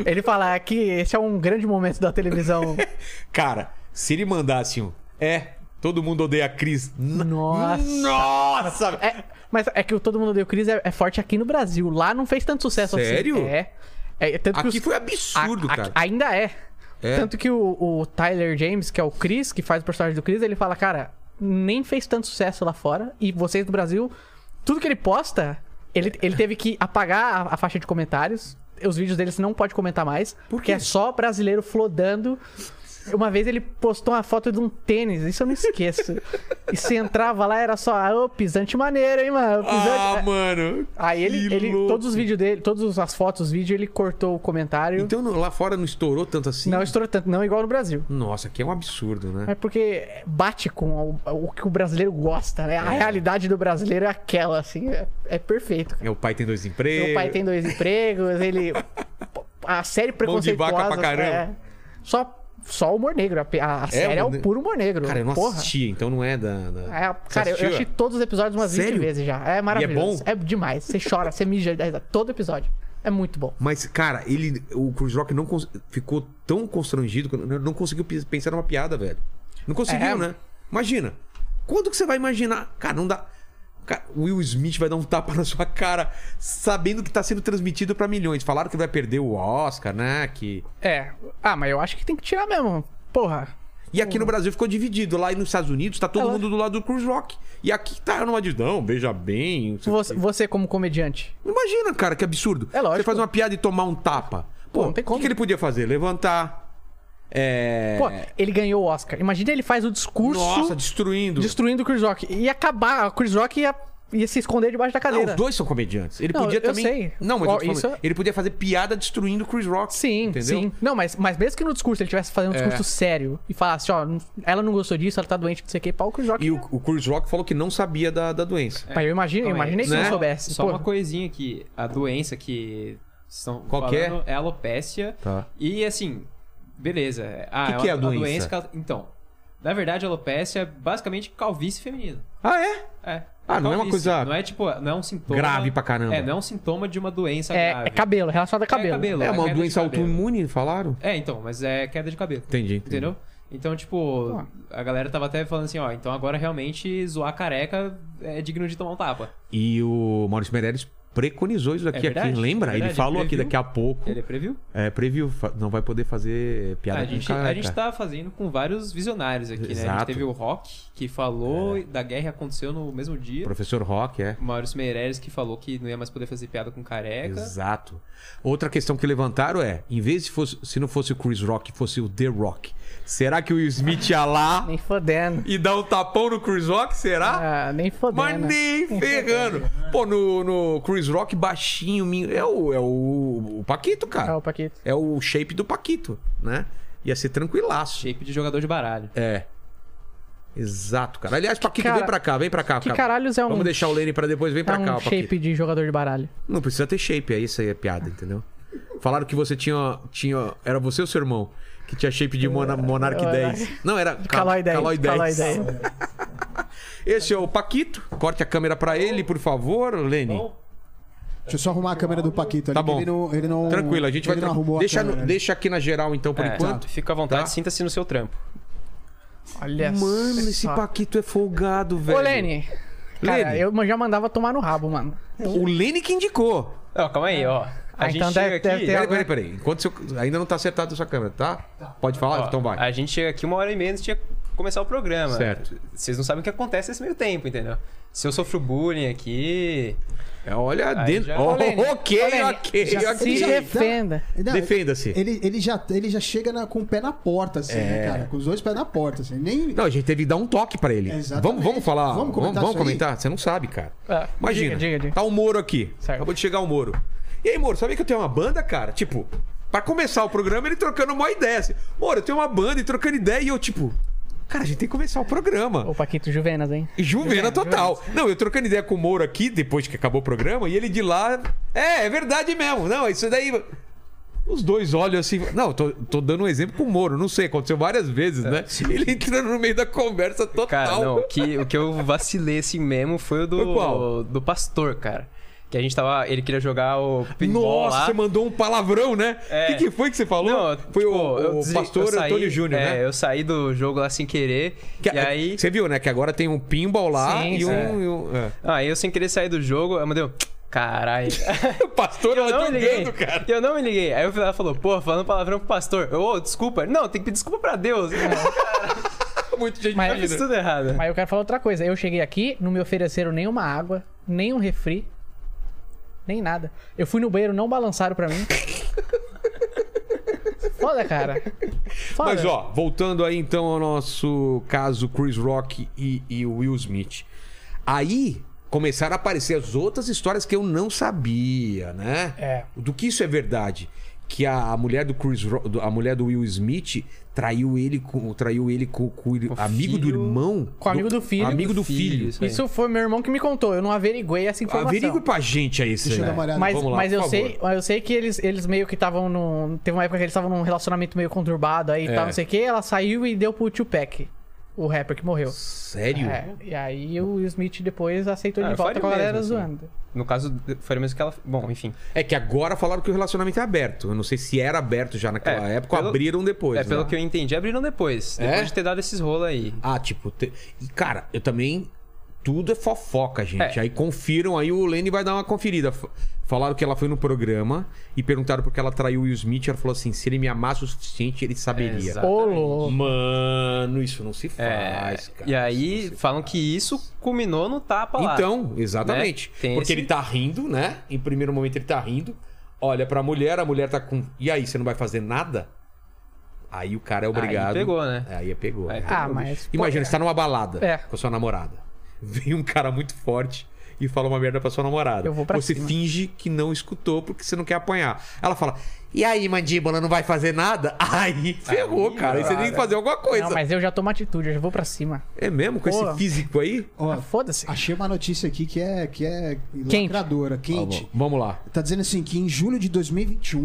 Ele fala "É que esse é um grande momento da televisão. Cara, se ele mandasse um. É, todo mundo odeia a Cris. N- Nossa. Nossa! É, mas é que o todo mundo deu Chris é, é forte aqui no Brasil. Lá não fez tanto sucesso assim. Sério? É. É, tanto que Aqui os- foi a- absurdo, a- cara. Ainda é. É. Tanto que o, o Tyler James, que é o Chris, que faz o personagem do Chris, ele fala, cara, nem fez tanto sucesso lá fora. E vocês do Brasil, tudo que ele posta, ele, ele teve que apagar a, a faixa de comentários. Os vídeos dele você não pode comentar mais. Porque é só brasileiro flodando. Uma vez ele postou uma foto de um tênis, isso eu não esqueço. e você entrava lá, era só, ah, ô, pisante maneiro, hein, mano? Pisante... Ah, mano. É. Aí ele, que ele louco. todos os vídeos dele, todas as fotos, os vídeos, ele cortou o comentário. Então não- lá fora não estourou tanto assim? Não estourou tanto, não igual no Brasil. Nossa, aqui é um absurdo, né? É porque bate com o, o que o brasileiro gosta, né? A realidade do brasileiro é aquela, assim, é, é perfeito. É, o pai tem dois empregos. Meu pai tem dois empregos, ele. A série Mão de preconceituosa. vaca pra caramba. é. Só, só humor negro. A, a série é humor ne- o puro humor negro. Cara, eu não Porra. assisti, então não é da. da- É, Você cara, eu- eu assistiu? assisti todos os episódios umas 20 Sério? vezes já. É maravilhoso. bom? demais. Você chora, você mija é, todo episódio. É muito bom. Mas, cara, ele. O Chris Rock não cons- ficou tão constrangido que não não conseguiu pis- pensar numa piada, velho. Não conseguiu, É. né? Imagina. Quando que você vai imaginar? Cara, não dá. Cara, o Will Smith vai dar um tapa na sua cara, sabendo que tá sendo transmitido pra milhões. Falaram que vai perder o Oscar, né? Que... É. Ah, mas eu acho que tem que tirar mesmo. Porra. E aqui no Brasil ficou dividido. Lá nos Estados Unidos tá todo Ela- mundo do lado do Chris Rock. E aqui tá numa de não, veja bem. não sei o Você, quê." você como comediante. Imagina, cara, que absurdo. É lógico. Você faz uma piada e tomar um tapa. Pô, Pô, não tem o como. que, que ele podia fazer? Levantar. É. Pô, ele ganhou o Oscar. Imagina ele faz o discurso Nossa, destruindo. destruindo o Chris Rock. E acabar, o Chris Rock ia, ia se esconder debaixo da Não, cadeira. os dois são comediantes. Ele Não, podia eu também. sei. Não, mas eu Ó, tô falando, isso é- ele podia fazer piada destruindo o Chris Rock. Sim, entendeu? É. sim. Não, mas, mas mesmo que no discurso ele tivesse fazendo um discurso sério e falasse, ó, não- ela não gostou disso, ela tá doente, não sei o que, pau, o Chris Rock. E ia- o, o Chris Rock falou que não sabia da, da doença. Mas eu imagino, eu Calma aí. imaginei que Né? não soubesse. é, Só Pô, uma coisinha aqui. A doença que estão Qual que é? falando é alopécia. Tá. E assim, beleza. Ah, Que uma- que é a uma doença? que ela- então, na verdade, a alopécia é basicamente calvície feminina. Ah, é? É. Ah, não é uma calvície. coisa Não é tipo, não é um sintoma. grave pra caramba. É, não é um sintoma de uma doença grave. é, é cabelo, relacionado a cabelo. É, cabelo, É uma queda de doença cabelo. autoimune, falaram? É, então, mas é queda de cabelo. Entendi. entendi. Entendeu? Então, tipo, a galera tava até falando assim, ó, então agora realmente zoar careca é digno de tomar um tapa. E o Maurício Meirelles preconizou isso É daqui. verdade, aqui, lembra? é verdade, ele falou ele aqui previu. daqui a pouco. Ele previu? É, previu, fa- não vai poder fazer piada Ah, a, com gente, careca. a gente tá fazendo com vários visionários aqui, né? A Exato. gente teve o Rock, que falou da guerra que aconteceu no mesmo dia. Professor Rock, é. O Maurício Meireles, que falou que não ia mais poder fazer piada com É careca. Exato. Outra questão que levantaram é, em vez de fosse, se não fosse o Chris Rock, fosse o The Rock, será que o Will Smith ia lá Nem fodendo. e dar um tapão no Chris Rock, será? Ah, nem Mas fodendo. nem ferrando. Pô, no, no Chris Rock baixinho, min- é o é o, o Paquito, Ah, cara. o Paquito. É o shape do Paquito, né? Ia ser tranquilaço. Shape de jogador de baralho. É. Exato, cara. Aliás, Paquito, cara- vem pra cá, vem pra cá. que cara. caralhos é um- Vamos deixar o Lenny pra depois, vem Tá pra cá, um o Paquito. shape de jogador de baralho. Não precisa ter shape, é isso aí, é piada, entendeu? Falaram que você tinha. tinha era você ou seu irmão? Que tinha shape de Mona, Monarch eu era- 10. Não, era. Cal- Calói 10. Calói 10. Calói 10. Esse é o Paquito. Corte a câmera pra ele, por favor, Lenny. Deixa eu só arrumar a câmera do Paquito ali. Tá que bom. Ele não, ele não, Tranquilo, a gente vai. ele não tra- arrumou a Deixa, no- câmera, né? deixa aqui na geral, então, por É, enquanto. Fica à vontade, Tá. sinta-se no seu trampo. Olha Mano, esse só. Paquito é folgado, velho. Ô, Lene. Cara, Lene. eu já mandava tomar no rabo, mano. O Lenny que indicou. Ó, calma aí, ó. A Ah, gente então chega deve- aqui. deve ter- Peraí, peraí, peraí. Enquanto seu- ainda não tá acertado a sua câmera, tá? Pode falar? ó, então vai. A gente chega aqui uma hora e meia antes de começar o programa. Certo. Vocês não sabem o que acontece nesse meio tempo, entendeu? Se eu sofro bullying aqui. É, Olha, Aí dentro. já- Oh, Lene, ok, Lene, ok, já ok. se defenda. Não, Defenda-se. É. Ele, ele, já, ele já chega na- com o pé na porta, assim, né, cara? Com os dois pés na porta, assim. Nem, Não, a gente teve que dar um toque pra ele. Exatamente. Vamos, vamos falar. Vamos Vamos comentar? comentar Vamos, isso aí? comentar? Você não sabe, cara. Ah, Imagina. diga, diga, diga. Tá o Moro aqui. Certo. Acabou de chegar o Moro. E aí, Moro, sabia que eu tenho uma banda, cara? Tipo, pra começar o programa, ele trocando uma ideia. Assim, Moro, eu tenho uma banda e trocando ideia. E eu, tipo, cara, a gente tem que começar o programa. Ô, Paquito Juvenas, hein? É, Juvena total. Não, eu trocando ideia com o Moro aqui, depois que acabou o programa, e ele de lá. É, é verdade mesmo. Não, isso daí. Os dois olham assim. Não, tô, tô dando um exemplo com o Moro. Não sei, aconteceu várias vezes, né? Ele entrando no meio da conversa total. É, Cara, não, o que, o que eu vacilei assim mesmo foi o do, Foi qual? do pastor, cara. Que a gente tava. Ele queria jogar o pinball Nossa, lá. você mandou um palavrão, né? O É. que, que foi que você falou? Não, foi tipo, o, eu o desi- eu pastor saí- Antônio Júnior, é, né? eu saí do jogo lá sem querer. Que- e aí. Você viu, né? Que agora tem um pinball lá Sim, e sim. um. e um- é. Ah, eu sem querer sair do jogo, eu mandei um. Caralho. O pastor lá Eu não me liguei. jogando, cara. Eu não me liguei. Aí o filho dela falou, pô, falando palavrão pro pastor. Eu, Ô, desculpa. Não, tem que pedir desculpa pra Deus. né? tá Muito gente Mas- Eu fiz imagina. tudo errado. Mas eu quero falar outra coisa. Eu cheguei aqui, não me ofereceram nenhuma água, nem um refri, nem nada. Eu fui no banheiro, não balançaram pra mim. Foda, cara. Foda. Mas ó, voltando aí então ao nosso caso Chris Rock e, e o Will Smith. Aí começaram a aparecer as outras histórias que eu não sabia, né? É. Do que isso é verdade? Que a mulher do Chris Rock, do- a mulher do Will Smith traiu ele com, traiu ele com, com o amigo do filho- irmão, Com o amigo do filho. amigo do Filho, filho. isso aí. Isso foi meu irmão que me contou, eu não averiguei essa informação. Averigue pra gente aí, isso Deixa eu aí. dar uma olhada. Mas, Vamos lá, mas eu por sei, eu sei que eles, eles meio que estavam num. Teve uma época que eles estavam num relacionamento meio conturbado aí e É. tal, não sei o que. Ela saiu e deu pro Tupac, o rapper que morreu. Sério? É, e aí o Will Smith depois aceitou Ah, de eu volta faria com a galera mesmo, assim. zoando. No caso, foi o mesmo que ela. Bom, enfim. É que agora falaram que o relacionamento é aberto. Eu não sei se era aberto já naquela É, época, ou pelo- abriram depois. é, pelo né? que eu entendi, abriram depois. É? Depois de ter dado esses rolos aí. Ah, tipo, te- e cara, eu também. Tudo é fofoca, gente. É. Aí confiram, aí o Lenny vai dar uma conferida. F- Falaram que ela foi no programa e perguntaram porque ela traiu o Will Smith. Ela falou assim: se ele me amasse o suficiente, ele saberia. Exato. Ô, Exatamente. louco. Mano, isso não se É, faz, Ah, cara. e Isso aí não se falam faz. que isso culminou no tapa lá. Então, exatamente. Né? Tem Porque esse- ele tá rindo, né? Em primeiro momento ele tá rindo. Olha pra mulher, a mulher tá com. E aí, você não vai fazer nada? Aí o cara é obrigado. pegou, né? Aí é pegou. Aí né? Ah, mas. Imagina, você tá numa balada É. com a sua namorada. Vem um cara muito forte e fala uma merda pra sua namorada. Eu vou pra você cima. finge que não escutou porque você não quer apanhar. Ela fala: E aí, mandíbula, não vai fazer nada? Aí ferrou, cara. Aí você tem que fazer alguma coisa. Não, mas eu já tomo atitude, eu já vou pra cima. É mesmo? Com Pô. esse físico aí? Ó, Ah, Foda-se. achei uma notícia aqui que é, que é Quente. lacradora, quente. Tá bom, Vamos lá. Tá dizendo assim que em julho de 2021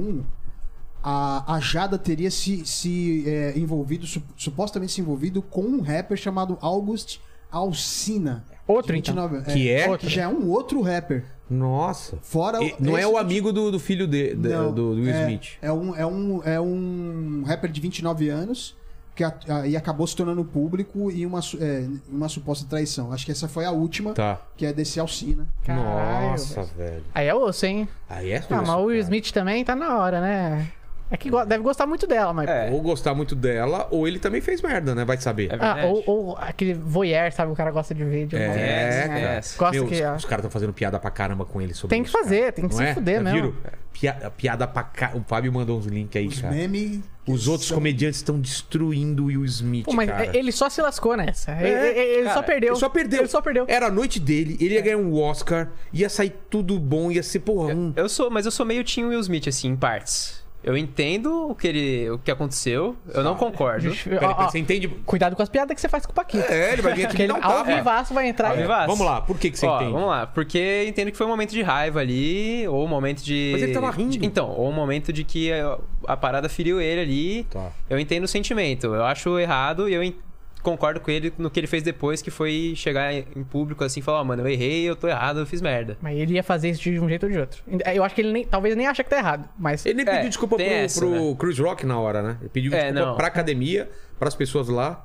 a, a Jada teria se, se é, envolvido, su- supostamente se envolvido com um rapper chamado August Alsina. Outro, De então. Que é? Que já é um outro rapper. Nossa. Fora E não é esse o que- amigo do, do filho de, da- Não, do, do Will é, Smith. É um, é, um, é um rapper de 29 anos que a- a- e acabou se tornando público em uma, su- é, em uma suposta traição. Acho que essa foi a última, Tá. que é desse Alcina. Caralho, Nossa, velho. velho. Aí é osso, hein? Aí é Ah, osso, mas o Will cara. Smith também tá na hora, né? É que go- deve gostar muito dela, mas. É, Ou gostar muito dela, ou ele também fez merda, né? Vai saber. É Ah, verdade. ou, ou aquele voyeur, sabe? O cara gosta de ver de uma É, É, cara. é. Gosta Meu, que- os, os caras estão fazendo piada pra caramba com ele sobre Tem que isso, cara. fazer, tem que se Não é? fuder Já mesmo. viram? Pia- piada pra caramba. O Fábio mandou uns links aí, Os cara. memes. Os outros comediantes estão destruindo o Will Smith, Pô, mas cara. ele só se lascou nessa. Ele- É, ele ele só cara, perdeu. Ele só perdeu. É, Ele só perdeu. Era a noite dele, ele ia ganhar um Oscar, ia sair tudo bom, ia ser É. porra um. Eu sou, mas eu sou meio Tim Will Smith, assim, em partes. Eu entendo o que ele. o que aconteceu. Eu não concordo. Justi- Peraí, ó, peraí, ó, você entende? Cuidado com as piadas que você faz com o Paquito. É, ele vai vir aqui Porque me ele dar um ao tapa. vivaço vai entrar e. Ao vivaço. Vamos lá, por que, que você Ó, entende? vamos lá, porque eu entendo que foi um momento de raiva ali, ou um momento de. Mas ele tava rindo. de- então, ou um momento de que a, a parada feriu ele ali. Tá. Eu entendo o sentimento. Eu acho errado e eu en- concordo com ele no que ele fez depois, que foi chegar em público assim e falar, ó, mano, eu errei, eu tô errado, eu fiz merda. Mas ele ia fazer isso de um jeito ou de outro. Eu acho que ele nem, talvez nem acha que tá errado, mas. Ele nem É, pediu desculpa pro, tem essa, pro Chris Rock na hora, né? Ele pediu É, desculpa não. pra academia, pras pessoas lá.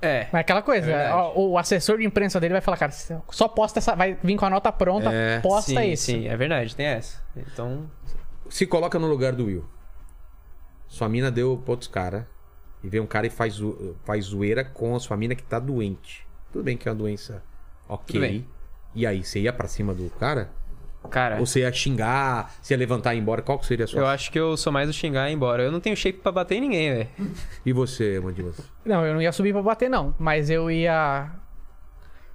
É. Mas é aquela coisa, verdade. ó, o assessor de imprensa dele vai falar, cara, só posta essa. Vai vir com a nota pronta, É, posta sim, isso. Sim, é verdade, tem essa. Então, Se coloca no lugar do Will. Sua mina deu pra outros caras. E vem um cara e faz, zo- faz zoeira com a sua mina que tá doente. Tudo bem que é uma doença Tudo ok. bem. E aí, você ia pra cima do cara? Cara, Ou você ia xingar, você ia levantar e ir embora? Qual que seria a sua. eu acho que eu sou mais do xingar e ir embora. Eu não tenho shape pra bater em ninguém, velho. E você, Mandíbula? Não, eu não ia subir pra bater, não. Mas eu ia.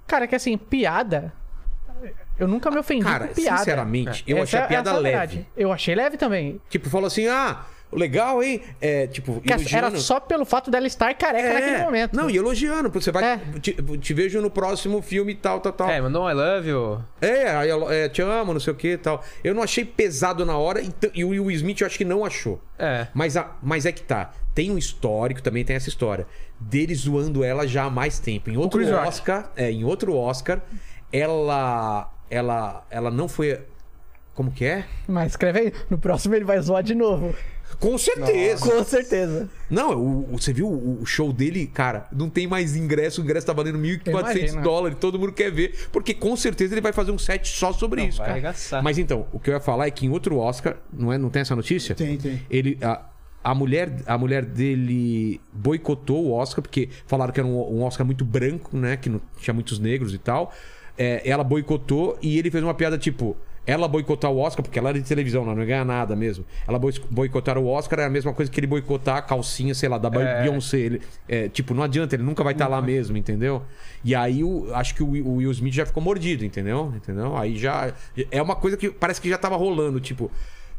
Cara, que assim, piada. Eu nunca me ofendi Cara, com piada. sinceramente, eu Essa achei é- a piada essa é leve. verdade. Eu achei leve também. Tipo, falou assim: ah, legal, hein? É, tipo, Que era elogiando. só pelo fato dela estar careca É. naquele momento. Não, e elogiando. Você vai. É. Te, te vejo no próximo filme e tal, tal, tal. É, mandou um I love you. É, aí ela, é, te amo, não sei o que e tal. Eu não achei pesado na hora e, t- e o Will Smith eu acho que não achou. É. Mas, a- mas é que tá. Tem um histórico, também tem essa história. Dele zoando ela já há mais tempo. Em outro Chris Rock. Oscar, é, em outro Oscar, ela. Ela. Ela não foi. Como que é? Mas escreve aí, no próximo ele vai zoar de novo. Com certeza! Com certeza. Não, é o- o- você viu o o show dele, cara? Não tem mais ingresso, o ingresso tá valendo 1.400 Imagina. dólares, todo mundo quer ver, porque com certeza ele vai fazer um set só sobre isso, vai cara. arregaçar. Mas então, o que eu ia falar é que em outro Oscar, não é, não tem essa notícia? Tem, tem. Ele a, a mulher a mulher dele boicotou o Oscar porque falaram que era um, um Oscar muito branco, né, que não tinha muitos negros e tal. É, ela boicotou e ele fez uma piada tipo ela boicotar o Oscar, porque ela era de televisão, ela não ganha nada mesmo. Ela boi- boicotar o Oscar é a mesma coisa que ele boicotar a calcinha, sei lá, da Beyoncé. Ele, é, tipo, não adianta, ele nunca vai estar lá mesmo, entendeu? E aí o, acho que o, Will- o Will Smith já ficou mordido, entendeu? entendeu? Aí já. É uma coisa que parece que já tava rolando, tipo.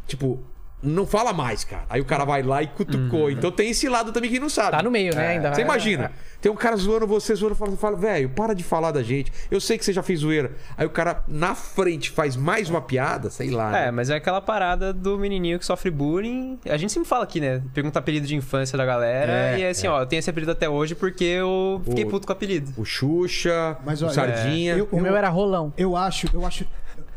Tipo, não fala mais, cara. Aí o cara vai lá e cutucou. Então tem esse lado também que não sabe. Uhum. Tá no meio, né? Ainda. É. Você imagina, tem um cara zoando você, zoando, falando, fala, velho, para de falar da gente. Eu sei que você já fez zoeira. Aí o cara na frente faz mais uma piada, sei lá. É, né? mas é aquela parada do menininho que sofre bullying. A gente sempre fala aqui, né? Pergunta apelido de infância da galera. É, e é assim, ó, eu tenho esse apelido até hoje porque eu fiquei O- puto com o apelido. O Xuxa, Mas o olha, Sardinha. eu- O meu era rolão. Eu acho, eu acho,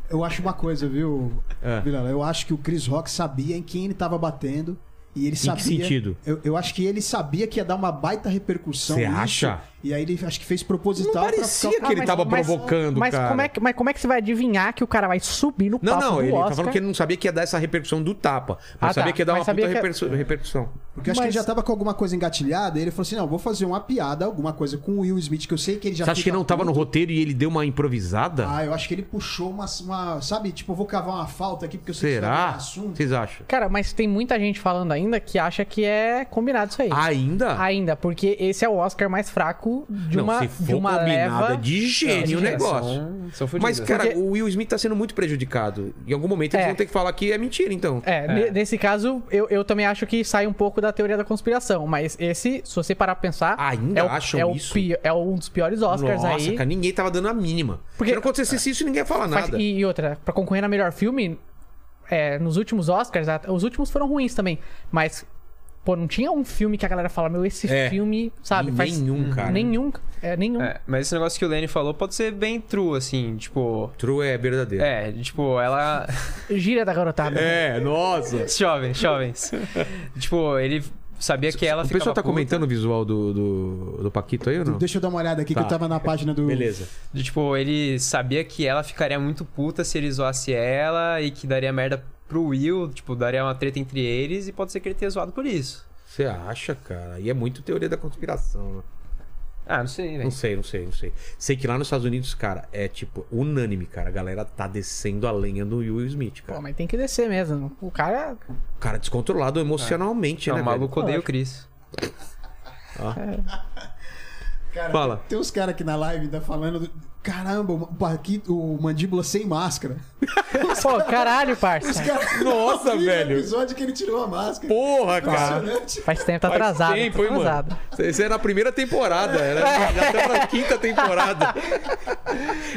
eu acho uma coisa, viu, É. Vilela? Eu acho que o Chris Rock sabia em quem ele tava batendo. E ele Em que sabia. sentido? Eu, eu acho que ele sabia que ia dar uma baita repercussão. Você nisso, acha? E aí ele acho que fez Não proposital pra parecia ficar- É que ele Ah, mas- tava mas- provocando, mas cara. Como é que, mas como é que você vai adivinhar que o cara vai subir no Não, palco não, do ele Oscar? tá falando que ele não sabia que ia dar essa repercussão do tapa. Mas Ah, tá. sabia que ia dar Mas uma sabia puta que- repercu- repercussão. Porque eu acho que Mas- ele já tava com alguma coisa engatilhada, e ele falou assim: não, vou fazer uma piada, alguma coisa com o Will Smith, que eu sei que ele já Você acha que fica não tava no puto. roteiro e ele deu uma improvisada? Ah, eu acho que ele puxou uma, uma- Sabe, tipo, eu vou cavar uma falta aqui porque eu sei que isso vai Será? virar assunto. Vocês acham? Cara, mas tem muita gente falando ainda que acha que é combinado isso aí. Ah. Ainda? Ainda, porque esse é o Oscar mais fraco de não, uma, se for de uma combinado, leva. é de gênio o Eles negócio. São, são Mas, fudidos. cara, Porque- o Will Smith tá sendo muito prejudicado. Em algum momento eles É. vão ter que falar que é mentira, então. É, ne- nesse caso, eu, eu também acho que sai um pouco da teoria da conspiração. Mas esse, se você parar pra pensar. Ainda é o, acham é o isso? pi- é um dos piores Oscars Nossa, aí. cara, ninguém tava dando a mínima. Porque- Porque não acontecesse isso, ninguém ia falar Faz- nada. e, e outra, pra concorrer na melhor filme, é, nos últimos Oscars, a- os últimos foram ruins também. Mas, pô, não tinha um filme que a galera fala, meu, esse É. filme, sabe? E faz- Uhum. nenhum, cara. Nenhum. É, nenhum. É, mas esse negócio que o Lenny falou pode ser bem true, assim, tipo. True é verdadeiro. É, tipo, ela. Gira da garotada. É, nossa. jovens, jovens. tipo, ele sabia que ela o ficava pessoal tá puta. comentando o visual do, do, do Paquito aí ou não? Deixa eu dar uma olhada aqui Tá. que eu tava na página do. Beleza. De, Tipo, ele sabia que ela ficaria muito puta se ele zoasse ela e que daria merda pro Will, tipo, daria uma treta entre eles e pode ser que ele tenha zoado por isso. Você acha, cara? E é muito teoria da conspiração, né? Ah, não sei, Não velho. sei, não sei, não sei. Sei que lá nos Estados Unidos, cara, é tipo unânime, cara. A galera tá descendo a lenha do Will Smith, Pô, cara. mas tem que descer mesmo. O cara. O cara descontrolado emocionalmente, Não, né, o velho? maluco odeia o Chris. Cara, Fala. Tem uns caras aqui na live ainda falando. do- Caramba, o Paquito, o mandíbula sem máscara. Pô, caralho, parça. Cara, Nossa, eu vi o velho. episódio que ele tirou a máscara. Tá Porra, cara. Impressionante. Faz tempo, tá Faz atrasado. tempo, tá hein, mano? atrasado. Esse é na primeira temporada, né? já tá na quinta temporada.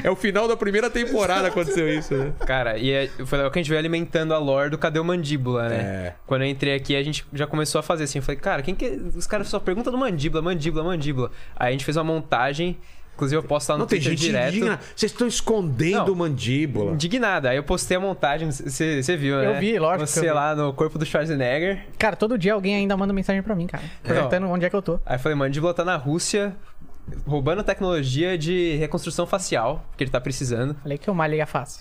É o final da primeira temporada aconteceu isso, né? Cara, e é, foi legal que a gente veio alimentando a lore do Cadê o Mandíbula, né? É. Quando eu entrei aqui, a gente já começou a fazer assim. Eu falei, cara, quem que. Os caras só perguntam do Mandíbula, Mandíbula, Mandíbula. Aí a gente fez uma montagem, inclusive eu posto lá no Não, tem Twitter gente direto. indigna. Vocês estão escondendo Não. mandíbula. Indignada. Aí eu postei a montagem, você você viu, né? Eu vi, lógico que eu Você vi. lá no corpo do Schwarzenegger. Cara, todo dia alguém ainda manda mensagem pra mim, cara. Perguntando onde é que eu tô. Aí eu falei, mandíbula tá na Rússia, roubando tecnologia de reconstrução facial, que ele tá precisando. Falei que eu malhei a face.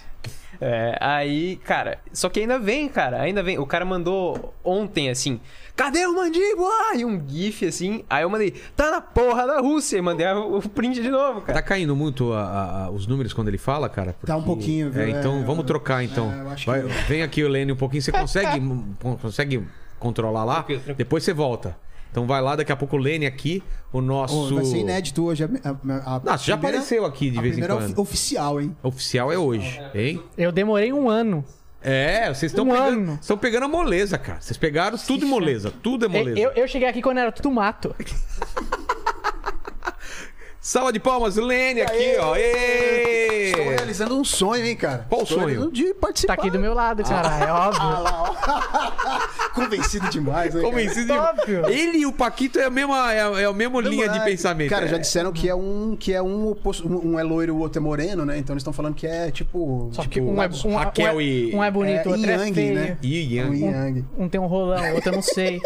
É, aí, cara, só que ainda vem, cara, ainda vem. O cara mandou ontem assim: cadê o Ah, mandíbula? E um GIF assim. Aí eu mandei: tá na porra da Rússia. E mandei o o print de novo, cara. Tá caindo muito a- a- a- os números quando ele fala, cara? Tá um pouquinho, viu? É, então É, vamos eu- trocar, então. é, eu acho Vai- que- Vem aqui, Helene, um pouquinho. Você consegue, con- consegue controlar lá? Tranquilo, tranquilo. Depois você volta. Então vai lá, daqui a pouco o Lene aqui, o Ô, nosso... vai ser inédito hoje. A, a, a Não, você já primeira- apareceu aqui de a vez em primeira quando. ofi- oficial, hein? Oficial é hoje, hein? Eu demorei um ano. É, vocês estão Um pegando, ano. estão pegando a moleza, cara. Vocês pegaram tudo em moleza, tudo é Eu, moleza. eu- eu cheguei aqui quando era tudo mato. Salva de palmas, Lene aqui, ó. Ê! Estou realizando um sonho, hein, cara? É. Qual o Estou sonho? realizando De participar. Ah, Tá aqui do meu lado, cara. É Ah. óbvio. Convencido demais, né? cara? Convencido de- Óbvio. Ele e o Paquito é a mesma, é a, é a mesma linha de Ah, pensamento. Cara, já É. disseram que é um que é um, oposto- um um é loiro e o outro é moreno, né? Então eles estão falando que é tipo Só tipo, que um é, um, Raquel um é, e- um é bonito, é, outro yin é yang, feio. né? Yin Yang. um yin yang. Um tem um rolão, outro eu não sei.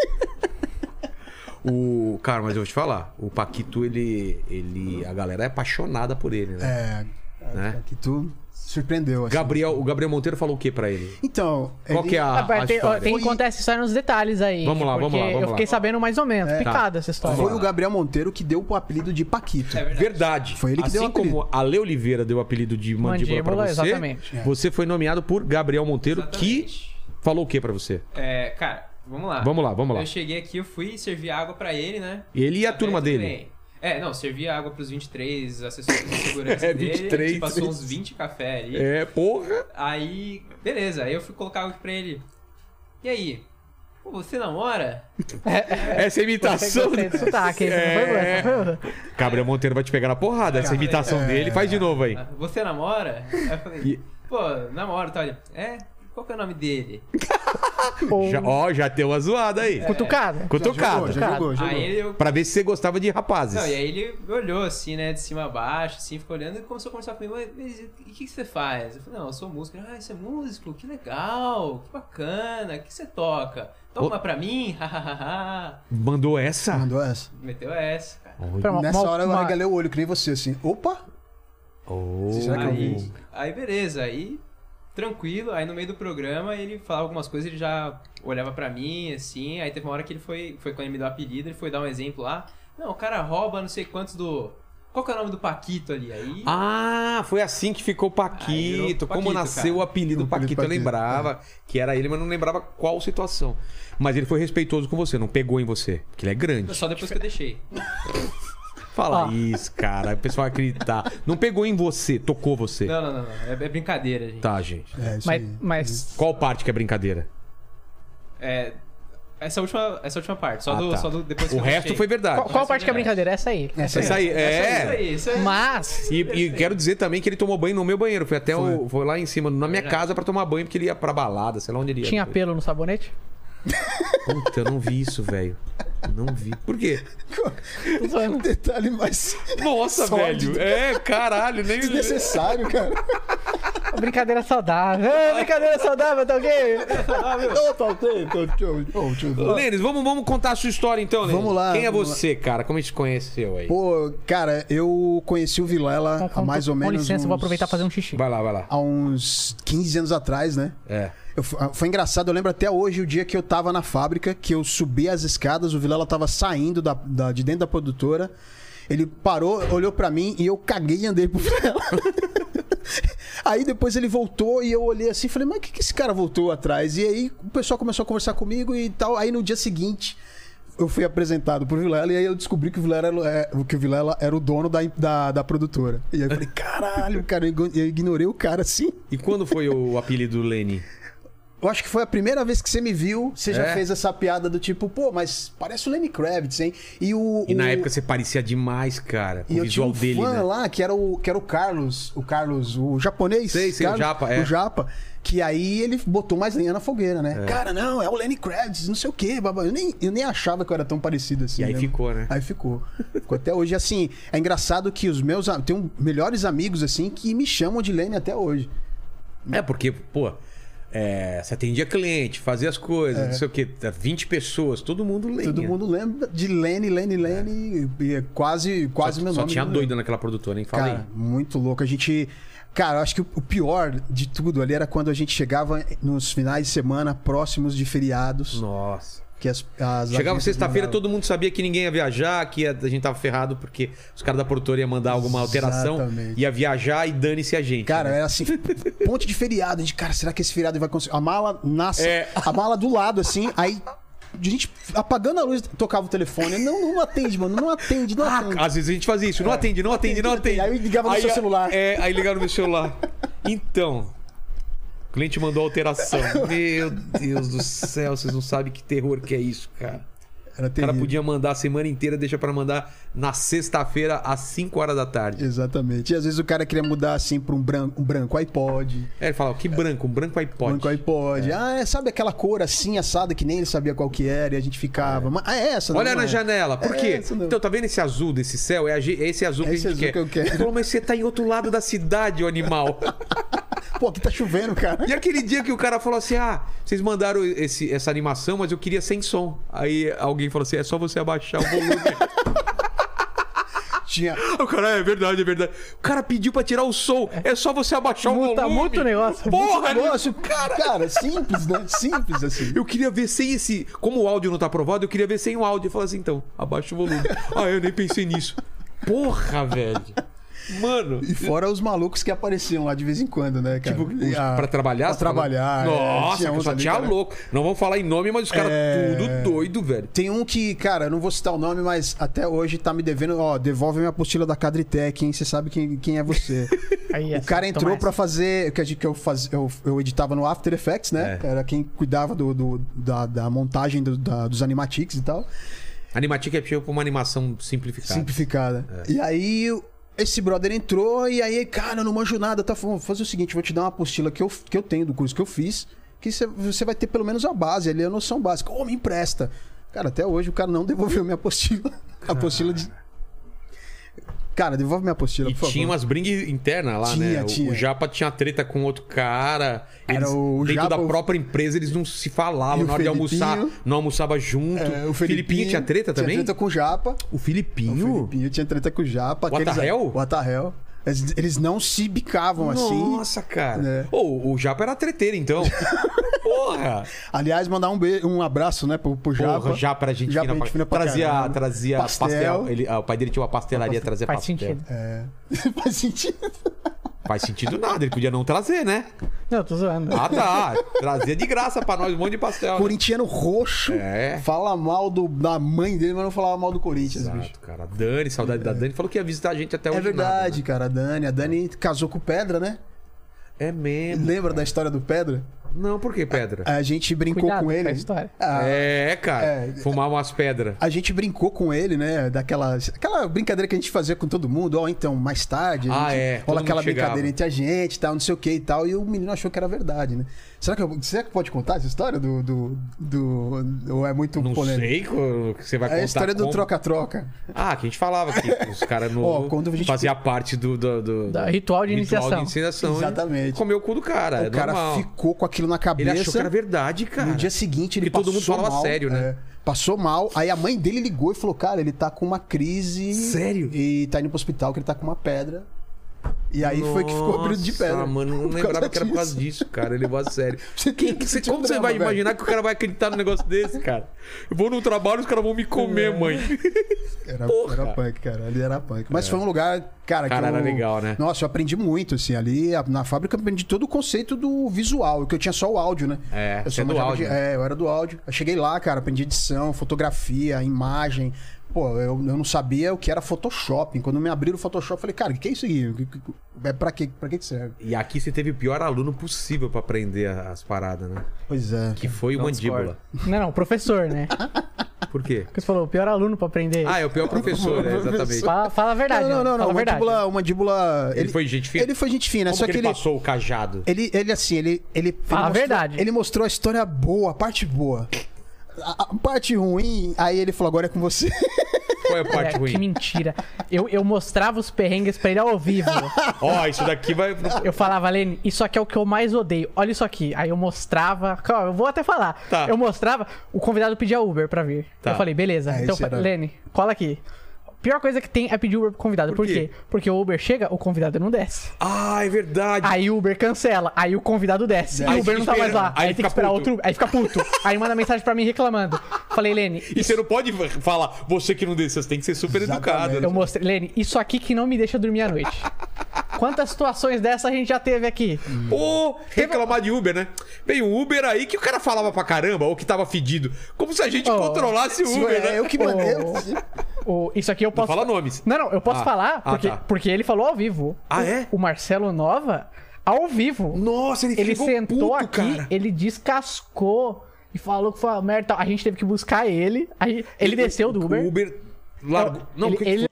O cara, mas eu vou te falar, o Paquito ele, ele, a galera é apaixonada por ele, né? É, Né? que tu surpreendeu assim. Gabriel, o Gabriel Monteiro falou o que pra ele? Então, Qual ele- que é a, Ah, a vai ter- ó, história? tem que contar essa história nos detalhes aí. Vamos lá, vamos porque lá, vamos Eu fiquei lá. sabendo mais ou menos, picada essa história. É. foi o Gabriel Monteiro que deu o apelido de Paquito. É É, Verdade. Foi ele que assim deu o apelido. como a Leo Oliveira deu o apelido de mandíbula, pra Mandíbula, você, exatamente. você foi nomeado por Gabriel Monteiro que Exatamente. falou o que pra você? É, cara, vamos lá. Vamos lá, vamos lá. Eu cheguei aqui, eu fui servir água pra ele, né? Ele e a Tá turma bem, tudo dele? bem. É, não, servi água pros 23 assessores de segurança É, dele. A 23. gente passou uns 20 café ali. É, porra. Aí, beleza, aí eu fui colocar água pra ele. E aí? Pô, você namora? Essa imitação. É. Gostei do sotaque, esse não foi bom, É. essa foi boa. Gabriel Monteiro vai te pegar na porrada. Essa imitação é. dele. Faz de novo aí. Ah, Você namora? Aí eu falei, E- pô, namoro, tá? Ele, É? Qual que é o nome dele? Ou Já- Ó, já deu uma zoada aí. cutucada. Cutucada. Jogou, já jogou, jogou. Aí ele, eu Pra ver se você gostava de rapazes. Não, e aí ele olhou assim, né, de cima a baixo, assim, ficou olhando e começou a conversar comigo, mas mas e o que, que você faz? Eu falei, não, eu sou músico. Ele, Ah, você é músico? Que legal, que bacana, o que você toca? Toca Ô- uma pra mim? Hahaha. Mandou essa? Ah, Mandou essa. Meteu essa, cara. Pra uma- Nessa uma- hora eu uma- arregalei o olho, criei você assim. Opa! Oh. Será que eu aí, vi? aí beleza, aí tranquilo, aí no meio do programa ele falava algumas coisas, ele já olhava pra mim, assim, aí teve uma hora que ele foi, foi quando ele me deu o apelido, ele foi dar um exemplo lá, não, o cara rouba não sei quantos do... Qual que é o nome do Paquito ali? Aí... Ah, foi assim que ficou Aí virou Paquito. Paquito, Como nasceu cara. o apelido O apelido Paquito, eu Paquito, lembrava que era ele, mas não lembrava qual situação. Mas ele foi respeitoso com você, não pegou em você. Porque ele é grande. Só depois que eu deixei. Fala Ó. isso, cara. O pessoal acreditar. Não pegou em você, tocou você. Não, não, não, não. É, é brincadeira, gente. Tá, gente. É, isso Mas, aí. mas Qual parte que é brincadeira? É, essa última, essa última parte, só Ah, do, tá. só do depois que O eu resto deixei. foi verdade. qual, qual parte que é a brincadeira? Essa aí. Essa aí. Essa aí, Isso é. aí, isso aí. Mas, E, e quero dizer também que ele tomou banho no meu banheiro. Foi até o, foi lá em cima, na minha Verdade. casa, pra tomar banho, porque ele ia pra balada, sei lá onde ele ia. tinha pelo no sabonete? Puta, eu não vi isso, velho. Não vi. Por quê? Tô zoando. um Detalhe mais Nossa, Sólido. velho. É, caralho, nem. desnecessário, cara. brincadeira saudável. É, brincadeira saudável, tá ok? Ô, Pautei, tô- tô- tô- tô- tô- Lênis, vamos, vamos contar a sua história então, Lênis. Vamos lá, Quem é vamos você, cara? Como a gente conheceu aí? Pô, cara, eu conheci o Vilela há Tá Com- Ah, mais ou com menos. licença, eu vou uns- aproveitar e fazer um xixi. Vai lá, vai lá. Há uns 15 anos atrás, né? É. Eu fu- ah, foi engraçado, eu lembro até hoje o dia que eu tava na fábrica, que eu subi as escadas, o Vilela tava saindo da, da- de dentro da produtora. Ele parou, olhou pra mim e eu caguei e andei pro Vilela. aí depois ele voltou e eu olhei assim e falei, mas o que, que esse cara voltou atrás? E aí o pessoal começou a conversar comigo e tal. Aí no dia seguinte. Eu fui apresentado pro Vilela e aí eu descobri que o Vilela era, é, que o, Vilela era o dono da, da, da produtora. E aí eu falei, caralho, cara, eu igno- eu ignorei o cara assim. E quando foi o apelido do Lene? Eu acho que foi a primeira vez que você me viu, você já É? fez essa piada do tipo, pô, mas parece o Lenny Kravitz, hein? E o. E o- na época você parecia demais, cara. Com e o eu tinha visual um dele, fã né? lá que era o que era o Carlos, o Carlos, o japonês, Sei, sei, o Carlos- Japa, é. o Japa, que aí ele botou mais lenha na fogueira, né? Cara, não, é o Lenny Kravitz, não sei o quê, babá. Eu nem, eu nem achava que eu era tão parecido assim. E aí né? ficou, né? Aí ficou. Ficou até hoje assim. É engraçado que os meus, a- tenho melhores amigos assim que me chamam de Lenny até hoje. É, porque, pô, é, você atendia cliente, fazia as coisas, não sei o quê, 20 pessoas, todo mundo lembra. É. Todo mundo lembra de Lenny, Lenny, Lenny, e é quase, quase só, meu só nome. tinha do- doido naquela produtora, hein? Fala Cara, aí. muito louco. A gente. Cara, eu acho que o pior de tudo ali era quando a gente chegava nos finais de semana próximos de feriados. Nossa. Que as, as Chegava agências sexta-feira, mandavam. todo mundo sabia que ninguém ia viajar, que ia- a gente tava ferrado porque os caras da produtora iam mandar alguma alteração, Exatamente. ia viajar e dane-se a gente. né? Cara, era assim, ponte de feriado. A gente, cara, será que esse feriado vai acontecer? A mala nasce, É. a mala do lado, assim, aí. A gente apagando a luz, tocava o telefone. Não, não atende, mano. Não atende, não atende. Às vezes a gente fazia isso, não atende, não atende, não atende. É. Aí ligava no seu celular. É, aí ligava no meu celular. Então, o cliente mandou alteração. Meu Deus do céu, vocês não sabem que terror que é isso, cara. Era O cara terrível. podia mandar a semana inteira, deixa pra mandar na sexta-feira às 5 horas da tarde. Exatamente. E às vezes o cara queria mudar, assim, pra um branco, um branco iPod. É, ele falava, que branco, um branco iPod. Branco iPod. Ah, é, sabe aquela cor assim, assada, que nem ele sabia qual que era, e a gente ficava. "Mas- Ah, é essa, não Olha é?" na janela, por É, quê? isso não. Então, tá vendo esse azul desse céu? É, a ge- é esse azul que É esse a gente azul quer. que eu quero. Ele falou, mas você tá em outro lado da cidade, ô animal. Pô, aqui tá chovendo, cara. e aquele dia que o cara falou assim: ah, vocês mandaram esse- essa animação, mas eu queria sem som. Aí alguém falou assim: é só você abaixar o volume. Tinha. o cara, é verdade, é verdade. O cara pediu pra tirar o som, é só você abaixar o Muta- volume. muta o negócio, Porra, né? ele- Nossa, cara. cara, simples, né? Simples assim. Eu queria ver sem esse. Como o áudio não tá aprovado, eu queria ver sem o áudio. Eu falei assim, então, abaixa o volume. ah, eu nem pensei nisso. Porra, velho. Mano. E fora os malucos que apareciam lá de vez em quando, né, cara? Tipo, os- E a- pra trabalhar? Pra você tá falando? trabalhar. é, Nossa, que uns só ali, tinha cara. louco. Não vamos falar em nome, mas os caras É. tudo doido, velho. Tem um que, cara, eu não vou citar o nome, mas até hoje tá me devendo. Ó, devolve minha apostila da Cadritec, hein? Você sabe quem, quem é você. Aí, o assim, cara entrou Tomás. pra fazer. Que, a gente- que eu, faz, eu, eu editava no After Effects, né? É. Era quem cuidava do, do- da, da montagem do- da- dos animatics e tal. Animatic é tipo uma animação simplificada. Simplificada. É. E aí, esse brother entrou e aí, cara, eu não manjo nada. Tá falando, fazer o seguinte, vou te dar uma apostila que eu, que eu tenho do curso que eu fiz, que cê- você vai ter pelo menos a base ali, a noção básica. Ô, me empresta. Cara, até hoje o cara não devolveu minha apostila. A apostila de... Cara, devolve minha apostila, E por favor. tinha umas brigas internas lá, Tinha, né? O- tinha. O Japa tinha treta com outro cara. Eles, Era o dentro Japa, da o- própria empresa, eles não se falavam. E o Na hora de almoçar, Felipinho. não almoçava junto. É, o Filipinho tinha treta também? Tinha treta com o Japa. O O Filipinho? Filipinho tinha treta com o Japa. O aqueles- Atahel? O Atahel. Eles, eles não se bicavam assim. Nossa, cara. É. Ô, o Japa era treteiro, então. Porra! Aliás, mandar um, beijo, um abraço, né, pro, pro Japa. Porra, Japa era gente Japa fina. é pra- gente fina pra trazia caramba. trazia pastel. Pastel. Ele, ah, o pai dele tinha uma pastelaria, trazia Faz pastel. sentido. É. Faz sentido. Faz sentido nada, ele podia não trazer, né? é. Não, tô zoando. Ah, tá. Trazia de graça pra nós um monte de pastel. né? Corintiano roxo. É. Fala mal do, da mãe dele, mas não falava mal do Corinthians, bicho. Exato, Ah, cara. A Dani, saudade da Dani, falou que ia visitar a gente até hoje. É verdade, nada, cara. A Dani, a Dani casou com o Pedra, né? né? É mesmo. Lembra da história do Pedra? Não, por que pedra? A gente brincou Cuidado com ele. a história. Ah, É, cara. É. Fumar umas pedras. A gente brincou com ele, né? Daquela aquela brincadeira que a gente fazia com todo mundo. Ó, então, mais tarde. A Ah, gente, é. Todo Rola aquela mundo chegava. brincadeira entre a gente, tal, não sei o que e tal. E o menino achou que era verdade, né? Será que, eu- será que pode contar essa história do. do, do- ou é muito Não polêmico? sei o que você vai É contar. a história do como. troca-troca. Ah, que a gente falava que os caras Ó, no quando a gente- fazia parte do, do, do- Da do- ritual de iniciação. iniciação, Exatamente. e Comeu o cu do cara. é o cara normal. ficou com aquilo na Ele cabeça. achou que era verdade, cara. No dia seguinte ele Porque todo passou mundo falava mal, sério, né? é, passou mal. Aí a mãe dele ligou e falou: Cara, ele tá com uma crise. Sério? E tá indo pro hospital que ele tá com uma pedra. E aí foi que ficou abrindo de pedra. Ah, mano, não Por causa lembrava que era por causa disso, cara. Ele levou a sério. Você Quem, tem que você- sentir como um você vai drama, velho. imaginar que o cara vai acreditar num negócio desse, cara? Eu vou num trabalho, os caras vão me comer, mãe. Era, Porra. era punk, cara. Ali era punk. Mas foi um lugar, Cara, cara, que eu... era legal, né? Nossa, eu aprendi muito, assim. Ali a- na fábrica eu aprendi todo o conceito do visual, que eu tinha só o áudio, né? É, eu você é do manjava áudio, de- né? É, eu era do áudio. Eu cheguei lá, cara, aprendi edição, fotografia, imagem. Pô, eu, eu não sabia o que era Photoshop. Quando me abriram o Photoshop, eu falei, cara, o que é isso aqui? O que- que- É pra, quê? pra que que serve? E aqui você teve o pior aluno possível pra aprender as paradas, né? Pois é. Que foi o Não mandíbula. Não, não, professor, né? Por quê? Porque você falou, o pior aluno pra aprender. Ah, é o pior professor, é, exatamente. Fala, fala a verdade. não, né? mano, não, fala não. não. a O verdade. mandíbula, o mandíbula. Ele foi gente fina? Ele foi gente fina, Como só que ele, passou o cajado? Ele, ele assim, ele. ele Fala a ele mostrou- verdade. Ele mostrou a história boa, a parte boa. A, a parte ruim, aí ele falou: agora é com você. Qual é a parte É, que ruim? mentira. Eu, eu mostrava os perrengues pra ele ao vivo. Ó, isso daqui vai... Eu falava, Lene, isso aqui é o que eu mais odeio. Olha isso aqui. Aí eu mostrava. Calma, eu vou até falar. Tá. Eu mostrava, o convidado pedia Uber pra vir. Tá. Eu falei, beleza. Ah, então, esse era- Lene, cola aqui. Pior coisa que tem é pedir Uber pro convidado. Por, Por quê? quê? Porque o Uber chega, o convidado não desce. Ah, é verdade. Aí o Uber cancela, aí o convidado desce. Aí e o Uber fica não tá mais esperando, lá. Aí, aí tem que fica esperar puto. outro. Uber, Aí fica puto. aí manda mensagem pra mim reclamando. Falei, Lene, E você não pode falar, você que não desceu, você tem que ser super né? educado. eu mostrei. Lene, isso aqui que não me deixa dormir à noite. Quantas situações dessa a gente já teve aqui? Ou Hum. reclamar de Uber, né? Bem, o Uber aí que o cara falava pra caramba, ou que tava fedido. Como se a gente Oh, controlasse o Uber, né? É, eu que mandei. O- isso aqui eu posso. fala nomes. Não, não, eu posso Ah, falar ah, porque, tá. porque ele falou ao vivo. Ah, O- é? O Marcelo Nova, ao vivo. Nossa, ele, Ele ficou sentou puto, aqui, cara. ele descascou e falou que foi uma merda. e tal. A gente teve que buscar ele. aí ele, desceu do Uber. O Uber largou. Não, ele, o que que ele,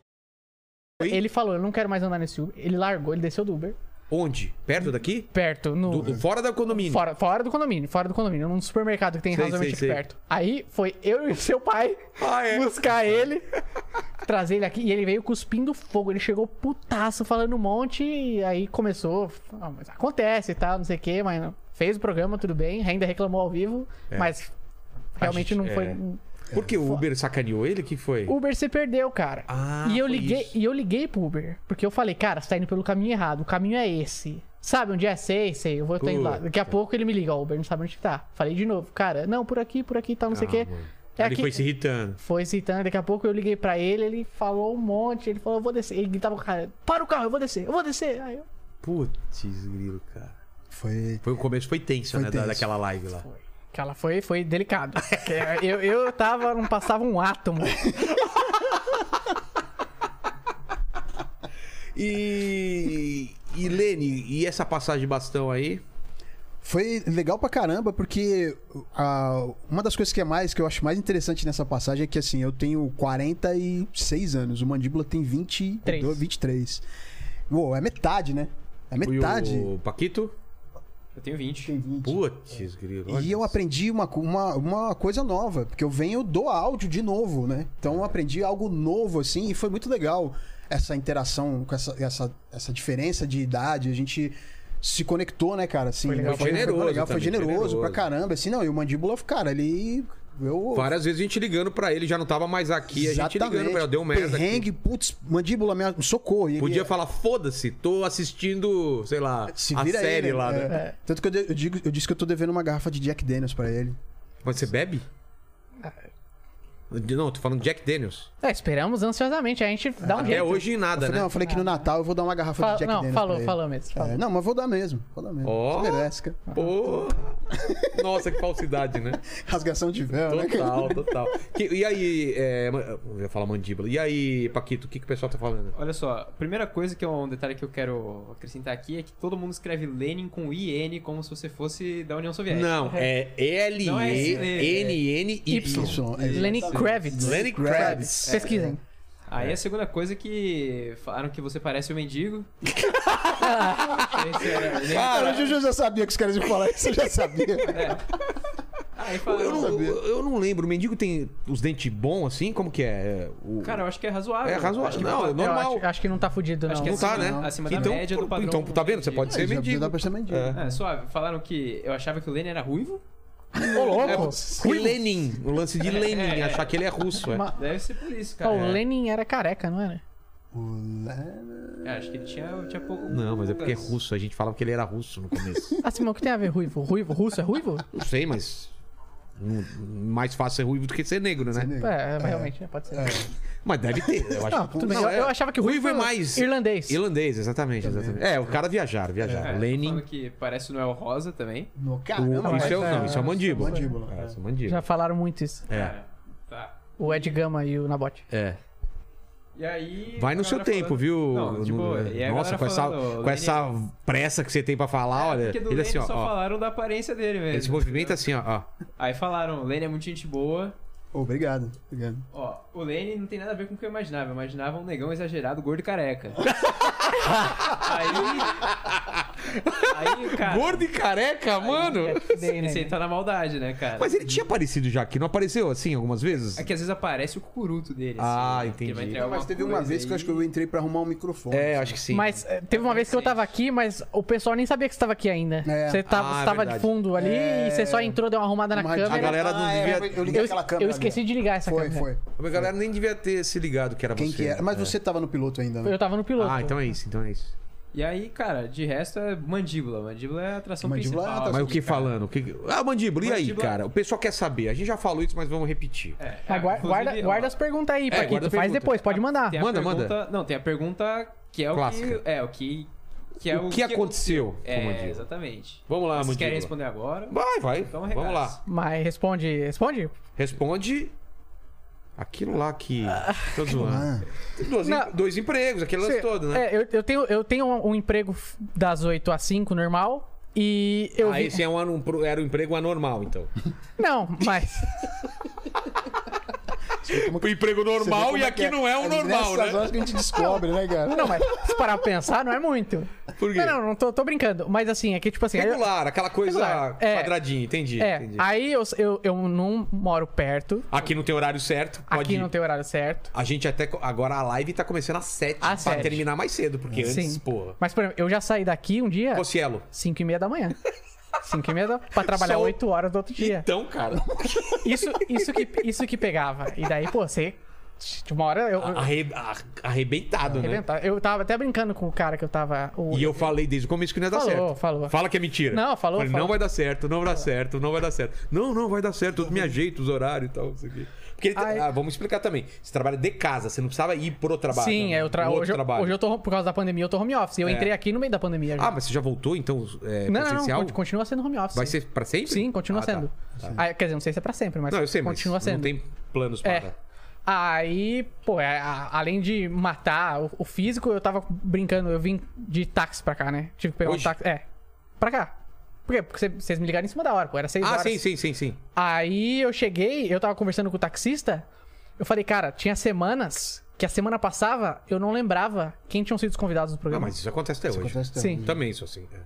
foi? ele falou, eu não quero mais andar nesse Uber. Ele largou, ele desceu do Uber. foi? Onde? Perto daqui? Perto, no. Do- do- fora da condomínio. Fora, fora do condomínio, fora do condomínio, num supermercado que tem Sei, razoavelmente sei, sei. perto. Aí foi eu e seu pai Ah, é. buscar ele, trazer ele aqui, e ele veio cuspindo fogo. Ele chegou putaço falando um monte, e aí começou. "Ah, mas acontece e tal, não sei o que, mas não- fez o programa, tudo bem, ainda reclamou ao vivo, mas realmente É. gente- não foi. é. Por que o Uber sacaneou ele? O que foi? O Uber se perdeu, cara. Ah, e eu foi liguei, isso. e eu liguei pro Uber, porque eu falei, cara, você tá indo pelo caminho errado, o caminho é esse. Sabe onde é? Sei, sei, eu vou tô indo lá. Daqui a pouco ele me liga, ó, o Uber não sabe onde que tá. Falei de novo, cara, não, por aqui, por aqui, tá, não sei o quê. mano. É ele aqui. foi se irritando. Foi citando, daqui a pouco eu liguei pra ele, ele falou um monte, ele falou, eu vou descer. Ele gritava com o cara, para o carro, eu vou descer, eu vou descer. Aí eu, Putz, grilo, cara. Foi. Foi o começo, foi tenso, Foi né? da- tenso. Daquela live lá. Cara, foi, foi delicado. Porque eu, eu tava, não passava um átomo. E. E Lene, e essa passagem de bastão aí? Foi legal pra caramba, porque ah, uma das coisas que é mais, que eu acho mais interessante nessa passagem é que assim, eu tenho 46 anos, o mandíbula tem 22, Três. 23. Uou, é metade, né? É metade. E o Paquito? Eu tenho 20. Putz, grilo. olha E eu isso. aprendi uma, co- uma, uma coisa nova, porque eu venho do áudio de novo, né? Então eu aprendi algo novo, assim, e foi muito legal essa interação, com essa, essa, essa diferença de idade. A gente se conectou, né, cara? Assim, foi legal. Foi generoso legal, foi também, generoso, generoso. pra caramba. Assim, não, e o Mandíbula, cara, ele... Eu... Várias vezes a gente ligando pra ele, já não tava mais aqui, a gente ligando pra ele, deu um merda. aqui. Perrengue, putz, Mandíbula, me socorro. E- Podia falar, foda-se, tô assistindo, sei lá, se a vira aí, série né? lá. É. né? Tanto que eu, de- eu digo, eu disse que eu tô devendo uma garrafa de Jack Daniels pra ele. Mas você bebe? É. Não, tô falando Jack Daniels. É, esperamos ansiosamente, a gente dá um Ah, Até jeito. hoje em Eu nada, falei, né? não, é eu falei que no Natal eu vou dar uma garrafa Fala- de Jack não, Daniels. falou, pra ele. falou mesmo. É, falou. não, mas vou dar mesmo. Vou dar mesmo. Ó. Você merece, cara. Pô! Nossa, que falsidade, né? Rasgação de véu, né, cara? Total, total. Que- e aí, é, ma- eu ia falar mandíbula. E aí, Paquito, o que, que o pessoal tá falando? Olha só, a primeira coisa que é um detalhe que eu quero acrescentar aqui é que todo mundo escreve Lenin com IN como se você fosse da União Soviética. Não, é Não é esse, né? L-E-N-N-Y. Isso, é isso. Lenny Kravitz. Lenny Kravitz. Pesquisem. Aí a segunda coisa é que falaram que você parece um mendigo. Esse é- Lenin- Cara, o Juju já sabia que os caras iam falar isso, eu já sabia. É, Aí Eu falaram, não, eu- eu não lembro, o mendigo tem os dentes bons assim? Como que é? O- cara, eu acho que é razoável. É razoável. Acho que Não, pode- Eu Normal. acho, acho que não tá fudido, não. Acho que não acima- tá, né? acima da média do padrão Então, tá vendo? Você mendigo. pode ser Já mendigo. dá pra ser mendigo. É. É, suave. Falaram que eu achava que o Lenin era ruivo. Ô, É, louco. E Lenin, o lance de Lenin, achar que ele é russo. É. Ma- Deve ser por isso, Ó, cara. O Lenin era careca, não era? É, acho que ele tinha, tinha pouco. Não, mas é porque é russo. A gente falava que ele era russo no começo. Ah, Simão, o que tem a ver ruivo? Ruivo? Russo é ruivo? Não sei, mas. não- Mais fácil ser ruivo do que ser negro, né? É, realmente, né? pode ser. Mas deve ter. Eu acho que- Tudo bem. Não, eu, é- eu achava que ruivo, ruivo é mais. Irlandês. Irlandês, exatamente, exatamente. É, o cara viajar, viajar. É, Lenin. Falando que parece o Noel Rosa também. No o- caramba, Isso é, Ah, mas- não, isso é o mandíbula. mandíbula. É, isso é o mandíbula. Já falaram muito isso. É. Tá. O Ed Gama e o Nabote. É. E aí. Vai no a seu galera tempo, falando- viu? Não, de No- boa. E a Nossa, galera com essa, falando, com Lenin- essa pressa que você tem pra falar, olha. É, Porque do Ele Lenin assim, ó. só ó falaram da aparência dele mesmo. esse movimento assim, ó. ó. Aí falaram, o Lane é muito gente boa. Obrigado, obrigado. Ó, o Lane não tem nada a ver com o que eu imaginava. Eu imaginava um negão exagerado, gordo e careca. aí. Aí, cara. Gordo e careca, mano. Esse aí tá na maldade, né, cara? Mas ele tinha aparecido já aqui, não apareceu assim algumas vezes? É que às vezes aparece o cucuruto dele. assim, Ah, né? entendi. Ele vai entregar Não, Mas alguma teve uma coisa vez que eu aí. acho que eu entrei pra arrumar um microfone. É, acho que sim. Mas eh, teve uma vez que eu tava aqui, mas o pessoal nem sabia que você tava aqui ainda. É. Você tava, Ah, você é tava de verdade. fundo ali e você só entrou, deu uma arrumada Tá na Uma- câmera. A galera não Ah, é, devia. eu liguei Eu, aquela es- câmera. eu esqueci ali, de ligar essa ó. Foi, câmera. foi. A galera nem devia ter se ligado que era Quem você. que era? Mas É. você tava no piloto ainda, né? Eu tava no piloto. Ah, então é isso, então é isso. E aí, cara, de resto é mandíbula. Mandíbula é a atração Mandíbula é a principal. atração Mas o que aqui, cara. falando? O que... Ah, mandíbula, e aí, Mandíbula- cara? O pessoal quer saber. A gente já falou isso, mas vamos repetir. É, Ah, cara, guarda, guarda, inclusive, ó, guarda as perguntas aí, Paquito. guarda a Faz pergunta. depois, pode mandar. tem a Manda, pergunta- Não, tem a pergunta que é o Clássica. que. É, o que. Que é o que aconteceu com É, o mandíbula? exatamente. Vamos lá, Vocês mandíbula. querem responder agora? Vai, vai. Então, vamos regaça. lá. Mas responde, responde. Responde aquilo lá que. Tô Ah, zoando. Tem Dois, Não. dois empregos, aquele lance Cê- todo, né? É, eu, eu tenho, eu tenho um, um emprego f- das 8 às 5 normal. E eu. ah, vi- esse é um, ano- um pro- era um emprego anormal, então. Não, mas. O Um emprego você vê normal como e é aqui que é. não é o normal, Nessas né? horas que a gente descobre, né, cara? Não, mas se parar pra pensar, não é muito. Por quê? Não, não, não tô, tô brincando. Mas assim, é que tipo assim. aí eu- Regular, aquela coisa Regular, é. quadradinha, entendi. é, entendi. aí eu, eu, eu não moro perto. Aqui não tem horário certo, pode Aqui ir. não tem horário certo. A gente até. co- Agora a live tá começando às 7 pra Às sete. terminar mais cedo, porque antes, Sim. porra. Mas, por exemplo, eu já saí daqui um dia, Cocielo. 5 e meia da manhã. 5 e meia da... pra trabalhar Só- 8 horas do outro dia. Então, cara, Isso, isso, que, isso que pegava. E daí, pô, você. De uma hora eu. eu- arre- ar- arrebentado, né? arrebentava. Eu tava até brincando com o cara que eu tava. O... E eu falei desde o começo que não ia dar Falou, certo. falou. Fala que é mentira. Não, falou, Falei, falou. Não vai dar certo, não vai dar certo, não vai dar certo. Não, não vai dar certo, eu me ajeito os horários e tal, não sei o quê. Porque ele tra- Ai. ah, vamos explicar também. Você trabalha de casa, você não precisava ir pro trabalho. Sim, né? é, eu tra... Um outro hoje, eu- trabalho. hoje eu tô. Por causa da pandemia, eu tô home office. Eu É. entrei aqui no meio da pandemia já. Ah, mas você já voltou, então, é, não, não, presencial? não, con- continua sendo home office. Vai ser pra sempre? Sim, continua Ah, tá. sendo. Ah, quer dizer, não sei se é pra sempre, mas Não, eu sei, mas continua sendo. não tem planos para... É. Aí, pô, é, a- além de matar o, o físico, eu tava brincando, eu vim de táxi pra cá, né? Tive que pegar Hoje? um táxi. É. Pra cá. Por quê? Porque cê- vocês me ligaram em cima da hora, pô. Era seis Ah, horas. sim, sim, sim, sim. Aí eu cheguei, eu tava conversando com o taxista. Eu falei, cara, tinha semanas que a semana passava eu não lembrava quem tinham sido os convidados do Ah, programa. mas isso acontece até hoje. Acontece também. Sim. Também isso, assim. é.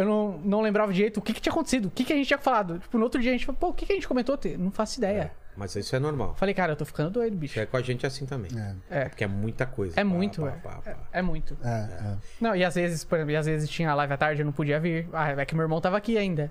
Eu não, não lembrava direito o que, que tinha acontecido, o que, que a gente tinha falado. Tipo, no outro dia a gente falou, pô, o que, que a gente comentou? Não faço ideia. Mas isso é normal. Eu Falei, cara, eu tô ficando doido, bicho. É com a gente é assim também. É. Porque é muita coisa. É muito, pá, velho. pá, pá, pá. É muito. É, é. Não, e às vezes, por exemplo, e às vezes tinha a live à tarde, eu não podia vir. Ah, é que meu irmão tava aqui ainda.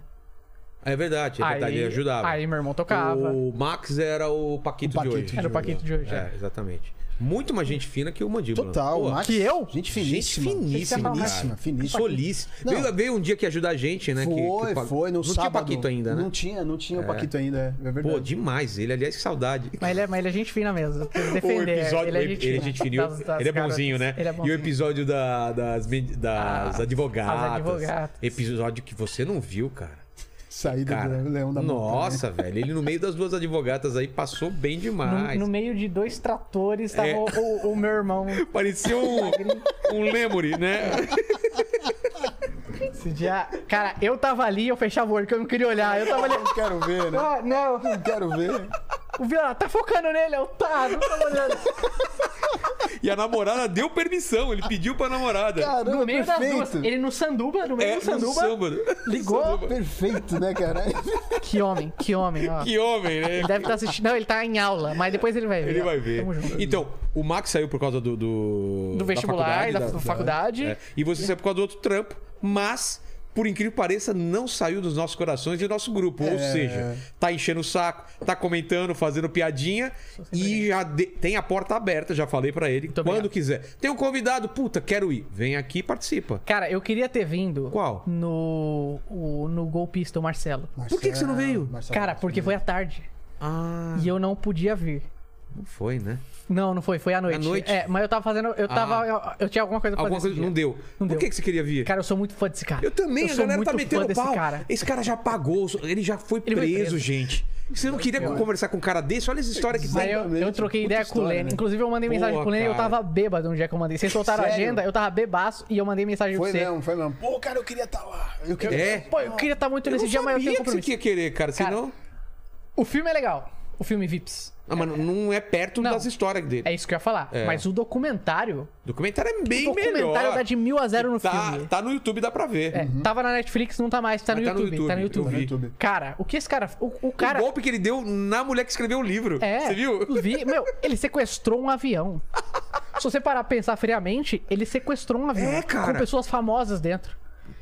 É verdade, é verdade, ele ajudava. Aí meu irmão tocava. O Max era o Paquito, O Paquito de hoje. de Era o Paquito de hoje, É, exatamente. Muito mais gente fina que o Mandíbula. Total, Pô, Max. que eu? Gente Gente finíssima. finíssima, cara. né? Finíssima, finíssima. Solícia. Não. Veio, veio um dia que ajudar a gente, né? que- Foi, que o Pa- foi, no não sábado. tinha Paquito ainda, né? Não tinha, não tinha o Paquito ainda, é verdade. Pô, demais ele. Aliás, que saudade. Mas ele, é, mas ele é gente fina mesmo. Tem que Defender. o episódio, ele é gente, ele, fina. fininho, Das- das ele é bonzinho, garotas. né? Ele é E o bonzinho. Ah, episódio da- das, men- das advogadas, as advogadas. Episódio que você não viu, cara. Saída Cara, do Leão da Montanha. nossa, velho. Ele no meio das duas advogadas aí passou bem demais. No, no meio de dois tratores tava É. o, o- o meu irmão. Parecia um, um lemuri, né? Esse dia. Cara, eu tava ali, eu fechava o olho, que eu não queria olhar. Eu tava ali. Não quero ver, né? Ah, não. Não quero ver. O Vila tá focando nele, é otário. Não tava olhando. E a namorada deu permissão. Ele pediu pra namorada. Caramba, No meio das duas. perfeito. Ele no sanduba, no meio é, do no sanduba. samba. Ligou. Perfeito, né, cara? Que homem, que homem, ó. Que homem, né? Ele deve estar assistindo. Não, ele tá em aula, mas depois ele vai ver. Ele ó. vai ver. Tamo junto. Então, o Max saiu por causa do. Do, do da vestibular, faculdade, da, da- da faculdade. É, E você saiu por causa do outro trampo, mas, por incrível que pareça, não saiu dos nossos corações e do nosso grupo. Ou seja, tá enchendo o saco, tá comentando, fazendo piadinha e já de- tem a porta aberta, já falei pra ele, quando obrigado. quiser. Tem um convidado, puta, quero ir. Vem aqui e participa. Cara, eu queria ter vindo. Qual? No. o- no golpista, o Marcelo. Por que que você não veio? Marcelo, Cara, porque né? foi à tarde. Ah, E eu não podia vir. não foi, né? Não, não foi, foi à noite. À noite? Ah. É, mas eu tava fazendo. Eu tava. Eu, eu tinha alguma coisa pra Alguma fazer. esse coisa não dia. deu. por Não deu. que que você queria vir? Cara, eu sou muito fã desse cara. Eu também, a sou galera tá muito fã metendo desse pau. Cara. Esse cara já pagou, ele já foi, Ele foi preso, preso. gente. Você não queria conversar com um cara desse? Olha essa história que Aí tem. eu, eu troquei Puta ideia com o história, Lene. né? Inclusive, eu mandei mensagem Boa, pro Lene e eu cara. tava bêbado no dia que eu mandei. Vocês soltaram a Sério? agenda, eu tava bebaço e eu mandei mensagem Foi pra você. mesmo, foi mesmo. Pô, cara, eu queria estar lá. Eu queria... É. Pô, eu queria estar muito Eu nesse não dia, mas eu sabia tenho que você compromisso. ia querer, cara. Cara, Senão. O filme é legal. O o filme Vips. Não, mas não é perto Não. das histórias dele. É isso que eu ia falar. É. Mas o documentário. O documentário é O bem documentário melhor. dá de mil a zero no tá, filme. tá no YouTube, dá pra ver. É, Tava na Netflix, não tá mais, tá no, Mas tá no YouTube, Tá no YouTube, YouTube. eu vi. Cara, o que esse cara. O, o O cara. golpe que ele deu na mulher que escreveu o livro. É. Você viu? Vi, meu, ele sequestrou um avião. Se você parar pra pensar friamente, ele sequestrou um avião. É, cara. Com pessoas famosas dentro.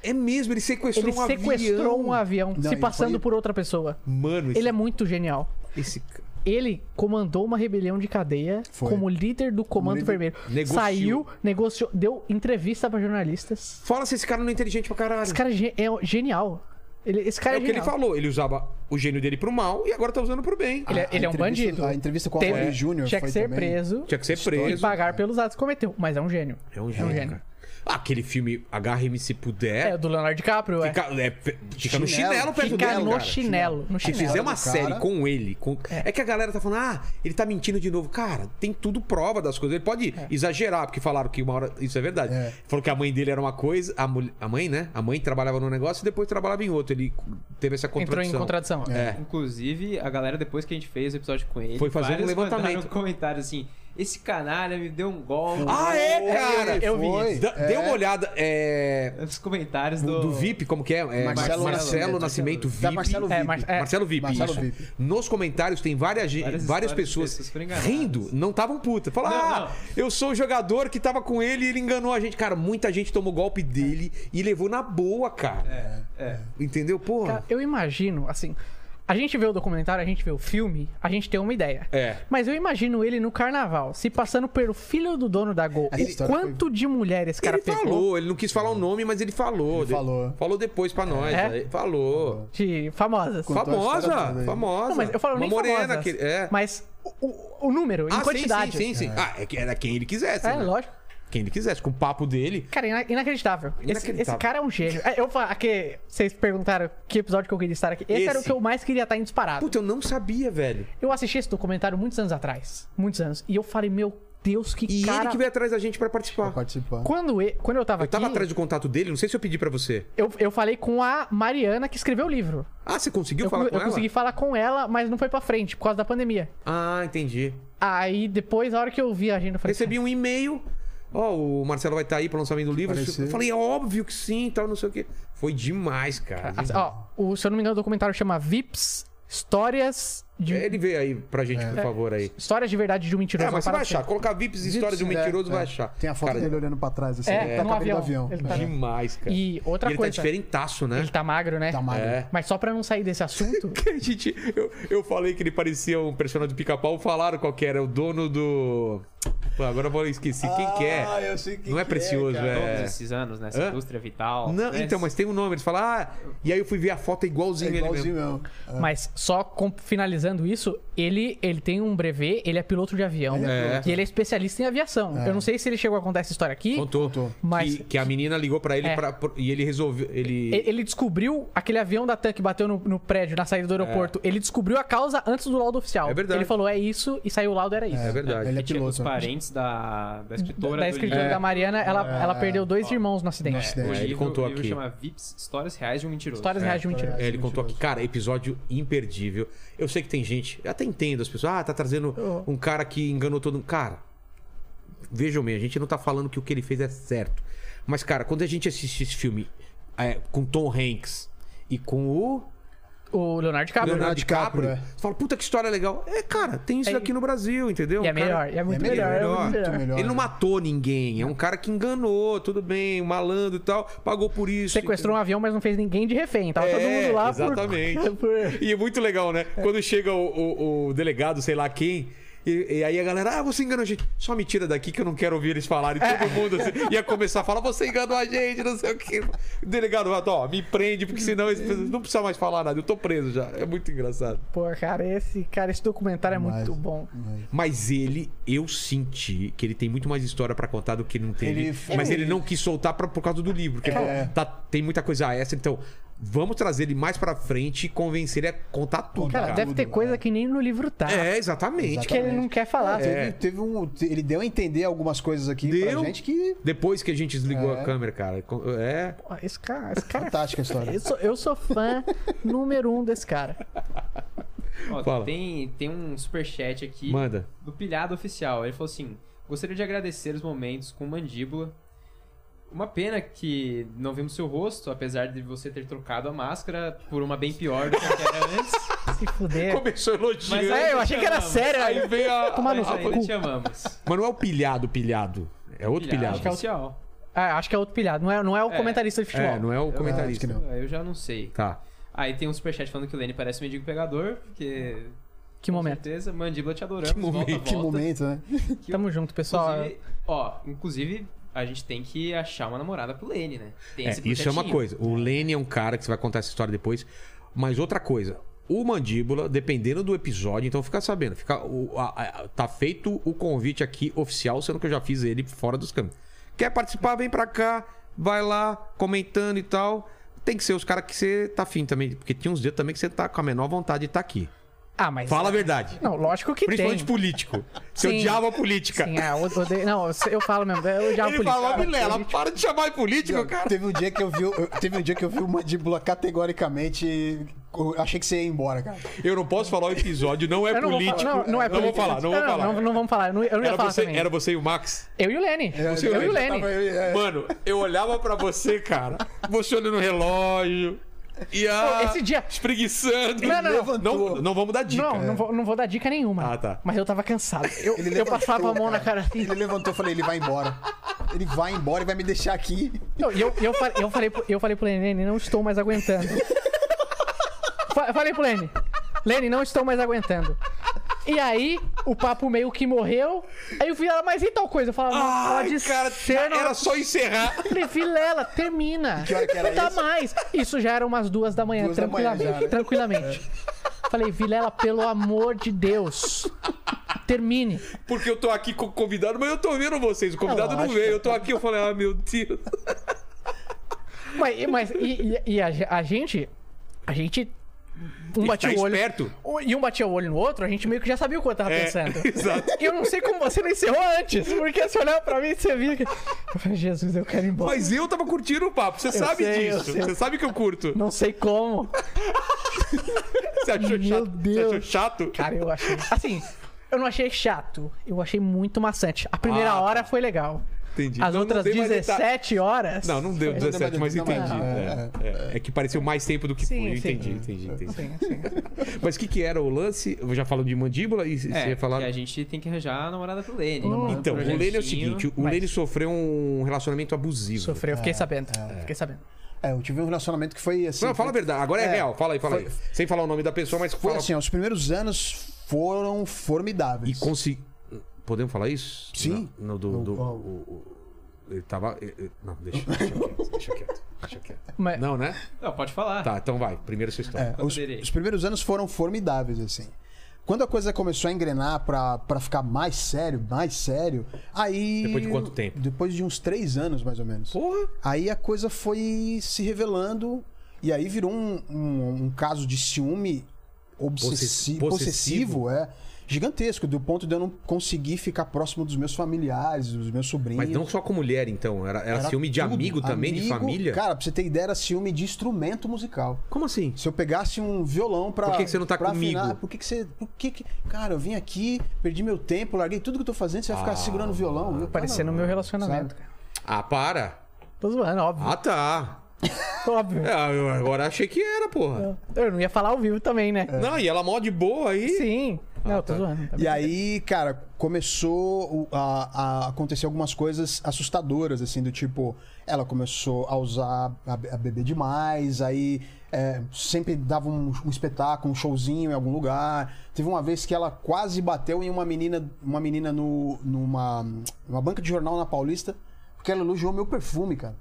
É mesmo, ele sequestrou Ele um sequestrou avião. um avião, Não, se ele passando foi- por outra pessoa. Mano, esse... Ele é muito genial. esse ca- Ele comandou uma rebelião de cadeia Foi. como líder do Comando Vermelho. negociou. Saiu, negociou, deu entrevista pra jornalistas. Fala se esse cara não é inteligente pra caralho. Esse cara é ge- é genial. Ele- esse É cara é, o que ele genial. falou. Ele usava o gênio dele pro mal e agora tá usando pro bem. Ele é- A ele é um entrevista- bandido. A entrevista com o Teve- Alfredo Júnior Tinha que foi ser também. preso Tinha que ser e preso. pagar pelos atos que cometeu. Mas é um gênio. É um gênio, cara. Ah, Aquele filme Agarre-me se É, puder. do Leonardo DiCaprio, é. Fica, é, pe- fica no Chinelo. chinelo perto Fica dela, no cara. chinelo. No Se chinelo. fizer uma É, do cara. série com ele. com- É. que a galera tá falando, ah, ele tá mentindo de novo. Cara, tem tudo prova das coisas. Ele pode exagerar, porque falaram que uma hora. Isso é verdade. É. Falou que a mãe dele era uma coisa. A, mulher- a mãe, né? A mãe trabalhava num negócio e depois trabalhava em outro. Ele teve essa Entrou contradição. em contradição. É. Inclusive, a galera, depois que a gente fez o episódio com ele, Foi fazer um vários levantamento. mandaram comentários assim: esse canalha me deu um golpe. Ah, é, cara! Eu vi Foi. Dá- É. Dê uma olhada. É. Os comentários do. Do VIP, como que é? É, Marcelo Marcelo Nascimento, Nascimento. VIP. Da Marcelo É, VIP. Mar- é. Marcelo VIP. Marcelo isso. VIP. Nos comentários tem várias, ge- várias, Várias histórias de pessoas, pessoas que foram enganadas. rindo, não estavam putas. Falaram, Não, ah, não. eu sou o jogador que tava com ele e ele enganou a gente. Cara, muita gente tomou golpe dele e levou na boa, cara. É, é. Entendeu? Cara, Porra. eu imagino, assim. A gente vê o documentário, a gente vê o filme, a gente tem uma ideia. É. Mas eu imagino ele no carnaval, se passando pelo filho do dono da Gol. Essa Ele- história Quanto de mulher esse cara ele tá pegou? falou, ele não quis falar o nome, mas ele falou. Ele falou. Falou depois pra nós. É? aí Falou. De famosas. Contou a história Famosa, toda aí. famosa. Não, mas eu falo Uma nem morena famosas. que- é. Mas o- o, o número, em Ah, sim, quantidade. assim. sim, sim, sim. Ah, é que era quem ele quisesse. É, né? lógico. Quem ele quisesse, com o papo dele. Cara, ina- inacreditável. Esse- Inacreditável. Esse, cara é um gênio. É, Eu falo, aqui, vocês perguntaram que episódio que eu queria estar aqui. Esse, era o Esse. que eu mais queria estar em disparado. Puta, eu não sabia, velho. Eu assisti esse documentário muitos anos atrás. Muitos anos. E eu falei, meu Deus, que E cara. ele que veio atrás da gente pra participar. Participar. Quando, eu, quando eu tava Eu tava aqui, atrás do contato dele, não sei se eu pedi pra você. eu, eu falei com a Mariana que escreveu o livro. Ah, você conseguiu Eu, falar eu com ela? consegui falar com ela, mas não foi pra frente, por causa da pandemia. Ah, entendi. Aí depois, a hora que eu vi a agenda, eu falei. Recebi um e-mail. Ó, o Marcelo vai estar aí pro lançamento do livro. Apareceu. Eu falei, é óbvio que sim, tal, não sei o quê. Foi demais, cara. "Cara, assim, Ó, o, se eu não me engano, o documentário chama Vips Histórias de. É. Ele veio aí pra gente, por favor, aí. Histórias de verdade de um mentiroso. É, mas você uma vai parada achar. Colocar VIPs e história de um Vips, mentiroso, é, vai é. achar. Tem a foto Cara, dele olhando pra trás, assim. É, ele tá no na cabine avião. do Ele avião. tá- Demais, cara. E outra ele coisa- tá diferentaço, né? assim. Ele tá magro, né? Tá magro. É. Mas só pra não sair desse assunto, Que a gente, eu, eu falei que ele parecia um personagem do pica-pau, falaram qual que era, é o dono do. Pô, agora eu vou esqueci. Quem que é? Ah, eu sei quem Não é que é, precioso, cara. é. Todos esses anos nessa Hã? indústria vital. Não, né? então, mas tem um nome. Eles falam, ah, e aí eu fui ver a foto é É igualzinho, ele mesmo. igualzinho é. mesmo. mas só com- finalizando isso, ele, ele tem um brevet, ele é piloto de avião. Ele é piloto. E ele é especialista em avião. Eu não sei se ele chegou a contar essa história aqui. Contou. Mas- Que, que a menina ligou pra ele É. pra- pro- e ele resolveu. Ele. E- Ele descobriu aquele avião da TAM que bateu no, no prédio, na saída do aeroporto. Ele descobriu a causa antes do laudo oficial. É verdade. Ele falou, é isso, e saiu o laudo, era isso. É verdade. Ele é Que tinha os piloto. parentes da, da Da, escritora. da do É. escritora livro. É, da Mariana, ela, ela perdeu dois irmãos no acidente. O É, ele livro- contou o livro aqui. chama Vips Histórias Reais de um Mentiroso. Histórias reais de mentira. É, ele contou aqui, cara, episódio imperdível. Eu sei que tem gente, eu até entendo as pessoas, ah, tá trazendo um cara que enganou todo mundo. Cara, vejam bem, a gente não tá falando que o que ele fez é certo. Mas, cara, quando a gente assiste esse filme é, com Tom Hanks e com o O Leonardo DiCaprio. Leonardo Leonardo DiCaprio, DiCaprio, você fala, puta que história legal. É, cara, tem isso É, daqui no Brasil, entendeu? E é O um cara- melhor, e é muito é melhor, é melhor, muito muito melhor. melhor. Ele não matou ninguém, é um cara que enganou, tudo bem, um malandro e tal, pagou por isso. Sequestrou um avião, mas não fez ninguém de refém. Tava todo É, mundo lá por- exatamente. por... E é muito legal, né? Quando chega o, o- o delegado, sei lá quem. E, e aí a galera, ah, você enganou a gente. Só me tira daqui que eu não quero ouvir eles falarem. É. Todo mundo assim, ia começar a falar, você enganou a gente, não sei o quê. O delegado, ó, me prende, porque senão eles precisam- não precisa mais falar nada. Eu tô preso já. É muito engraçado. Pô, cara, esse, cara, esse documentário é muito bom. Mas ele, eu senti que ele tem muito mais história pra contar do que não tem. Ele- Mas ele não quis soltar pra- por causa do livro. Porque É. tá- tem muita coisa extra. Então, vamos trazer ele mais pra frente e convencer ele a contar tudo. né? Cara, cara. deve ter tudo, coisa é. que nem no livro tá. É, exatamente. Que ele não quer É. falar. assim. Teve, teve um. te- Ele deu a entender algumas coisas aqui Deu. pra gente que. Depois que a gente desligou É. a câmera, cara. co- É. Pô, Esse cara, esse cara Ah, Fantástica a história. Eu sou, eu sou fã número um desse cara. Ó, Fala. Tem, tem um superchat aqui Manda. do Pilhado Oficial. Ele falou assim: Gostaria de agradecer os momentos com mandíbula. Uma pena que não vimos seu rosto, apesar de você ter trocado a máscara por uma bem pior do que era antes. Se fuder. É. Começou elogiando. Mas É, eu achei que era Chamamos. sério. Aí vem a. Tomar no Mas seu ainda cu. te amamos. Mas não é o pilhado, pilhado. É outro pilhado. Pilhado Oficial. Ah, acho que é outro pilhado. Não é, não é o É. comentarista de futebol. É, não é o comentarista. acho que Eu já não sei. Tá. Aí tem um superchat falando que o Lenny parece um mendigo pegador, porque. Que com momento. certeza, mandíbula te adoramos. volta, volta. Que momento, né? Tamo junto, pessoal. Inclusive, ó, inclusive, a gente tem que achar uma namorada pro Lene, né? Tem É, esse isso é uma coisa. projetinho. O Lenny é um cara que você vai contar essa história depois. Mas outra coisa. O Mandíbula, dependendo do episódio, então fica sabendo. Fica, o- a- a- tá feito o convite aqui oficial, sendo que eu já fiz ele fora dos câmeras. Quer participar? Vem pra cá, vai lá, comentando e tal. Tem que ser os caras que você tá afim também. Porque tinha uns dias também que você tá com a menor vontade de estar aqui. Ah, mas. Fala a verdade. Não, lógico que Principalmente tem. político. Você Sim. odiava a política. Sim, ah, eu odeio- Não, eu- eu falo mesmo. é, Eu odiava Ele política. falava, Vilela, para de chamar de político, cara. Teve um dia que eu vi, o- eu- teve um dia que eu vi o mandíbula categoricamente, eu achei que você ia embora, cara. Eu não posso falar o episódio, não é Eu não vou falar- político. não, não é vou político. falar, não vou falar. Não, não vamos falar. Eu não, eu não ia era, falar você, também. era você e o Max? Eu e o Lene. eu e o Lene. Tava eu- é. Mano, eu olhava pra você, cara. Você olhando no relógio. E a... Não, esse dia- Espreguiçando. Não, não, não. não. Não, não vamos dar dica. é. Não, não vou, não vou dar dica nenhuma. Ah, tá. Mas eu tava cansado. Eu, Ele eu levantou, passava a mão na cara assim. Ele levantou e falei, ele vai embora. Ele vai embora e vai me deixar aqui. Não, e eu, eu, fa- eu falei, pro- eu falei pro Lene, Lene, não estou mais aguentando. Fa- falei pro Lene, Lene, não estou mais aguentando. E aí, o papo meio que morreu. Aí eu vi ela, mas e tal coisa? Eu falava, não, Ai, pode cara, ser, não. era só encerrar. Falei, Vilela, termina. Que hora que era não dá isso? mais. Isso já era umas duas da manhã, Duas da manhã tranquilamente. já, né? É. tranquilamente. Falei, Vilela, pelo amor de Deus, termine. Porque eu tô aqui com o convidado, mas eu tô vendo vocês. O convidado não lógico. veio. Eu tô aqui, eu falei, ah, meu Deus. Tá Mas, mas e, e- e a, ge- a gente. A gente. Um batia tá o olho. esperto. É. o- E um batia o olho no outro, a gente meio que já sabia o que eu tava pensando. exato. E eu não sei como você não encerrou antes, porque você olhava pra mim e você via que. Eu falei, Jesus, eu quero ir embora. Mas eu tava curtindo o papo. Você sabe sei, eu disso. sei. Você sabe que eu curto. Não sei como. Você achou chato? Meu Você achou Deus. chato? Cara, eu achei. Assim, eu não achei chato. Eu achei muito maçante. A primeira Ah, tá. hora foi legal. Entendi. As Não, não outras dei mais detalhe. 17 horas. tá- Não, não deu 17, mas Não, mas- entendi. não, É, é, é que pareceu mais tempo do que Sim, foi. Eu sim. entendi, entendi, entendi. Sim, sim. Mas o que, que era o lance? Eu já falo de mandíbula e c- É, você ia falar. que a gente tem que arranjar a namorada pro Lene. né? Então, o Um Lene é o projetinho. seguinte: o mas- Lene sofreu um relacionamento abusivo. Sofreu, eu fiquei sabendo. Fiquei sabendo. É, eu tive um relacionamento que foi assim. Não, fala a verdade, agora é, É, real. Fala aí, fala foi- aí. Sem falar o nome da pessoa, mas Foi fala. assim, ó, os primeiros anos foram e formidáveis. consegui. Podemos falar isso? Sim. Não, não, do. No do- qual? o- o- ele tava. ele- ele- Não, deixa, deixa quieto, deixa quieto, deixa quieto. Mas- Não, né? Não, pode falar. Tá, então vai. Primeiro sua história. É, os, poderei. os primeiros anos foram formidáveis, assim. Quando a coisa começou a engrenar pra, pra ficar mais sério, mais sério, aí. Depois de quanto tempo? Depois de uns três anos, mais ou menos. Porra! Aí a coisa foi se revelando e aí virou um, um- um caso de ciúme obsessi- Possessi- possessivo. possessivo, é gigantesco, do ponto de eu não conseguir ficar próximo dos meus familiares, dos meus sobrinhos. Mas não só com mulher, então. Era, era, Era ciúme de tudo. amigo também, de Amigo, família? Cara, pra você ter ideia, era ciúme de instrumento musical. Como assim? Se eu pegasse um violão pra. Por que que você não tá pra comigo? afinar, por que, que você. Por que, que. Cara, eu vim aqui, perdi meu tempo, larguei tudo que eu tô fazendo, você vai ficar segurando o violão. Eu, Parecendo o meu relacionamento, cara. Ah, para! Tô zoando, óbvio. Ah, tá. Óbvio. É, eu agora achei que era, porra. Eu não ia falar ao vivo também, né? Não, e ela mó de boa aí. Sim. Não, Ah, tô zoando. tá E bem. aí, cara, começou o- a, a acontecer algumas coisas assustadoras, assim, do tipo, ela começou a usar, a, be- a beber demais, aí é, sempre dava um, um espetáculo, um showzinho em algum lugar. Teve uma vez que ela quase bateu em uma menina, uma menina no, numa uma banca de jornal na Paulista, porque ela elogiou meu perfume, cara.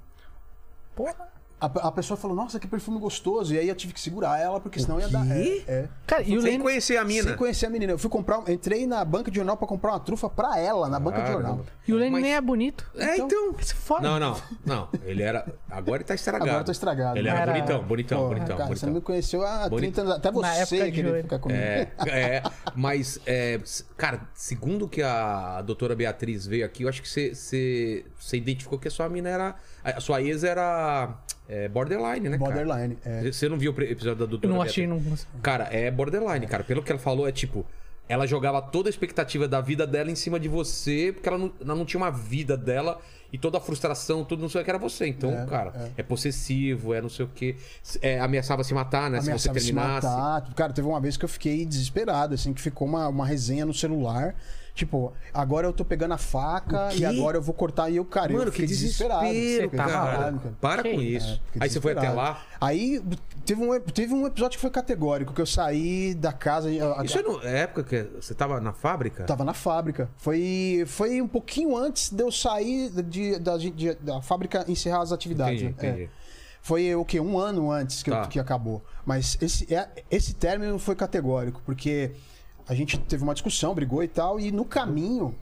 Porra. A, a pessoa falou, nossa, que perfume gostoso. E aí eu tive que segurar ela, porque senão ia dar. quê? É, é. Cara, e o Sem Lene. conhecer a mina. Sem conhecer a menina. Eu fui comprar, um- entrei na banca de jornal pra comprar uma trufa pra ela, na banca de Caramba. jornal. E o Lene Mas- nem é bonito. É, então. Isso é foda. Não, não, não. Ele era. Agora ele tá estragado. Agora eu tô estragado. Ele era, Era- bonitão, bonitão, Pô, bonitão. cara, é você bonitão. não me conheceu há Bonito. 30 anos. Até época de você queria joelho. ficar comigo. É, é, mas, é, s- cara, segundo que a doutora Beatriz veio aqui, eu acho que você- você você identificou que a sua mina era. A sua ex era. é borderline, né? cara? Borderline. É. Você não viu o pre- episódio da doutora? Eu não Beta? achei, não. Cara, é borderline, cara. Pelo que ela falou, é tipo. Ela jogava toda a expectativa da vida dela em cima de você, porque ela não, ela não tinha uma vida dela e toda a frustração, tudo não sei o que era você. Então, cara, é. possessivo, é não sei o quê. É, ameaçava se matar, né? se você ameaçava se terminasse. matar. Cara, teve uma vez que eu fiquei desesperado, assim, que ficou uma, uma resenha no celular. Tipo, agora eu tô pegando a faca O quê? e agora eu vou cortar. E eu, cara, eu Mano, que fiquei desesperado. desespero, Você tá cara. maluco, cara. É, Para com Que isso. Fiquei Aí você foi até desesperado. lá. Aí teve um, teve um episódio que foi categórico, que eu saí da casa. e a- Isso é no- é época que você tava na fábrica? Tava na fábrica. Foi, foi um pouquinho antes de eu sair de- da, de- da fábrica encerrar as atividades. Entendi, né? entendi. É. Foi o quê? Um ano antes que, eu- Tá. que acabou. Mas esse, é- esse término foi categórico, porque a gente teve uma discussão, brigou e tal, e no caminho.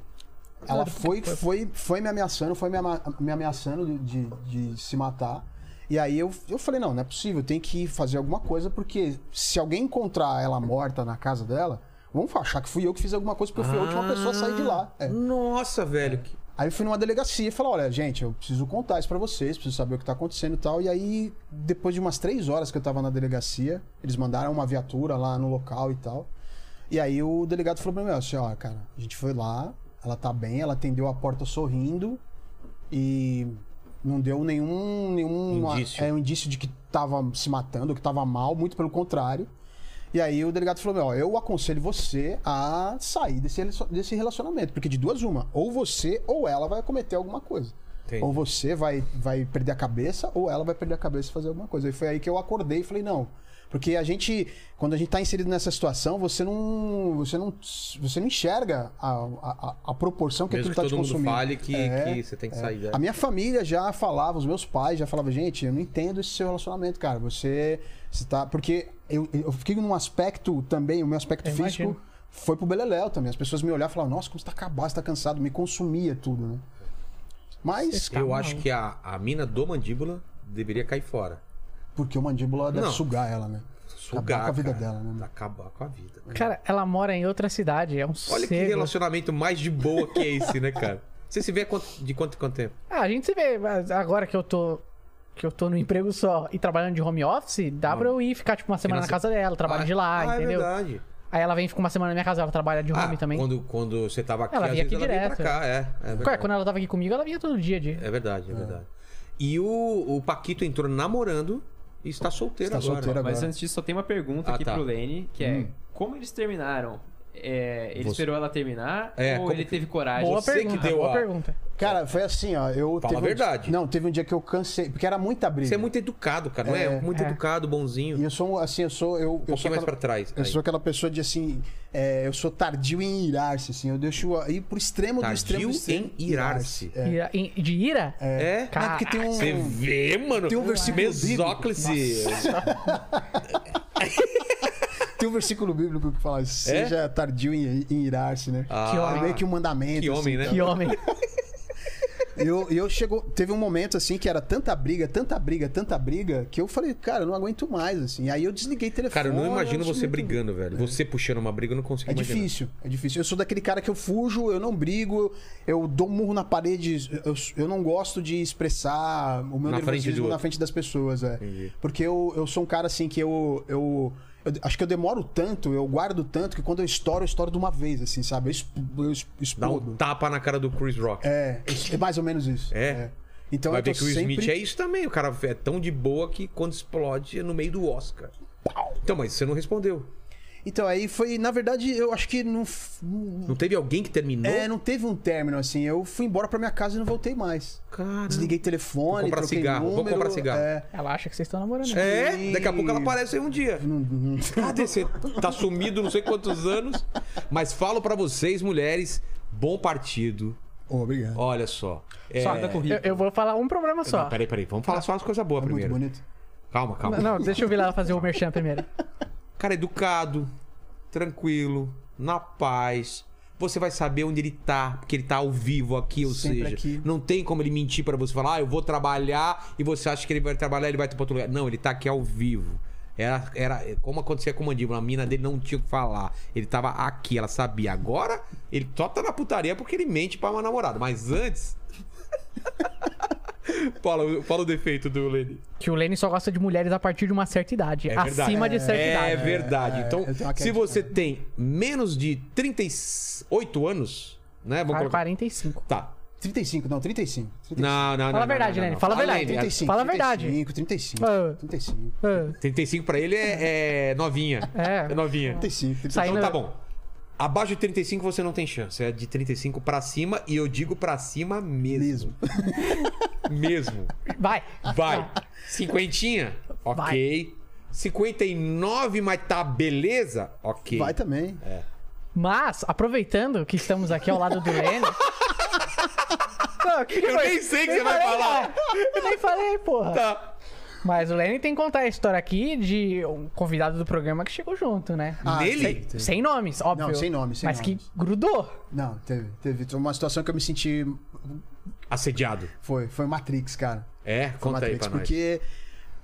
Ela foi, foi, foi me ameaçando, foi me, ama- me ameaçando de, de- de se matar. E aí eu, eu falei, não, não é possível, tem que fazer alguma coisa, porque se alguém encontrar ela morta na casa dela, vamos achar que fui eu que fiz alguma coisa, porque eu fui a última pessoa a sair de lá. É. Ah, Nossa, velho. que- Aí eu fui numa delegacia e falei, olha, gente, eu preciso contar isso pra vocês, preciso saber o que tá acontecendo e tal. E aí, depois de umas três horas que eu tava na delegacia, eles mandaram uma viatura lá no local e tal. E aí o delegado falou pra mim, assim, ó, cara, a gente foi lá, ela tá bem, ela atendeu a porta sorrindo e não deu nenhum, nenhum Indício. É, um indício de que tava se matando, que tava mal, muito pelo contrário. E aí o delegado falou, meu, ó, eu aconselho você a sair desse, relacion- desse relacionamento, porque de duas uma, ou você ou ela vai cometer alguma coisa. Entendi. Ou você vai, vai perder a cabeça, ou ela vai perder a cabeça e fazer alguma coisa. E foi aí que eu acordei e falei, não. Porque a gente, quando a gente tá inserido nessa situação, você não. Você não, você não enxerga a, a, a- a proporção que Mesmo aquilo que tá todo te mundo consumindo. fale que, É. que você tem que sair. né? A minha família já falava, os meus pais já falavam, gente, eu não entendo esse seu relacionamento, cara. Você, você tá. Porque eu, eu fiquei num aspecto também, o meu aspecto Eu físico imagino. foi pro Beleléu também. As pessoas me olhavam e falavam, nossa, como você tá acabado, você tá cansado, me consumia tudo, né? Mas, Eu acho que a, a mina do mandíbula deveria cair fora. porque o mandíbula deve Não. sugar ela, né? Sugar, Acabar com a vida cara. dela, né? Acabar com a vida. Cara, ela mora em outra cidade, é um Olha que sossego. relacionamento mais de boa que é esse, né, cara? Você se vê quanto- de quanto em quanto tempo? Ah, a gente se vê, mas agora que eu tô. Que eu tô no emprego só e trabalhando de home office, dá pra eu ir ficar, tipo, uma semana na na se- casa dela, trabalho Ah, de lá, ah, entendeu? É verdade. Aí ela vem e fica uma semana na minha casa, ela trabalha de home Ah, também. Quando, quando você tava aqui, Ela às vinha vezes aqui ela vinha pra direto. cá. É, é Cara, verdade. quando ela tava aqui comigo, ela vinha todo dia de. É verdade, é verdade. E o, o Paquito entrou namorando e está solteiro Está agora. solteiro agora. Mas antes disso, só tem uma pergunta Ah, aqui tá. pro Lene, que é como eles terminaram? É, ele Você- esperou ela terminar É, ou como ele que- teve coragem? Boa você que pergunta, deu boa a- pergunta. Cara, foi assim, ó. Eu Fala teve um a di- verdade. Não, teve um dia que eu cansei, porque era muita briga. Você é muito educado, cara, não é? É. Muito É. educado, bonzinho. E eu sou, assim, eu sou. Eu, Um eu sou pouquinho mais aquela- pra trás. Eu aí. sou aquela pessoa de assim, é, eu sou tardio em irar-se, assim, eu deixo a- ir pro extremo do extremo Tardio do extremo. Tá, em irar-se. É. Ira- em- de ira? É? É porque tem um. Você vê, mano? Tem um versículo Mesóclise. Tem um versículo bíblico que fala, seja tardio em, em irar-se, né? É? Ah, Que É homem. meio que um mandamento. Que homem, assim, né? Que homem. E eu, e eu chegou, teve um momento assim que era tanta briga, tanta briga, tanta briga, que eu falei, cara, eu não aguento mais, assim. E aí eu desliguei o telefone. Cara, eu não imagino você desliguei tudo. brigando, velho. Você puxando uma briga, eu não consigo É imaginar. difícil, é difícil. Eu sou daquele cara que eu fujo, eu não brigo, eu dou um murro na parede, eu, eu não gosto de expressar o meu Na frente do nervosismo outro. na frente das pessoas, é. Entendi. Porque eu, eu sou um cara assim que eu, eu, eu acho que eu demoro tanto, eu guardo tanto que quando eu estouro, eu estouro de uma vez, assim, sabe? Eu, exp, eu exp- Dá explodo. um tapa na cara do Chris Rock. É, é mais ou menos isso. É? Então Vai eu tô ver que o sempre... Smith é isso também. O cara é tão de boa que quando explode é no meio do Oscar. Então, mas você não respondeu. Então aí foi, na verdade, eu acho que não, f- Não teve alguém que terminou? é, não teve um término assim. Eu fui embora pra minha casa e não voltei mais. Cara. Desliguei telefone, Vou comprar troquei cigarro, vou número. comprar cigarro. É, Ela acha que vocês estão namorando. É, daqui a pouco ela aparece aí um dia. Cadê você? Tá sumido não sei quantos anos. Mas falo pra vocês, mulheres, bom partido. obrigado. Olha só. É... Só da corrida. Eu, eu vou falar um problema só. Não, peraí, peraí. Vamos falar só umas coisas boas Tá Muito primeiro. bonito. Calma, calma. Não, deixa eu ver lá fazer o merchan primeiro. Cara, educado, tranquilo, na paz. Você vai saber onde ele tá, porque ele tá ao vivo aqui, ou Sempre seja, aqui. não tem como ele mentir pra você falar, ah, eu vou trabalhar e você acha que ele vai trabalhar, ele vai para outro lugar. Não, ele tá aqui ao vivo. Era, era como acontecia com o Mandíbula, a mina dele não tinha o que falar. Ele tava aqui, ela sabia. Agora, ele só tá na putaria porque ele mente pra uma namorada, mas antes Fala, o- fala o defeito do Lenny. Que o Lenny só gosta de mulheres a partir de uma certa idade. É verdade. acima de certa idade. É verdade. Então, eu tenho uma se queda você tem menos de 38 anos, né? Vamos Fala colocar. 45. Tá. 35, não, 35. 35. Não, é não, não. Fala a não, verdade, não, não, Lenny, não. fala a Fala, verdade. Lenny, 35, Fala a verdade. 35, 35, Ah. 35, Ah, 35 pra ele é, é novinha. É. novinha. 35. 35. Sai Então na- tá bom. Abaixo de 35 você não tem chance. É de 35 pra cima e eu digo pra cima mesmo. Mesmo. vai. Vai. Tá. Cinquentinha? Ok. 59, mas tá beleza? Ok. Vai também. É. Mas, aproveitando que estamos aqui ao lado do Lenny. Não, que que Eu foi? nem né? sei o que você vai falei, falar. cara. Eu nem falei, porra. Tá. Mas o Lenny tem que contar a história aqui de um convidado do programa que chegou junto, né? Ah, Nele? teve- Sem nomes, óbvio. Não, sem nome, sem Mas nomes. que grudou. Não, teve, teve. Teve uma situação que eu me senti. Assediado. Foi, foi Matrix, cara. É? Foi Conta aí Matrix, pra nós. porque.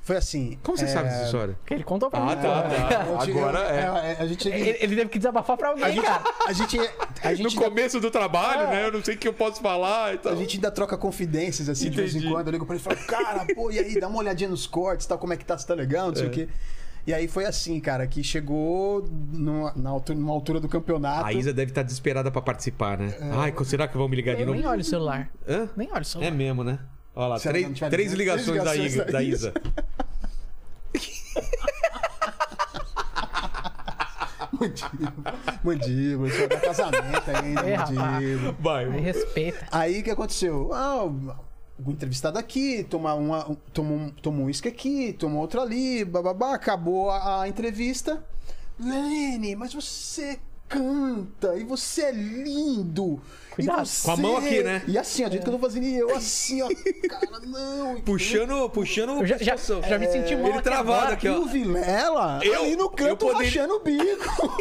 Foi assim. Como você é, sabe dessa história? Que ele contou pra Ah, mim. tá, porra. tá. eu- eu- Agora é. é, a gente. Ele, ele teve que desabafar pra A alguém, gente, cara. a gente, a No gente, É. começo do trabalho, né? Eu não sei o que eu posso falar e tal. a gente ainda troca confidências, assim, de vez em Entendi. quando. Eu ligo pra ele e falo, cara, pô, e aí, dá uma olhadinha nos cortes, tal, como é que tá, se tá legal, não sei o quê. E aí foi assim, cara, que chegou numa, na altura, numa altura do campeonato. A Isa deve estar desesperada pra participar, né? É. Ai, será que vão me ligar de Eu nem novo? olho o celular. Hã? Nem olho o É celular. mesmo, né? Olha lá, Se ela três, não tiver três ligando, ligações, três da, Iga, ligações da da Isa. Mandíbula, isso era casamento ainda, É, rapaz. mandíbula. Vai. Aí Respeita. Aí o que aconteceu? Ah, o entrevistado aqui, toma, uma, um- toma, um, toma um uísque aqui, toma outro ali, bababá, acabou a, a entrevista. Lene, mas você canta e você é lindo. Cuidado. E você... Com a mão aqui, né? E assim, ó, do jeito que eu tô fazendo, e eu assim, ó, cara, não. Puxando, puxando. Eu já, já, já me senti mal. Ele aqui travado agora. aqui, E ó. o Vilela Eu- ali no eu canto poderia- É. rachando o bico.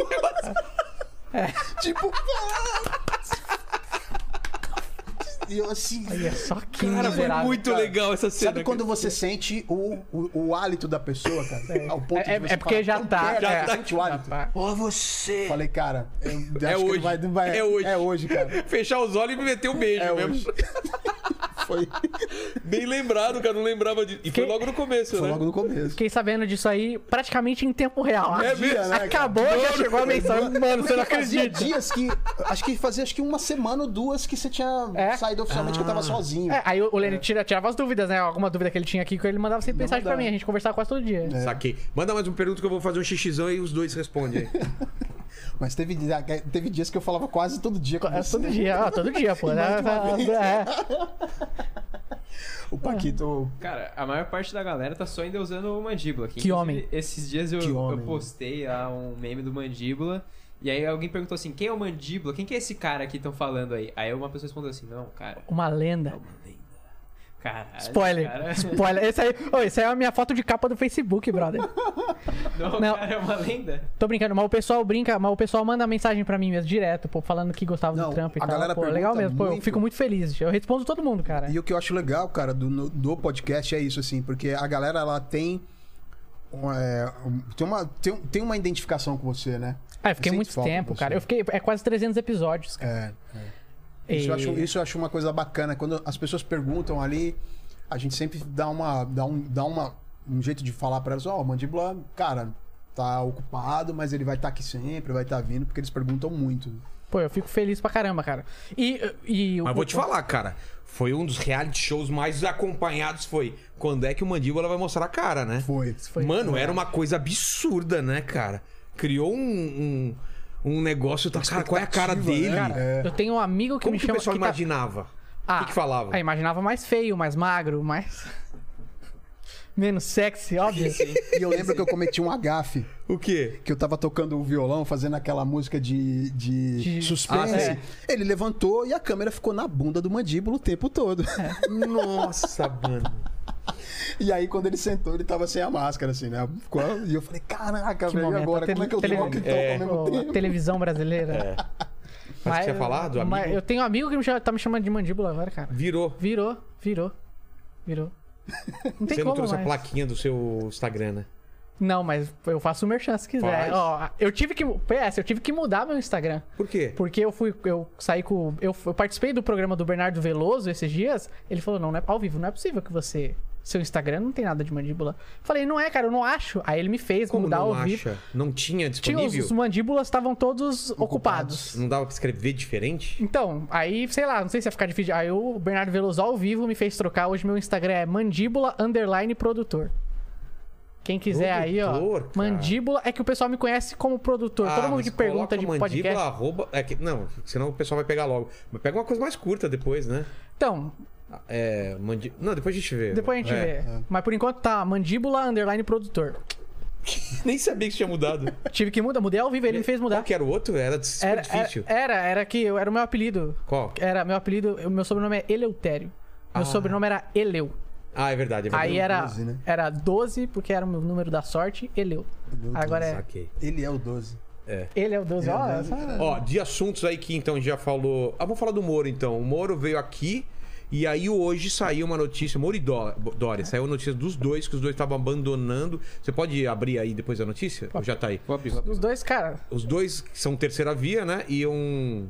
Tipo, ah! E eu assim, Olha só que Cara, foi miserável. muito cara. legal essa cena. Sabe quando você sente o, o, o hálito da pessoa, cara? Ao ponto É- é- de você é porque já "Eu tá, quero", já você tá. sente o hálito. Rapaz. Ó, você! Falei, cara, eu acho que hoje. Não vai, não vai- É hoje. É hoje, cara. cara? Fechar os olhos e me meter um beijo É mesmo. hoje. Foi, Bem lembrado, cara. Não lembrava de. E foi logo no começo, foi né? logo no começo. Fiquei sabendo disso aí praticamente em tempo real. É mesmo? Dia, né, cara? Acabou, já chegou a mensagem. Mano, você não Fazia acredita. dias que. Acho que fazia acho que uma semana ou duas que você tinha É? saído oficialmente que eu tava sozinho. É, aí o o Lenny tira, tirava as dúvidas, né? Alguma dúvida que ele tinha aqui, que ele mandava sempre mensagem pra mandava. mim. A gente conversava quase todo dia. Saquei. Manda mais uma pergunta que eu vou fazer um xixizão e os dois respondem aí. Mas teve, dia- teve dias que eu falava quase todo dia. com É, você. todo dia, ó, todo dia, pô. Mais de uma vez. É. O Paquito. Cara, a maior parte da galera tá só ainda usando o Mandíbula. aqui. Que Inclusive, homem. Esses dias eu, Que eu homem, né? postei lá um meme do Mandíbula. E aí alguém perguntou assim, quem é o Mandíbula? Quem que é esse cara que estão falando aí? Aí uma pessoa respondeu assim, não, cara, Uma lenda. caralho, Spoiler. cara. é Spoiler. Esse aí, ô, esse aí é a minha foto de capa do Facebook, brother. Não, Não. cara, é uma lenda. Tô brincando, mas o pessoal brinca, mas o pessoal manda mensagem pra mim mesmo, direto, pô, falando que gostava Não, do Trump e a tal. galera pô, pergunta legal mesmo, pô, eu muito. fico muito feliz. Eu respondo todo mundo, cara. E o que eu acho legal, cara, do, no- do podcast é isso, assim, porque a galera, ela tem. um, é, um, tem, uma, tem, um- tem uma identificação com você, né? Ah, eu fiquei Sinto muito falta tempo, de cara. você. Eu fiquei. É quase 300 episódios, cara. É. Isso, eu acho, isso eu acho uma coisa bacana. Quando as pessoas perguntam ali, a gente sempre dá uma. dá um, dá uma, um jeito de falar pra elas, ó, o mandíbula, cara, tá ocupado, mas ele vai estar aqui sempre, vai estar vindo, porque eles perguntam muito. Pô, eu fico feliz pra caramba, cara. E. e Mas vou te falar, cara. Foi um dos reality shows mais acompanhados. Foi quando é que o Mandíbula vai mostrar a cara, né? Foi. Foi- Mano, era uma coisa absurda, né, cara? Criou um, um, um negócio. Tá, cara, qual é a cara dele? Expectativa, né? Cara, Eu tenho um amigo que Como me que o chama. pessoal que tá- imaginava? Ah, O que, que falava? Ah, imaginava mais feio, mais magro, mais. Menos sexy, óbvio. E eu lembro que eu cometi um agafe. O quê? que eu tava tocando o violão, fazendo aquela música de, de De- suspense. Ah, sim. Ele levantou e a câmera ficou na bunda do mandíbulo o tempo todo. Nossa, mano. E aí, quando ele sentou, ele tava sem a máscara, assim, né? Ficou- E eu falei, caraca, Que velho, e momento, agora? a Como é que eu tele- toco então É. ao mesmo Pô, tempo? televisão brasileira. É. Mas você ia falar do mas amigo? eu tenho um amigo que me chama- tá me chamando de mandíbula agora, cara. Virou. Virou, virou, virou. Não tem Você não como trouxe mais. a plaquinha do seu Instagram, né? Não, mas eu faço o merchan se quiser. Faz. Ó, eu tive que. PS, eu tive que mudar meu Instagram. Por quê? Porque eu fui. Eu saí com. Eu, eu participei do programa do Bernardo Veloso esses dias. Ele falou: não, não é ao vivo, não é possível que você. Seu Instagram não tem nada de mandíbula. Falei, não é, cara, eu não acho. Aí ele me fez Como mudar não ao vivo. acha? Não tinha Tinha os, disponível? os mandíbulas estavam todos ocupados. Não dava pra escrever diferente? Então, aí, sei lá, não sei se ia ficar difícil. Aí o Bernardo Veloso ao vivo me fez trocar. Hoje meu Instagram é mandíbula underline produtor. Quem quiser aí, ó. Produtor, cara. Mandíbula. É que o pessoal me conhece como produtor. Ah, Todo mundo mas que pergunta coloca de mandíbula, podcast. Arroba, é que, não, senão o pessoal vai pegar logo. Mas pega uma coisa mais curta depois, né? Então, É, mandi... Não, depois a gente vê. depois a gente É. vê. Mas por enquanto tá mandíbula underline produtor. Nem sabia que isso tinha mudado. Tive que mudar, mudei ao vivo, ele me fez mudar. Qual que era o outro? Era super Era, difícil. era, era, era que eu era o meu apelido. Qual? Era meu apelido, o meu sobrenome é Eleutério. Meu sobrenome era Eleu. Ah, é verdade. É verdade. Aí era, 12, né? era 12, porque era o meu número da sorte, Eleu. Agora é. Saquei. Ele é o 12. Ele é o 12, ó. essa- Ó, de assuntos aí que então a gente já falou. Ah, vamos falar do Moro então. O Moro veio aqui e aí hoje saiu uma notícia. Moro e Dó- Dória, saiu a notícia dos dois, que os dois estavam abandonando. Você pode abrir aí depois a notícia? Ou já tá aí? Vou abrir, vou abrir. Os dois, cara. Os dois que são terceira via, né? Iam,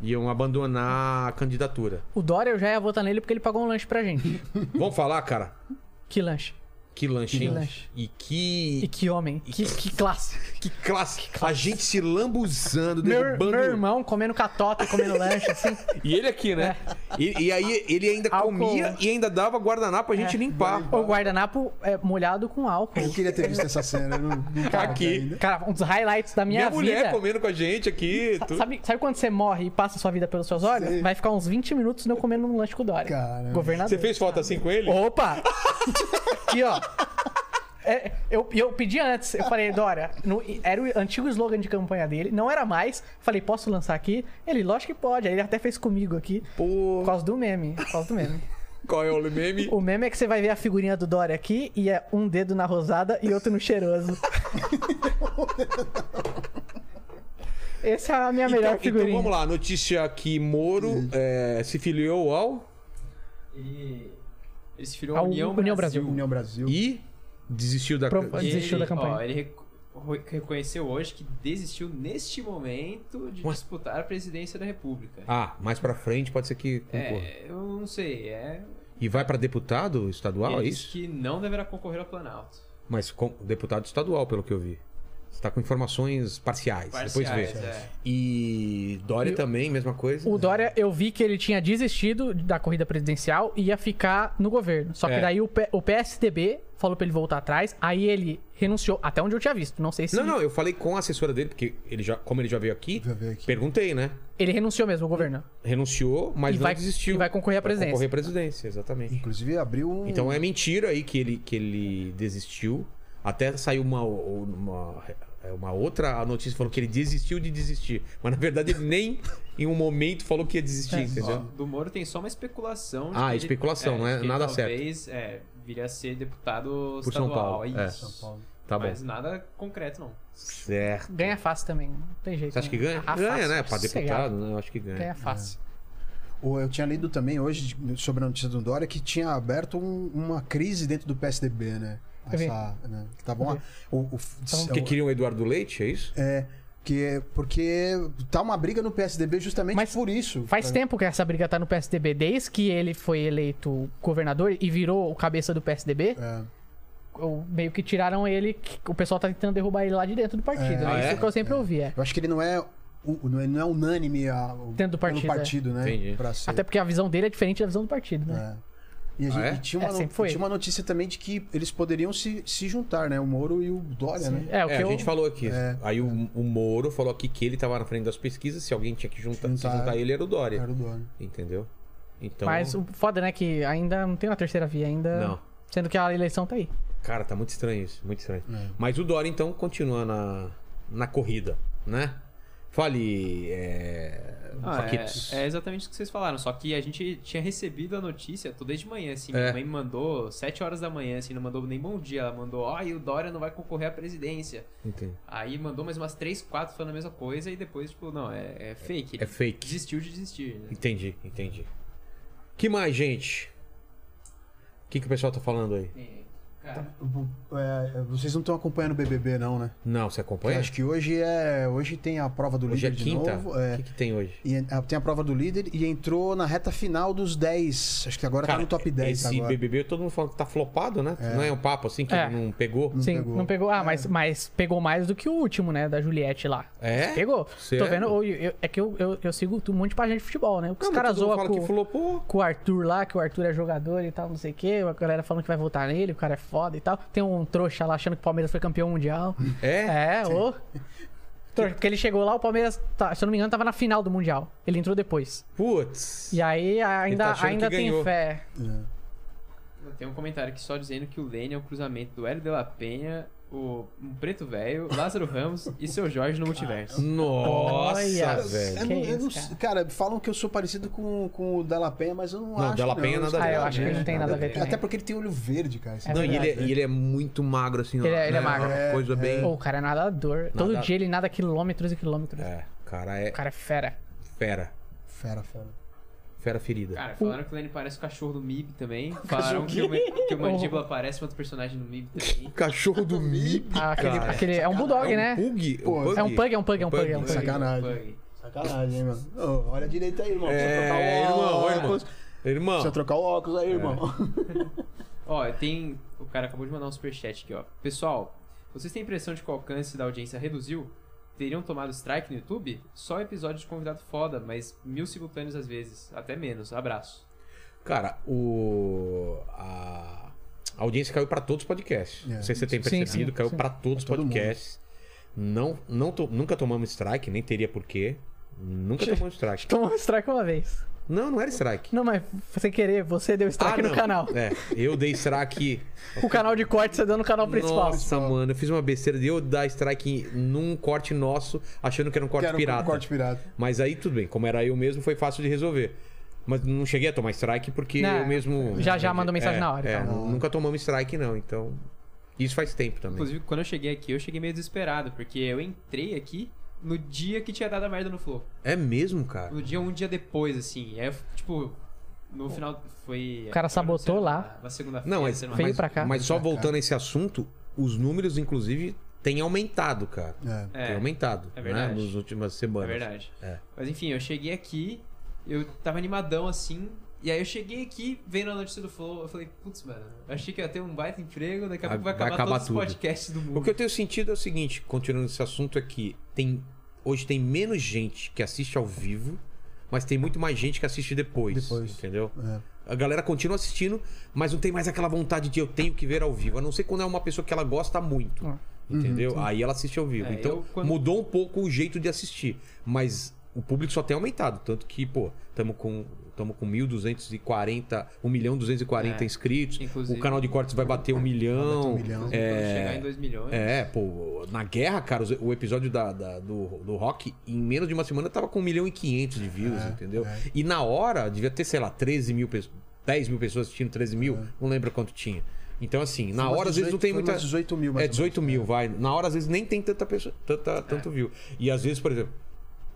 iam abandonar a candidatura. O Dória eu já ia votar nele porque ele pagou um lanche pra gente. Vamos falar, cara? que lanche. Que lanche, hein? Que lanche. E que. E que homem. Que, que classe. Que classe. A gente se lambuzando, Meu, derrubando. meu irmão comendo catota, comendo lanche, assim. E ele aqui, né? E, e aí ele ainda Álcool. É. comia e ainda dava guardanapo pra gente limpar. O guardanapo é molhado com álcool. Eu queria ter visto essa cena. eu Não, não Tá tava aqui. ainda. Cara, um dos highlights da minha, Minha, mulher vida. comendo com a gente aqui. Sa- tudo. Sabe, sabe quando você morre e passa sua vida pelos seus olhos? Vai ficar uns 20 minutos não comendo um lanche com o Dória. Caramba. Governador. é? Você fez foto assim com ele? Opa! Aqui, ó. É, eu, e eu pedi antes, eu falei, Dória, no- era o antigo slogan de campanha dele, não era mais. Falei, posso lançar aqui? Ele, lógico que pode. Aí ele até fez comigo aqui. Por causa do meme. Por causa do meme. Qual é o meme? O meme é que você vai ver a figurinha do Dória aqui e é um dedo na rosada e outro no cheiroso. Essa é a minha melhor Uhum. Então, então figurinha. vamos lá, notícia que Moro eh, se filiou ao Ele, ele se filiou A à é União, Uni- União Brasil. União Brasil. e desistiu da Pro- Nossa, E Desistiu ele, da campanha. ó, ele reco- re- reconheceu hoje que desistiu neste momento de Ué. disputar a presidência da República. Ah, mais pra frente pode ser que concorra. é, eu não sei. É, E vai pra deputado estadual, ele é disse isso? que não deverá concorrer ao Planalto. Mas com deputado estadual, pelo que eu vi. Você tá com informações parciais, depois Parciais, vê. é. E Dória também, mesma coisa. O Dória, eu vi que ele tinha desistido da corrida presidencial e ia ficar no governo. Só que É. daí o, P- o PSDB falou pra ele voltar atrás, aí ele renunciou, até onde eu tinha visto. Não sei se Não, não, eu falei com a assessora dele, porque ele já, como ele já veio aqui, Já veio aqui. perguntei, né? ele renunciou mesmo ao governo. Renunciou, mas E não vai- desistiu. e vai concorrer à presidência. concorrer à presidência, exatamente. Inclusive abriu um. Então é mentira aí que ele, que ele desistiu. Até saiu uma, uma, é, uma outra notícia falou que ele desistiu de desistir. Mas na verdade ele nem em um momento falou que ia desistir, É. Ó, entendeu? do Moro tem só uma especulação. Ah, que especulação, não é de que nada talvez, certo. É, viria a ser deputado Por São estadual. Paulo, é. Isso. São Paulo. Tá bom. Mas nada concreto, não. Certo. Ganha fácil também, não tem jeito. Você acha né? que ganha? Ah, ganha, fácil, É né? Pra sossegado. deputado, né? Eu acho que Ganha ganha. fácil. Ou Eu tinha lido também hoje de- sobre a notícia do Dória que tinha aberto um- uma crise dentro do PSDB, né? Eu vi. né? Que tava uma- o- o- um Porque queriam o Eduardo Leite, é isso? É, que é porque tá uma briga no PSDB justamente Mas por isso. Faz tempo que essa briga tá no PSDB, desde que ele foi eleito governador e virou o cabeça do PSDB, É. ou meio que tiraram ele, que o pessoal tá tentando derrubar ele lá de dentro do partido. É. Ah, né? é? Isso que eu sempre ouvi, é. Eu acho que ele não é, u- não é, não é unânime a, o, Dentro do partido, é. pelo partido né? Entendi. Pra ser. Até porque a visão dele é diferente da visão do partido, né? É. E, a gente, Ah, é? e tinha, uma, É, no- sempre foi. tinha uma notícia também de que eles poderiam se, se juntar, né? O Moro e o Dória, né? É, o É, a que eu... gente falou aqui. É. Aí o, o Moro falou aqui que ele tava na frente das pesquisas, se alguém tinha que juntar, se Juntar. juntar ele era o Dória. Era o Dória. Entendeu? Então. Mas o foda, né, que ainda não tem uma terceira via, ainda. Não. Sendo que a eleição tá aí. Cara, tá muito estranho isso, muito estranho. É. Mas o Dória, então, continua na, na corrida, né? Fale. É... Ah, Paquitos. é, é exatamente o que vocês falaram, só que a gente tinha recebido a notícia tô desde manhã, assim. É. Minha mãe me mandou 7 horas da manhã, assim, não mandou nem bom dia. Ela mandou, ó, e o Dória não vai concorrer à presidência. Entendi. Aí mandou mais umas 3, 4 falando a mesma coisa e depois, tipo, não, é, é fake. É Ele fake. Desistiu de desistir. Né? Entendi, entendi. Que mais, gente? O que, que o pessoal tá falando aí? É. É, vocês não estão acompanhando o BBB, não, né? Não, você acompanha? Eu Acho que hoje é. Hoje tem a prova do Hoje líder é de quinta? novo. O É, que, que tem hoje? e en- tem a prova do líder e entrou na reta final dos 10. Acho que agora tá no top 10 esse agora. BBB todo mundo fala que tá flopado, né? Não é um papo assim que É. não pegou? Sim, pegou. não pegou. Ah, mas, mas pegou mais do que o último, né? Da Juliette lá. É? Pegou. Sério? Tô vendo. eu- eu- é que eu, eu, eu sigo um monte de página de futebol, né? O que Não, os mas caras todo mundo zoam fala com, que flopou. com o Arthur lá, que o Arthur é jogador e tal, não sei o quê. A galera falando que vai votar nele, o cara é foda e tal. Tem um trouxa lá achando que o Palmeiras foi campeão mundial. É? É, ô. Trouxa, Porque ele chegou lá, o Palmeiras, tá- se eu não me engano, tava na final do Mundial. Ele entrou depois. Putz. E aí tá ainda, achando ainda que tem ganhou. fé. É. Tem um comentário aqui só dizendo que o Lane é o cruzamento do Hélio de la Penha, o um Preto Velho, Lázaro Ramos e seu Jorge no multiverso. Nossa, Olha. velho. Eu Que é não- eu isso, não sei- cara, falam que eu sou parecido com, com o Della Penha, mas eu não, acho. Não, Della Penha nada a ver. Ah, eu acho que não tem nada a ver Até também. porque ele tem olho verde, cara. Esse É Não, e ele, verdade, é- e ele é muito magro assim, ó. Ele é- ele né? é magro. Uma coisa bem. Ô, o cara é nadador. Todo dia ele nada quilômetros e quilômetros. É, o cara é O cara é fera. fera. Fera, fera. Fera ferida. Cara, falaram que o Lane parece o cachorro do Mib também. Falaram que o, que o Mandíbula parece um outro personagem do Mib também. Cachorro do Mib. Ah, aquele, cara. aquele- é um bulldog, né? Pug? Pô, É um pug, é um pug, é um pug. É um pug. Sacanagem. Pug. Sacanagem, hein, mano. Ô, olha direito aí, irmão. Precisa trocar É, o irmão, óculos. irmão. É, Irmão, Precisa trocar o óculos aí, irmão. Ó, tem. O cara acabou de mandar um superchat aqui, ó. Pessoal, vocês têm a impressão de que o alcance da audiência reduziu? Teriam tomado strike no YouTube? Só episódio de convidado foda, mas mil simultâneos às vezes. Até menos. Abraço. cara, o. A a audiência caiu pra todos os podcasts. É. Não sei se você tem Sim, percebido, sim, caiu sim. pra todos os Pra todo podcasts. Não, não to- nunca tomamos strike, nem teria porquê. Nunca tomamos strike. Tomou strike uma vez. Não, não era strike. Não, mas sem querer, você deu strike Ah, no não. canal. É, eu dei strike. O canal de corte você deu no canal principal. Nossa, mano, eu fiz uma besteira de eu dar strike num corte nosso, achando que era um corte Quero um pirata. corte pirata. Mas aí tudo bem, como era eu mesmo, foi fácil de resolver. Mas não cheguei a tomar strike porque Não, eu mesmo. já já mandou mensagem É, na hora, é, então. nu- Nunca tomamos strike, não, então. Isso faz tempo também. Inclusive, quando eu cheguei aqui, eu cheguei meio desesperado, porque eu entrei aqui no dia que tinha dado a merda no Flow. É mesmo, cara? No dia, um dia depois, assim. É, tipo, no final foi. é, O cara sabotou lá. Na segunda-feira. Não, mas, sei lá. Veio mas- pra cá. mas só Pra cá. voltando a esse assunto, os números, inclusive, têm aumentado, cara. É. É. Tem aumentado. É verdade. Né? Nas últimas semanas. É verdade. É. Mas enfim, eu cheguei aqui, eu tava animadão assim. E aí eu cheguei aqui, vendo a notícia do Flow, eu falei, putz, mano, eu achei que ia ter um baita emprego, daqui a Vai- pouco vai vai acabar, acabar todos tudo. os podcasts do mundo. O que eu tenho sentido é o seguinte, continuando esse assunto aqui, tem hoje tem menos gente que assiste ao vivo, mas tem muito mais gente que assiste depois, Depois. entendeu? É. A galera continua assistindo, mas não tem mais aquela vontade de eu tenho que ver ao vivo, a não ser quando é uma pessoa que ela gosta muito, entendeu? Aí ela assiste ao vivo. É, então eu quando- mudou um pouco o jeito de assistir, mas o público só tem aumentado, tanto que, pô, estamos com estamos com 1.240, 1 milhão 240 É. inscritos. Inclusive- O canal de cortes vai bater um milhão. milhão. Quando chegar em 2 milhões. É, pô, na guerra, cara, os- o episódio da, da- do, do Rock, em menos de uma semana, tava com 1 milhão e 500 de É, views, entendeu? E na hora, devia ter, sei lá, 13 mil pessoas, 10 mil pessoas assistindo 13 mil, não lembro quanto tinha. Então, assim, na É. Foi umas hora, às vezes, não 18 tem foi muita... umas 18 mil, É, mais ou É. 18 mil, vai. Na hora, às vezes, nem tem tanta pessoa, tanta, tanto view. E, às vezes, por exemplo,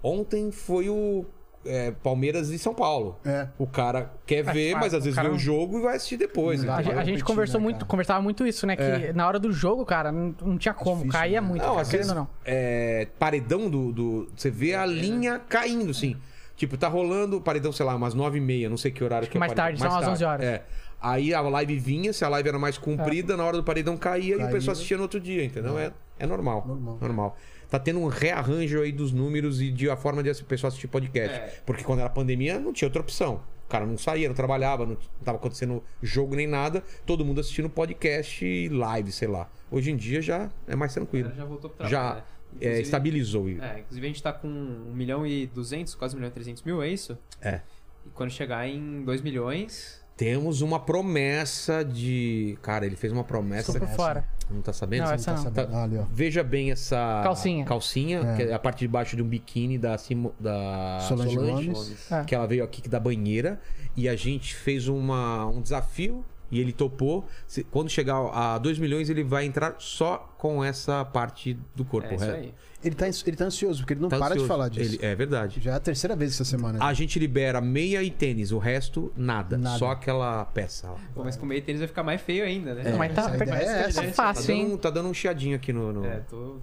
ontem foi o é, Palmeiras e São Paulo. É. O cara quer ver, claro, mas, às o vezes, cara vê o não- jogo e vai assistir depois. Não A, dá entendeu? gente- a gente Repetir, conversou né, muito, cara? conversava muito isso, né? Que na hora do jogo, cara, não, não tinha como, Difícil, caía né? muito, É. Não, cara, às querendo vezes, ou não. é, paredão do, do- Você vê É, né? a linha caindo, assim. Tipo, tá rolando o paredão, sei lá, umas 9h30, não sei que horário que é o mais tarde, paredão. são umas 11 horas. É. É. Aí a live vinha, se a live era mais comprida, na hora do paredão caía, e o Caía. pessoal assistia no outro dia, entendeu? É, é normal, normal. Normal. Tá tendo um rearranjo aí dos números e de a forma de o pessoal assistir podcast. É. Porque quando era pandemia, não tinha outra opção. O cara não saía, não trabalhava, não não tava acontecendo jogo nem nada. Todo mundo assistindo podcast e live, sei lá. Hoje em dia já é mais tranquilo Ela já voltou pro trabalho. já né? é, Inclusive- estabilizou. o- É, inclusive a gente tá com 1 milhão e 200, quase 1 milhão e 300 mil, é isso? É. E quando chegar em 2 milhões. Temos uma promessa de. Cara, ele fez uma promessa. Estou por fora. Não tá sabendo? Não, Você essa tá não. sabendo? Ah, ali, ó. Veja bem essa Calcinha. calcinha, que é a parte de baixo de um biquíni da, Simo- da Solange Ah, Solange, Gomes. É. que ela veio aqui da banheira e a gente fez uma, um desafio E ele topou. Se- Quando chegar a 2 milhões, ele vai entrar só com essa parte do corpo. É isso né? aí. Ele tá, ans- ele tá ansioso, porque ele não Tá para de ansioso. falar disso. Ele- Ah, é verdade. Já é a terceira vez essa semana. A gente libera meia e tênis, o resto, nada. Nada. Só aquela peça. lá. Pô, mas com meio tênis vai ficar mais feio ainda, né? Mas tá, essa ideia é tá essa. Tá Tá fácil, dando, hein? um- tá dando um chiadinho aqui no. no- É, tô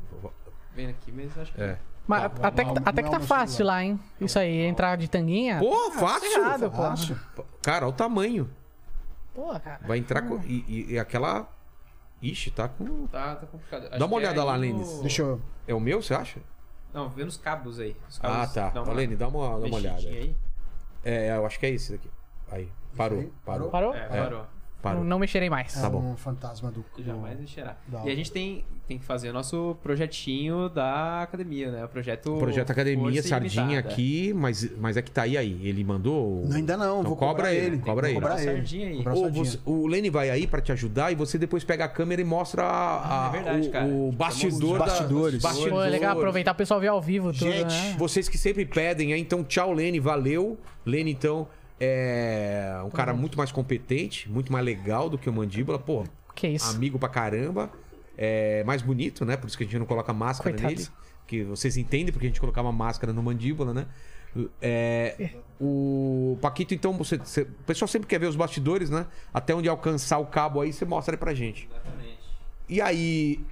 vendo aqui, mas acho que. É. Mas Não, não, até que, tá- não até é que o tá meu fácil celular. lá, hein? Isso aí, entrar de tanguinha. Pô, fácil! Fácil, Ah, pô. Cara, olha o tamanho. Pô, cara. Vai entrar Ah. com. E, e- e aquela. Ixi, tá com. Tá, tá complicado. Acho Dá uma que é olhada lá, aí Lênis. no- Deixa eu. É o meu, você acha? Não, vê nos cabos aí. Os Ah, cabos, tá. É dá uma Lene, dá uma, dá uma olhada. mexidinha Aí. É, eu acho que é esse daqui. Aí. Parou, Aí, parou, parou. Parou? É, parou. Não, não mexerei mais. Tá é bom. um fantasma do. E Jamais mexerá. Dá. E a gente tem, tem que fazer o nosso projetinho da academia, né? O projeto. O Projeto Academia, Força Sardinha Ilimitada. aqui, mas, mas é que tá aí aí. Ele mandou. o- Não, ainda não. Então vou cobra cobrar ele, ele. cobra Vou ele. Cobrar Dá uma ele. sardinha aí. Cobrar Ou sardinha. você- o Lenny vai aí pra te ajudar e você depois pega a câmera e mostra a- a- É verdade, o- cara. o, bastidor Os da- bastidores. Pô, é legal aproveitar o pessoal ver ao vivo tudo, Gente, né? Ah. vocês que sempre pedem, aí, então tchau, Lene, valeu. Lene, então, é um Uhum. cara muito mais competente, muito mais legal do que o Mandíbula, pô, Que isso. amigo pra caramba. É mais bonito, né? Por isso que a gente não coloca máscara Coitado. nele. Que vocês entendem porque a gente colocava máscara no Mandíbula, né? É, o Paquito, então, você, você- o pessoal sempre quer ver os bastidores, né? Até onde alcançar o cabo aí, você mostra aí pra gente. E aí,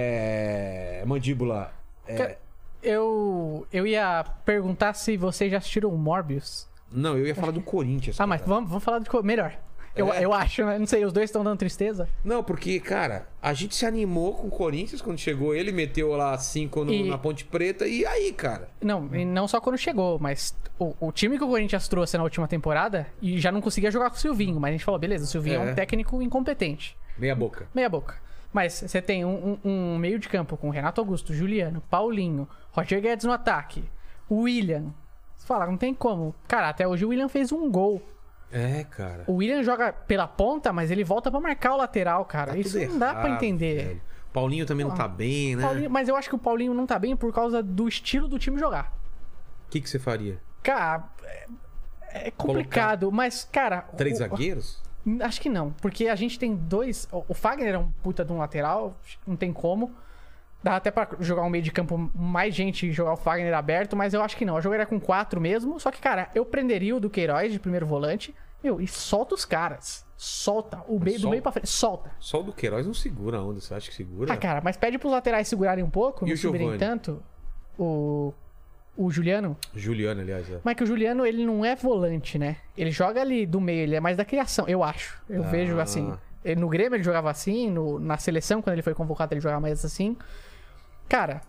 é, Mandíbula, é, Ca- Eu, eu ia perguntar se vocês já assistiram o Morbius. Não, eu ia falar do Corinthians. Ah, mas cara. vamos, vamos falar de co- melhor. Eu, É. eu acho, né? Não sei, os dois estão dando tristeza. Não, porque, cara, a gente se animou com o Corinthians quando chegou ele, meteu lá cinco no- E- na Ponte Preta, e aí, cara? Não, Hum. e não só quando chegou, mas o, o time que o Corinthians trouxe na última temporada e já não conseguia jogar com o Silvinho, mas a gente falou, beleza, o Silvinho é, É. um técnico incompetente. Meia boca. Meia boca. Mas você tem um, um- um meio de campo com Renato Augusto, Juliano, Paulinho, Roger Guedes no ataque, William. Você fala, não tem como. Cara, até hoje o William fez um gol. É, cara. O William joga pela ponta, mas ele volta pra marcar o lateral, cara. Tá Isso tudo não dá pra errado, entender. velho. Paulinho também não tá bem, né? O Paulinho- mas eu acho que o Paulinho não tá bem por causa do estilo do time jogar. que, que você faria? Cara, é, é complicado, mas, cara. Três o- zagueiros? Acho que não, porque a gente tem dois. O o Fagner é um puta de um lateral, não tem como. Dá até pra jogar um meio de campo mais gente e jogar o Fagner aberto, mas eu acho que não. Eu jogaria com quatro mesmo. Só que, cara, eu prenderia o Duqueiroz de primeiro volante. Meu, e solta os caras. Solta. O meio do Sol- meio pra frente. Solta. Só o do Queiroz não segura a onda, você acha que segura? Ah, cara, mas pede pros laterais segurarem um pouco, E não o subirem Giovani? tanto. O. O Juliano. Juliano, aliás. É. Mas que o Juliano, ele não é volante, né? Ele joga ali do meio, ele é mais da criação, eu acho. Eu Ah. vejo assim. Ele- no Grêmio ele jogava assim, no- na seleção, quando ele foi convocado, ele jogava mais assim. Cara,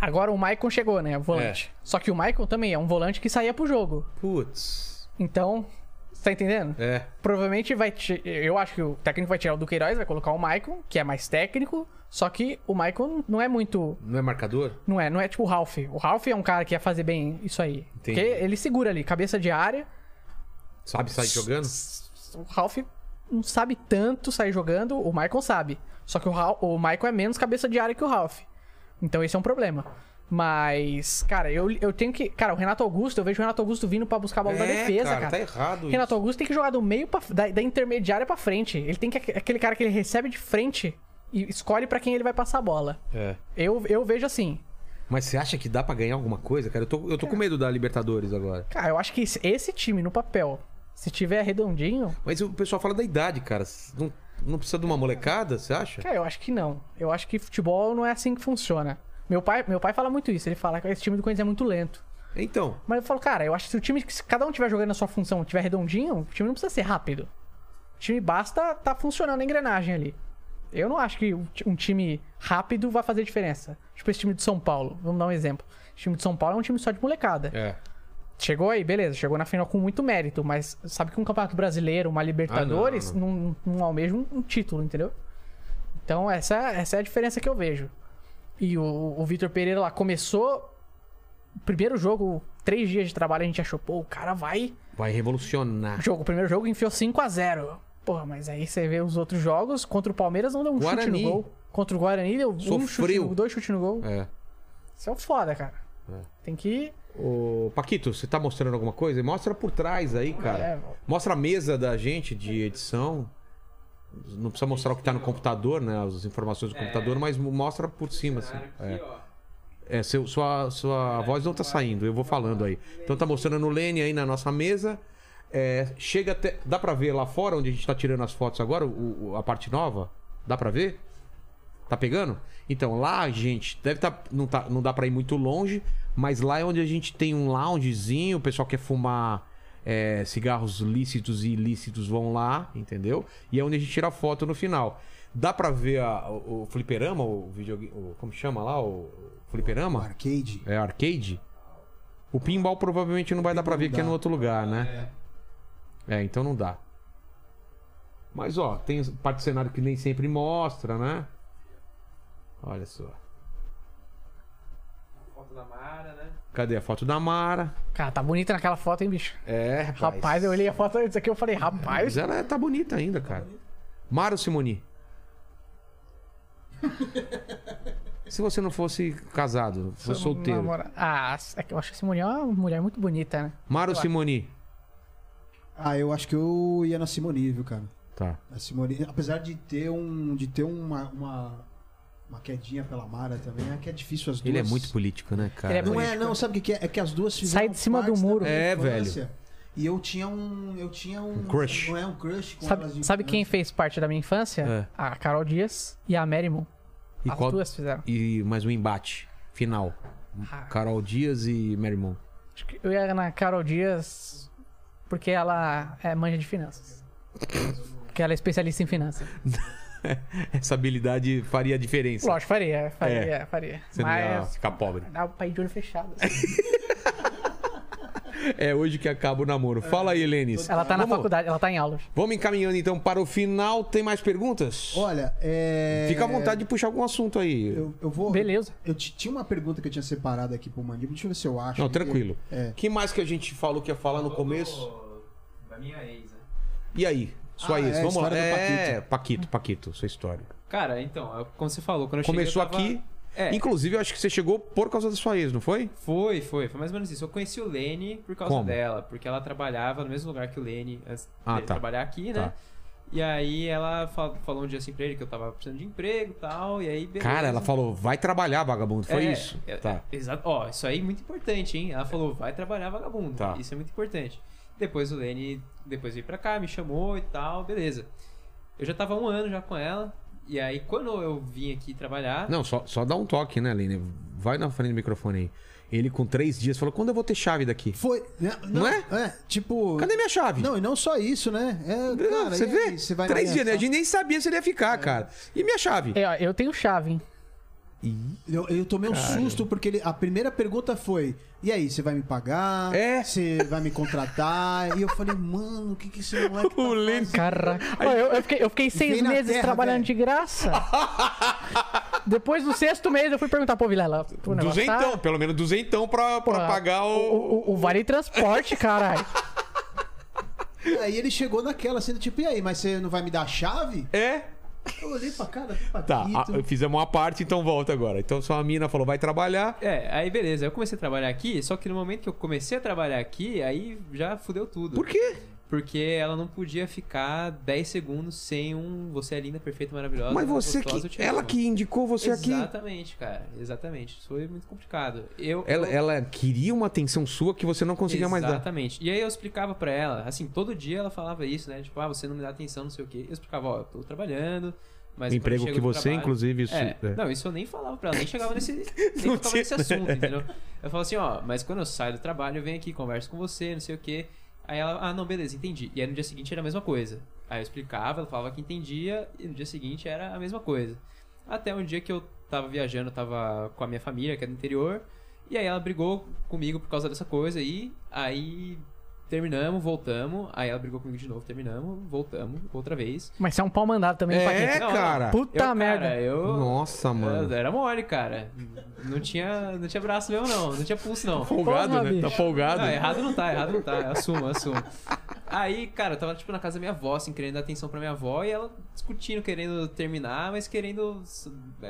agora o Maicon chegou, né? Volante. Só que o Maicon também é um volante que saía pro jogo. Putz. Então, você tá entendendo? É. Provavelmente vai. ti- Eu acho que o técnico vai tirar o Duqueiroz, vai colocar o Maicon, que é mais técnico. Só que o Maicon não é muito Não é marcador? não é, não é tipo o Ralph. O Ralph é um cara que ia fazer bem isso aí. Entendi. Porque ele segura ali, cabeça de área. Sabe sair jogando? O Ralph não sabe tanto sair jogando, o Michael sabe. Só que o, Ralph, o Michael é menos cabeça de área que o Ralph. Então esse é um problema. Mas, cara, eu, eu tenho que. Cara, o Renato Augusto, eu vejo o Renato Augusto vindo pra buscar a bola da É, defesa, cara. Tá errado Renato Augusto tem que jogar do meio pra, da, da intermediária pra frente. Ele tem que aquele cara que ele recebe de frente e escolhe pra quem ele vai passar a bola. isso. É. Eu, eu vejo assim. Mas você acha que dá pra ganhar alguma coisa, cara? Eu tô, É. eu tô com medo da Libertadores agora. Cara, eu acho que esse, esse time no papel, se tiver redondinho, Mas o pessoal fala da idade, cara. Não, não precisa de uma molecada, você acha? cara, eu acho que não. Eu acho que futebol não é assim que funciona. Meu pai, meu pai fala muito isso, ele fala que esse time do Corinthians é muito lento. Então, Mas eu falo, cara, eu acho que se o time, se cada um tiver jogando a sua função, tiver redondinho, o time não precisa ser rápido. O time basta tá funcionando a engrenagem ali. Eu não acho que um ti- um time rápido vai fazer diferença. Tipo esse time de São Paulo, vamos dar um exemplo. Esse time de São Paulo é um time só de molecada. é. Chegou aí, beleza, chegou na final com muito mérito, mas sabe que um campeonato brasileiro, uma Libertadores, Ah, não, não, almeja um, um título, entendeu? Então essa, essa é a diferença que eu vejo. E o, o Vitor Pereira lá começou. o Primeiro jogo, três dias de trabalho, a gente achou, pô, o cara vai. Vai revolucionar. Jogo, o primeiro jogo enfiou 5 a 0 Porra, mas aí você vê os outros jogos, contra o Palmeiras não deu um Guarani. chute no gol. Contra o Guarani deu um chute Sofreu. no, dois chutes no gol. É. Isso é um foda, cara. Tem que. Ô, Paquito, você tá mostrando alguma coisa? Mostra por trás aí, cara. É. Mostra a mesa da gente de edição. Não precisa mostrar o que tá no computador, né? As informações do computador, mas mostra por cima, assim. Aqui, É. ó. É, seu- sua, sua voz não tá saindo, eu vou falando aí. Então tá mostrando no Lene aí na nossa mesa. É, chega até. Dá pra ver lá fora onde a gente tá tirando as fotos agora, o- o- a parte nova? Dá pra ver? Tá pegando? Então, lá, gente, deve tá, não, tá, não dá pra ir muito longe, mas lá é onde a gente tem um loungezinho, o pessoal quer fumar é, cigarros lícitos e ilícitos vão lá, entendeu? E é onde a gente tira a foto no final. Dá pra ver a- o, o fliperama, o videogame. o- Como chama lá? O fliperama? Arcade. É arcade? O pinball provavelmente não vai dar pra ver que é no outro lugar, né? É, então não dá. Mas ó, tem parte do cenário que nem sempre mostra, né? Olha só. Foto da Mara, né? Cadê a foto da Mara? Cara, tá bonita naquela foto, hein, bicho? É, Rapaz, eu olhei a foto antes aqui eu falei, rapaz. Mas ela é- tá bonita ainda, cara. Mara ou Simoni? Se você não fosse casado, fosse é solteiro. namora- Ah, é que eu acho que Simone é uma mulher muito bonita, né? Mara ou Simoni? Ah, eu acho que eu ia na Simone, viu, cara? Tá. A Simone, apesar de ter um, de ter uma, uma, uma quedinha pela Mara também, é que é difícil as duas. Ele é muito político, né, cara? Ele é Não político. é, não, sabe o que que é? É que as duas fizeram Sai de cima parte do muro. da minha É, velho. infância. E eu tinha um, eu tinha um, crush. Não é um crush com elas de Sabe, sabe quem infância. fez parte da minha infância? É. A Carol Dias e a Mary Moon. E As qual- duas fizeram. E mais um embate final. Ah. Carol Dias e Mary Moon. Acho que eu ia na Carol Dias porque ela é manja de finanças. Porque ela é especialista em finanças. Essa habilidade faria a diferença. Lógico, faria, faria, faria. É. Você não ia Mas ficar pobre. dá pra ir de olho fechado. assim. É hoje que acaba o namoro. Fala aí, Helenice. Ela tá na Vamos- faculdade, ela tá em aulas. Vamos encaminhando então para o final. Tem mais perguntas? Olha, é... Fica à vontade de puxar algum assunto aí. Eu, eu vou. Beleza. Eu ti- tinha uma pergunta que eu tinha separado aqui pro Mandíbula. Deixa eu ver se eu acho. Não, tranquilo. O É. que mais que a gente falou que ia falar no começo? Da minha ex, né? E aí? Só Ah, isso. é, a Vamos lá. história do É, Paquito, Paquito, sua história. Cara, então, é como você falou, quando eu Começou cheguei, eu aqui. tava... É, Inclusive, eu acho que você chegou por causa da sua ex, não foi? foi, foi, foi mais ou menos isso. Eu conheci o Lene por causa Como? dela, porque ela trabalhava no mesmo lugar que o Lene antes Ah, dele tá. trabalhar aqui, né? Tá. E aí ela fa- falou um dia assim pra ele que eu tava precisando de emprego e tal, e aí beleza. Cara, ela falou, vai trabalhar, vagabundo. Foi É, isso? é, Tá. é, Exato. Ó, isso aí é muito importante, hein? Ela falou, vai trabalhar vagabundo. Tá. Isso é muito importante. Depois o Lene, depois veio pra cá, me chamou e tal, beleza. Eu já tava há um ano já com ela, e aí quando eu vim aqui trabalhar... Não, só, só dá um toque, né, Lene? Vai na frente do microfone aí. Ele com três dias falou, quando eu vou ter chave daqui? Foi. né, Não, Não é? é? tipo. Cadê minha chave? Não, e não só isso, né? É, cara, você e É. vê? aí, Você vai tá? Três na- dias, né? A gente nem sabia se ele ia ficar, cara. E minha chave? É, ó, eu tenho chave, hein? Eu, eu tomei um susto porque ele- a primeira pergunta foi: E aí, você vai me pagar? É. Você vai me contratar? e eu falei: Mano, o que que esse moleque. Tá O Lene- Caraca. Ó, eu, eu fiquei, eu fiquei seis Vem na meses terra, trabalhando velho. de graça. Depois do sexto mês eu fui perguntar, pô, Vilela, o negócio tá- Duzentão, pelo menos duzentão pra, pra Pô, pagar o... O, o Vale Transporte, caralho. Aí ele chegou naquela, sendo tipo: E aí, mas você não vai me dar a chave? É? Eu olhei pra cara do Paquito. Tá, a- fizemos uma parte, então volta agora. Então sua mina falou, vai trabalhar. É, aí beleza, eu comecei a trabalhar aqui, só que no momento que eu comecei a trabalhar aqui, aí já fudeu tudo. Por quê? Porque ela não podia ficar 10 segundos sem um você é linda, perfeita, maravilhosa. Mas você gostosa, eu que... te Ela amo." que indicou você aqui. Exatamente, cara. Exatamente. Isso foi muito complicado. Eu, Ela, eu- ela queria uma atenção sua que você não conseguia mais dar. Exatamente. E aí eu explicava pra ela, assim, todo dia ela falava isso, né? Tipo, ah, você não me dá atenção, não sei o quê. Eu explicava, ó, eu tô trabalhando, mas. O quando emprego eu chego que do você, trabalho- inclusive, isso- É. é. Não, isso eu nem falava pra ela, nem chegava nesse, nem Não tocava tinha- É. nesse assunto, entendeu? Eu falava assim, ó, mas quando eu saio do trabalho, eu venho aqui, converso com você, não sei o quê. Aí ela, ah, não, beleza, entendi. E aí no dia seguinte era a mesma coisa. Aí eu explicava, ela falava que entendia, e no dia seguinte era a mesma coisa. Até um dia que eu tava viajando, eu tava com a minha família, que é do interior, e aí ela brigou comigo por causa dessa coisa aí, aí terminamos, voltamos, aí ela brigou comigo de novo, terminamos, voltamos, outra vez. Mas você é um pau mandado também, É, Paquito. Não, cara. Puta eu, cara, merda. eu... Nossa, mano. Eu Era mole, cara. Não tinha, não tinha braço mesmo, não. Não tinha pulso, não. Folgado, Porra, né? Tá bicho. folgado. Não, errado não tá, errado não tá. Eu Assumo, eu assumo. Aí, cara, eu tava, tipo, na casa da minha avó, assim, querendo dar atenção pra minha avó e ela discutindo, querendo terminar, mas querendo.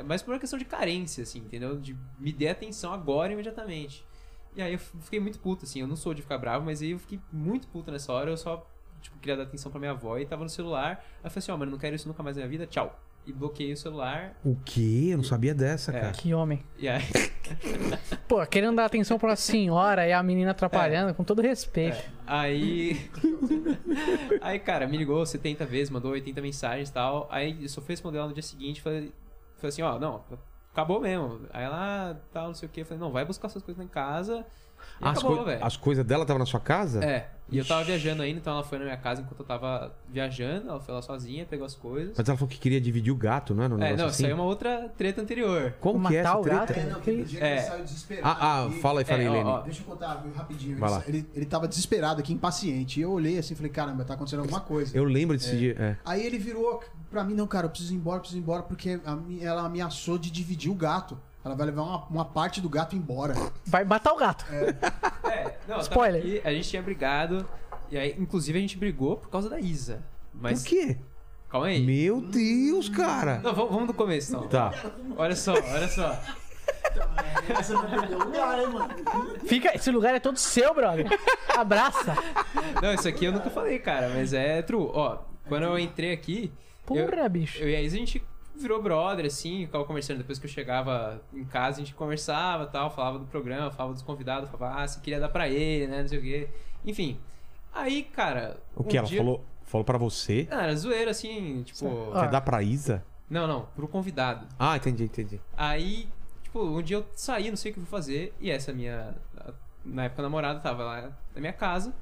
Mas por uma questão de carência, assim, entendeu? De me dê atenção agora imediatamente. E aí eu fiquei muito puto, assim, eu não sou de ficar bravo, mas aí eu fiquei muito puto nessa hora, eu só tipo, queria dar atenção pra minha avó e tava no celular. Aí eu falei assim, ó, mano, não quero isso nunca mais na minha vida, tchau. E bloqueei o celular. O quê? Eu não sabia dessa, É. cara. Que homem. E aí, Pô, querendo dar atenção pra senhora e a menina É. atrapalhando, com todo respeito. aí. aí, cara, me ligou 70 vezes, mandou 80 mensagens e tal. Aí eu só fui responder ela no dia seguinte, falei, falei assim, ó, não, acabou mesmo. Aí ela, "Ah, tal, não sei o que, falei, não, vai buscar suas coisas lá em casa. E As, acabou, né, coi- velho. as coisas dela estavam na sua casa? É, e eu tava viajando ainda, então ela foi na minha casa enquanto eu tava viajando, ela foi lá sozinha, pegou as coisas. Mas ela falou que queria dividir o gato, não era um É, negócio não, assim? isso aí é uma outra treta anterior. Como que é Matar essa o treta? gato? não, teve um dia que É. ele saiu desesperado. Ah, ah, aqui. fala aí, fala aí, É, ó, Helene. ó. Deixa eu contar viu, rapidinho. Vai lá. Ele, ele tava desesperado aqui, impaciente. E eu olhei assim e falei, caramba, tá acontecendo alguma coisa. Eu lembro desse dia. é. Aí ele virou pra mim, não, cara, eu preciso ir embora, eu preciso ir embora, porque a mi- ela ameaçou de dividir o gato. Ela vai levar uma, uma parte do gato embora. Vai matar o gato. É, não, eu tava Spoiler. aqui, a gente tinha brigado, e aí, inclusive, a gente brigou por causa da Isa. Mas, Por quê? calma aí. Meu Deus, cara. Não, vamos, vamos do começo, então. Tá. Olha só, olha só. Você não perdeu lugar, hein, mano? Fica, esse lugar é todo seu, brother. Abraça. Não, isso aqui eu nunca falei, cara, mas é true. Ó, quando eu entrei aqui, Porra, bicho. eu e a Isa, a gente virou brother, assim, ficava conversando depois que eu chegava em casa, a gente conversava tal, falava do programa, falava dos convidados, falava, ah, se queria dar pra ele, né, não sei o quê. Enfim. Aí, cara. O que um ela dia- falou? Falou pra você? Ah, era zoeira, assim, tipo. Ah. Quer dar pra Isa? Não, não, pro convidado. Ah, entendi, entendi. Aí, tipo, um dia eu saí, não sei o que eu fui fazer, e essa é minha. Na época namorada tava lá na minha casa.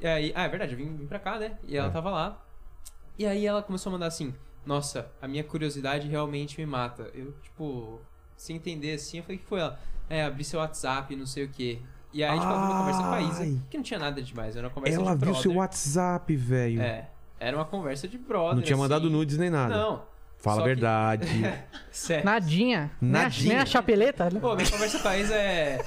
E aí. Ah, é verdade, eu vim, vim pra cá, né? E ela É. tava lá. E aí ela começou a mandar assim: Nossa, a minha curiosidade realmente me mata. Eu, tipo, sem entender assim, eu falei: O que foi ela? É, abri seu WhatsApp, não sei o que. E aí, tipo, ela teve uma conversa com a Ai. Isa, que não tinha nada demais, era uma conversa Ela de viu brother. seu WhatsApp, velho. É, era uma conversa de brother. né? Não tinha mandado assim. nudes nem nada. Não. Fala só a que- verdade. Sério. Nadinha. Nem a- Nadinha. Nem a chapeleta. né? Pô, minha conversa com a Isa é,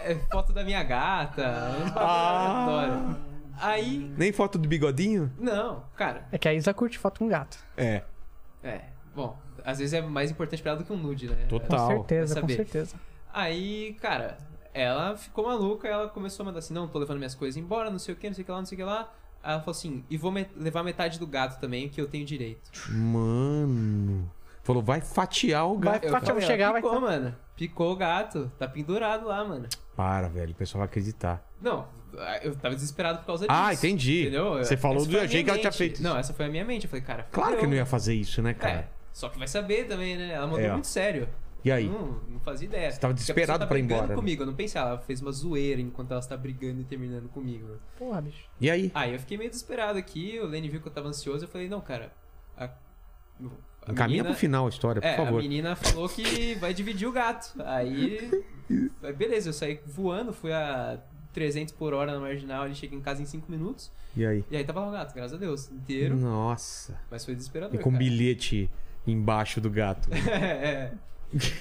é foto da minha gata, uns bagulho Ah. aleatório. Aí, Nem foto do bigodinho? não, cara, É que a Isa curte foto com gato. É. é, bom, às vezes é mais importante pra ela do que um nude, né? Com Total. Tal. certeza, Vai com saber. certeza. Aí, cara, ela ficou maluca, ela começou a mandar assim, não, tô levando minhas coisas embora, não sei o que, não sei o que lá, não sei o que lá. Aí Ela falou assim, e vou me- levar metade do gato também, que eu tenho direito. Mano. Falou, vai fatiar o gato. Vai pra falei, chegar, ela vai. tá picou, mano. Picou o gato, tá pendurado lá, mano. Para, velho. O pessoal vai acreditar. Não, eu tava desesperado por causa disso. Ah, entendi. Entendeu? Você falou Essa do foi a jeito minha que ela tinha mente. feito isso. Não, essa foi a minha mente. Eu falei, cara, Claro que fudeu. não ia fazer isso, né, É, cara? só que vai saber também, né? Ela mandou É. muito sério. E aí? Não, não fazia ideia. Você tava Porque a pessoa desesperado tá pra ir brigando embora, né? comigo, eu não pensei, ela fez uma zoeira enquanto ela está brigando e terminando comigo. né? Porra, bicho. E aí? Aí eu fiquei meio desesperado aqui, o Lenny viu que eu tava ansioso, eu falei, não, cara, a, a Encaminha menina- pro final a história, por é, favor. a menina falou que vai dividir o gato. Aí, aí beleza, eu saí voando, fui a 300 por hora na marginal, ele chega em casa em 5 minutos. E aí? E aí tava lá o gato, graças a Deus, inteiro, Nossa. mas foi desesperador. Hum. E com um cara. bilhete embaixo do gato. é, é.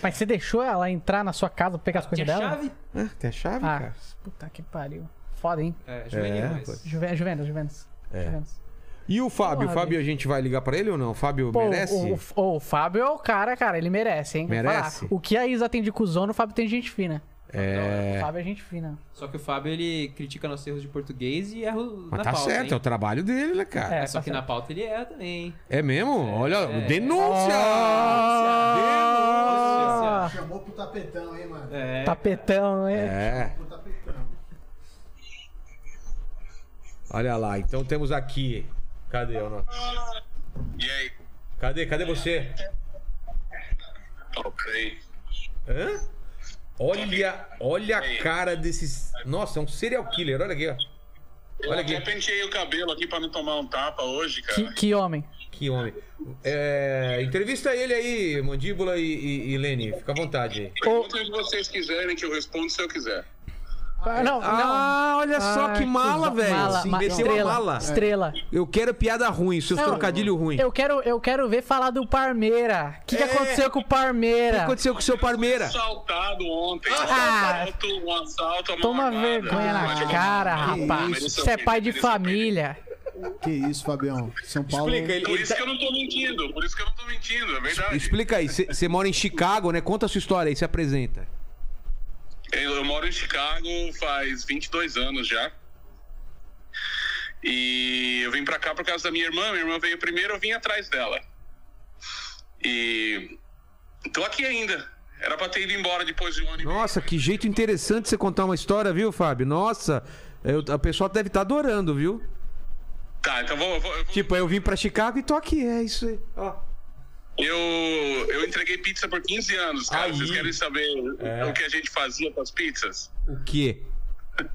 Mas você deixou ela entrar na sua casa pra pegar as coisas Tinha dela? chave? ah, tem a chave, Ah, cara? puta que pariu. Foda, hein? É, juvenil, É, mas- pô. Juve- Juventus, Juventus. É. Juventus. E o Fábio? O Porra, Fábio, a gente vai ligar pra ele ou não? O Fábio Pô, merece? o, o- o Fábio é o cara, cara, ele merece, hein? Vou Merece? falar. O que a Isa tem de cuzão, o Fábio tem de gente fina. É. O Fábio é gente fina. Só que o Fábio, ele critica nossos erros de português e erro Mas na tá pauta, certo, é o hein? trabalho dele, né, cara? É, Só tá que na pauta ele erra também, hein? É, mesmo? Olha, é. denúncia! Ah. Chamou pro tapetão, hein, mano? É, Tapetão, Denúncia! é. É. Pro tapetão. Olha lá, então temos aqui. Cadê o nosso? E aí? Cadê? Cadê você? Ok. Hã? Olha, olha a cara desses. Nossa, é um serial killer. Olha aqui, ó. Eu Olha até aqui. penteei o cabelo aqui pra não tomar um tapa hoje, cara. Que, que homem. Que homem. É, entrevista ele aí, Mandíbula e, e, e Lene. Fica à vontade aí. Pergunta o que vocês quiserem que eu respondo se eu quiser. Ah, Não, não. Ah, olha só Ah, que mala, zo- velho. Mala, ma- Meteu estrela, a mala. Estrela. Eu quero piada ruim, seus Não, trocadilho ruim. Eu quero, eu quero ver falar do Parmeira. O que, que É. aconteceu com o O que Parmeira? aconteceu com o seu Parmeira? Assaltado ontem. Tá. Ah! Um assalto, um assalto, a mão Toma armada. vergonha Mas na eu- cara, Que rapaz. isso? Isso é pai de Mereceu bem. família. Que isso, Fabião. São Paulo. Explica, ele, Por ele isso tá- que eu não tô mentindo, por isso que eu não tô mentindo, é verdade. Explica aí, você mora em Chicago, né? Conta a sua história aí, se apresenta. Eu, eu moro em Chicago faz 22 anos já. E eu vim pra cá por causa da minha irmã. Minha irmã veio primeiro, eu vim atrás dela. E tô aqui ainda. Era pra ter ido embora depois de um ano e meio. Nossa, que jeito interessante você contar uma história, viu, Fábio? Nossa, eu, a pessoa deve estar adorando, viu? Tá, então vou, eu vou, eu vou- Tipo, eu vim pra Chicago e tô aqui, é isso aí. Ó. Eu, eu entreguei pizza por 15 anos, cara. Aí. É. Vocês querem saber o que a gente fazia com as pizzas? O quê?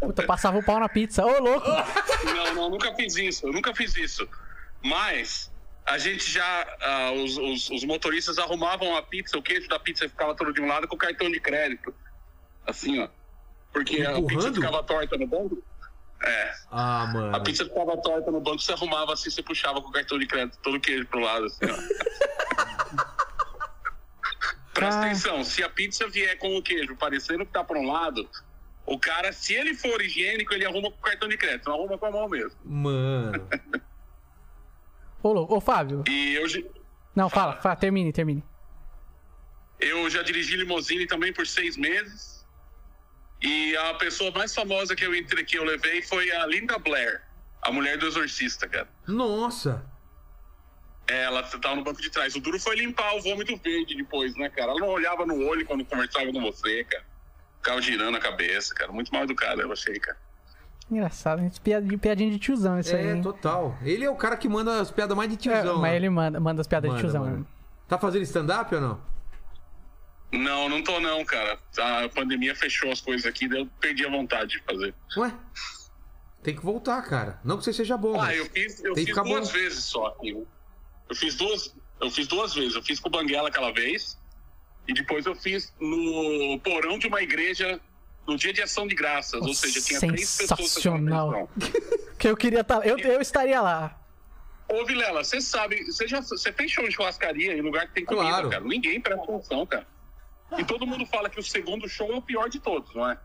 Puta, passava o pau na pizza. Ô, louco! Não, não, eu nunca fiz isso, eu nunca fiz isso. Mas a gente já, ah, os, os- os motoristas arrumavam a pizza, o queijo da pizza ficava todo de um lado com o cartão de crédito. Assim, ó. Porque a pizza Empurrando? ficava torta no banco. É, Ah, a mano. pizza ficava torta no banco, você arrumava assim, você puxava com o cartão de crédito todo o queijo pro lado, assim, ó. Presta Ah. atenção, se a pizza vier com o queijo parecendo que tá pra um lado, o cara, se ele for higiênico, ele arruma com o cartão de crédito, não arruma com a mão mesmo. Mano. Ô, louco. Ô, Fábio. E eu, ge- Não, fala, fala, termine, termine. Eu já dirigi limousine também por seis meses. E a pessoa mais famosa que eu, entre, que eu levei foi a Linda Blair, a mulher do exorcista, cara. Nossa. Ela tava no banco de trás. O duro foi limpar o vômito verde depois, né, cara? Ela não olhava no olho quando conversava com você, cara. Ficava girando a cabeça, cara. Muito mal educada, eu achei, cara. Engraçado, gente. Piadinha, piadinha de tiozão isso aí. É, hein? total. Ele é o cara que manda as piadas mais de É, tiozão. mas né? ele manda, manda as piadas Manda, de tiozão. manda. né? Tá fazendo stand-up ou não? Não, não tô não, cara. A pandemia fechou as coisas aqui, daí eu perdi a vontade de fazer. Ué? Tem que voltar, cara. Não que você seja bom. Ah, mas- eu fiz, eu tem que fiz ficar duas bom. vezes só aqui. Eu fiz duas, eu fiz duas vezes. Eu fiz com o Banguela aquela vez e depois eu fiz no porão de uma igreja no dia de ação de graças, ou seja, tinha três pessoas fazendo Sensacional. atenção. Que eu queria estar. Eu, eu estaria lá. Ô, Vilela, você sabe, você já você fez show de churrascaria em lugar que tem comida, Claro. cara. Ninguém presta atenção, cara. E todo mundo fala que o segundo show é o pior de todos, não é?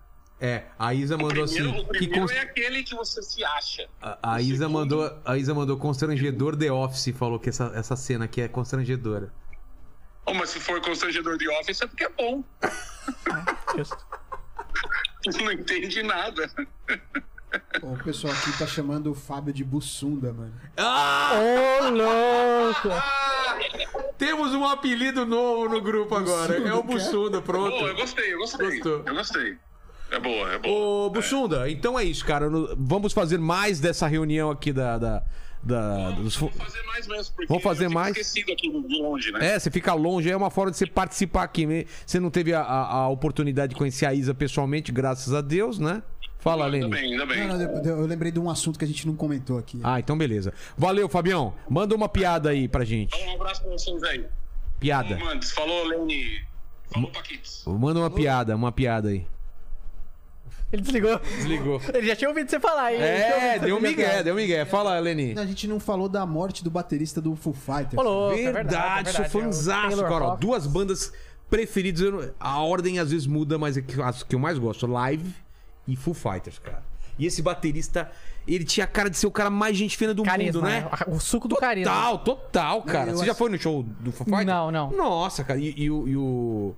É, a Isa O mandou primeiro, assim. o Que primeiro cons- é aquele que você se acha. a, a o Isa segundo- mandou, a Isa mandou constrangedor The Office, falou que essa, essa cena aqui é constrangedora. Oh, mas se for constrangedor de office é porque é bom. Justo. Não entende nada. Ó, O pessoal aqui tá chamando o Fábio de Bussunda, mano. Ah! Ô, louco! Temos um apelido novo no grupo agora. É o Bussunda, pronto. Boa, eu gostei, eu gostei. Gostou. Eu gostei. É boa, é boa. Ô, Bussunda, então é isso, cara. No- Vamos fazer mais dessa reunião aqui da. da, da- dos... fu- Vamos fazer mais mesmo, porque Vamos fazer eu fico mais? esquecido aqui de longe, né? É, você fica longe, é uma forma de você participar aqui. né? Você não teve a, a- a oportunidade de conhecer a Isa pessoalmente, graças a Deus, né? Fala, Ainda Lene. bem, ainda bem. Não, não, eu- eu lembrei de um assunto que a gente não comentou aqui. Ah, então beleza. Valeu, Fabião. Manda uma piada aí pra gente. Um abraço pra vocês aí. Piada. Mantes, falou, Lene. Falou, Paquitos. Manda uma piada, uma piada aí. Ele desligou. Desligou. Ele já tinha ouvido você falar, hein? É, Ele tinha deu ouvido você falar. migué, deu migué. Fala, Leni. A gente não falou da morte do baterista do Foo Fighters. Ô, louco, é Verdade, é sou fanzaço, Taylor cara. Ó, Hawkins. Duas bandas preferidas. eu não- A ordem às vezes muda, mas é que- as que eu mais gosto: Live e Full Fighters, cara. E esse baterista, ele tinha a cara de ser o cara mais gente fina do Carisma, mundo, né? né? O suco do carisma. Total, total, cara. eu Você já acho- foi no show do Foo Fighters? Não, não. Nossa, cara. E, e o. e o...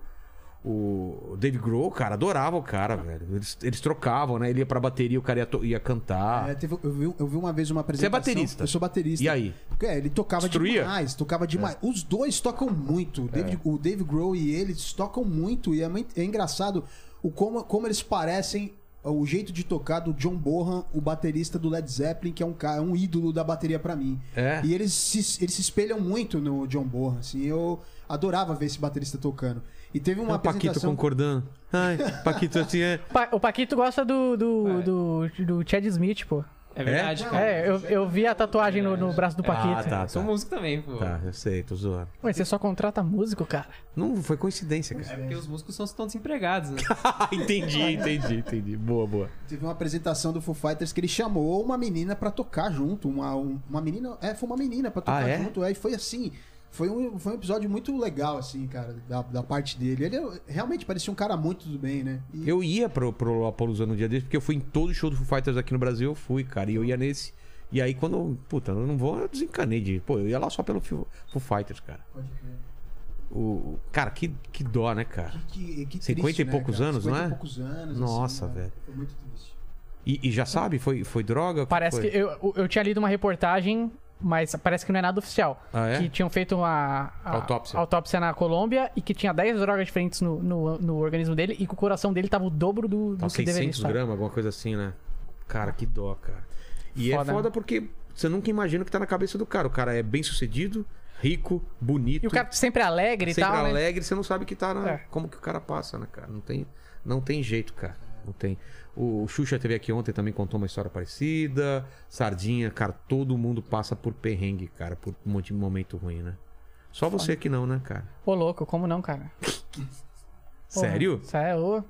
O Dave Grohl, cara, adorava o cara, velho. Eles, eles trocavam, né? Ele ia pra bateria, o cara ia, to- ia cantar. É, teve- eu, vi, eu vi uma vez Ah. uma é apresentação. baterista? Eu sou baterista. E aí? É, ele tocava Destruía? É. demais, tocava demais. Os dois tocam muito. O David, o Dave Grohl e eles tocam muito. E é, muito- é engraçado o como, como eles parecem o jeito de tocar do John Bonham, o baterista do Led Zeppelin, que é um cara, um ídolo da bateria pra mim. É. E eles se, eles se espelham muito no John Bonham, assim. Eu adorava ver esse baterista tocando. E teve uma o É um Paquito apresentação concordando. Ai, Paquito assim é. Pa- O Paquito gosta do, do, do, do Chad Smith, pô. É verdade, cara. É, eu, eu vi a tatuagem no, no braço do Paquito. Ah, tá, Sou tá. músico também, pô. Tá, eu sei, tô zoando. Ué, você só contrata músico, cara? Não, foi coincidência, cara. Porque os músicos são tão desempregados, né? Ah, entendi, entendi, entendi. Boa, boa. Teve uma apresentação do Foo Fighters que ele chamou uma menina pra tocar junto. Uma, um- uma menina. É, foi uma menina pra tocar Ah, é? junto. É, e foi assim. Foi um, foi um episódio muito legal, assim, cara, da, da parte dele. Ele é- realmente parecia um cara muito do bem, né? E Eu ia pro, pro Lollapalooza no dia desse, porque eu fui em todo show do Foo Fighters aqui no Brasil, eu fui, cara. E eu ia nesse. E aí, quando, puta, eu não vou, eu desencanei de. Pô, eu ia lá só pelo Foo Foo Fighters, cara. O, o- cara, que, que dó, né, cara? que, que triste, 50 e né, poucos cara? anos, 50 não é? e poucos anos. Nossa, cara. velho. Foi muito triste. E, e já sabe? Foi, foi droga? Parece foi? que. Eu, eu tinha lido uma reportagem, mas parece que não é nada oficial. Ah, é? Que tinham feito uma a- Autópsia. autópsia na Colômbia e que tinha 10 drogas diferentes no, no, no organismo dele e que o coração dele tava o dobro do, do Tava que deveria 600 estar. Tá gramas, alguma coisa assim, né? Cara, que dó, cara. E Foda, é né? foda porque você nunca imagina o que tá na cabeça do cara. O cara é bem sucedido, rico, bonito. E o cara sempre alegre e sempre tal. né? alegre, você não sabe que tá na- É. como que o cara passa, né, cara? Não tem, não tem jeito, cara. Não tem. O Xuxa teve aqui ontem também contou uma história parecida. Sardinha, cara, todo mundo passa por perrengue, cara, por um monte de momento ruim, né? Só você que não, né, cara? Ô, louco, como não, cara? Porra, é. Sério? Sério, ô.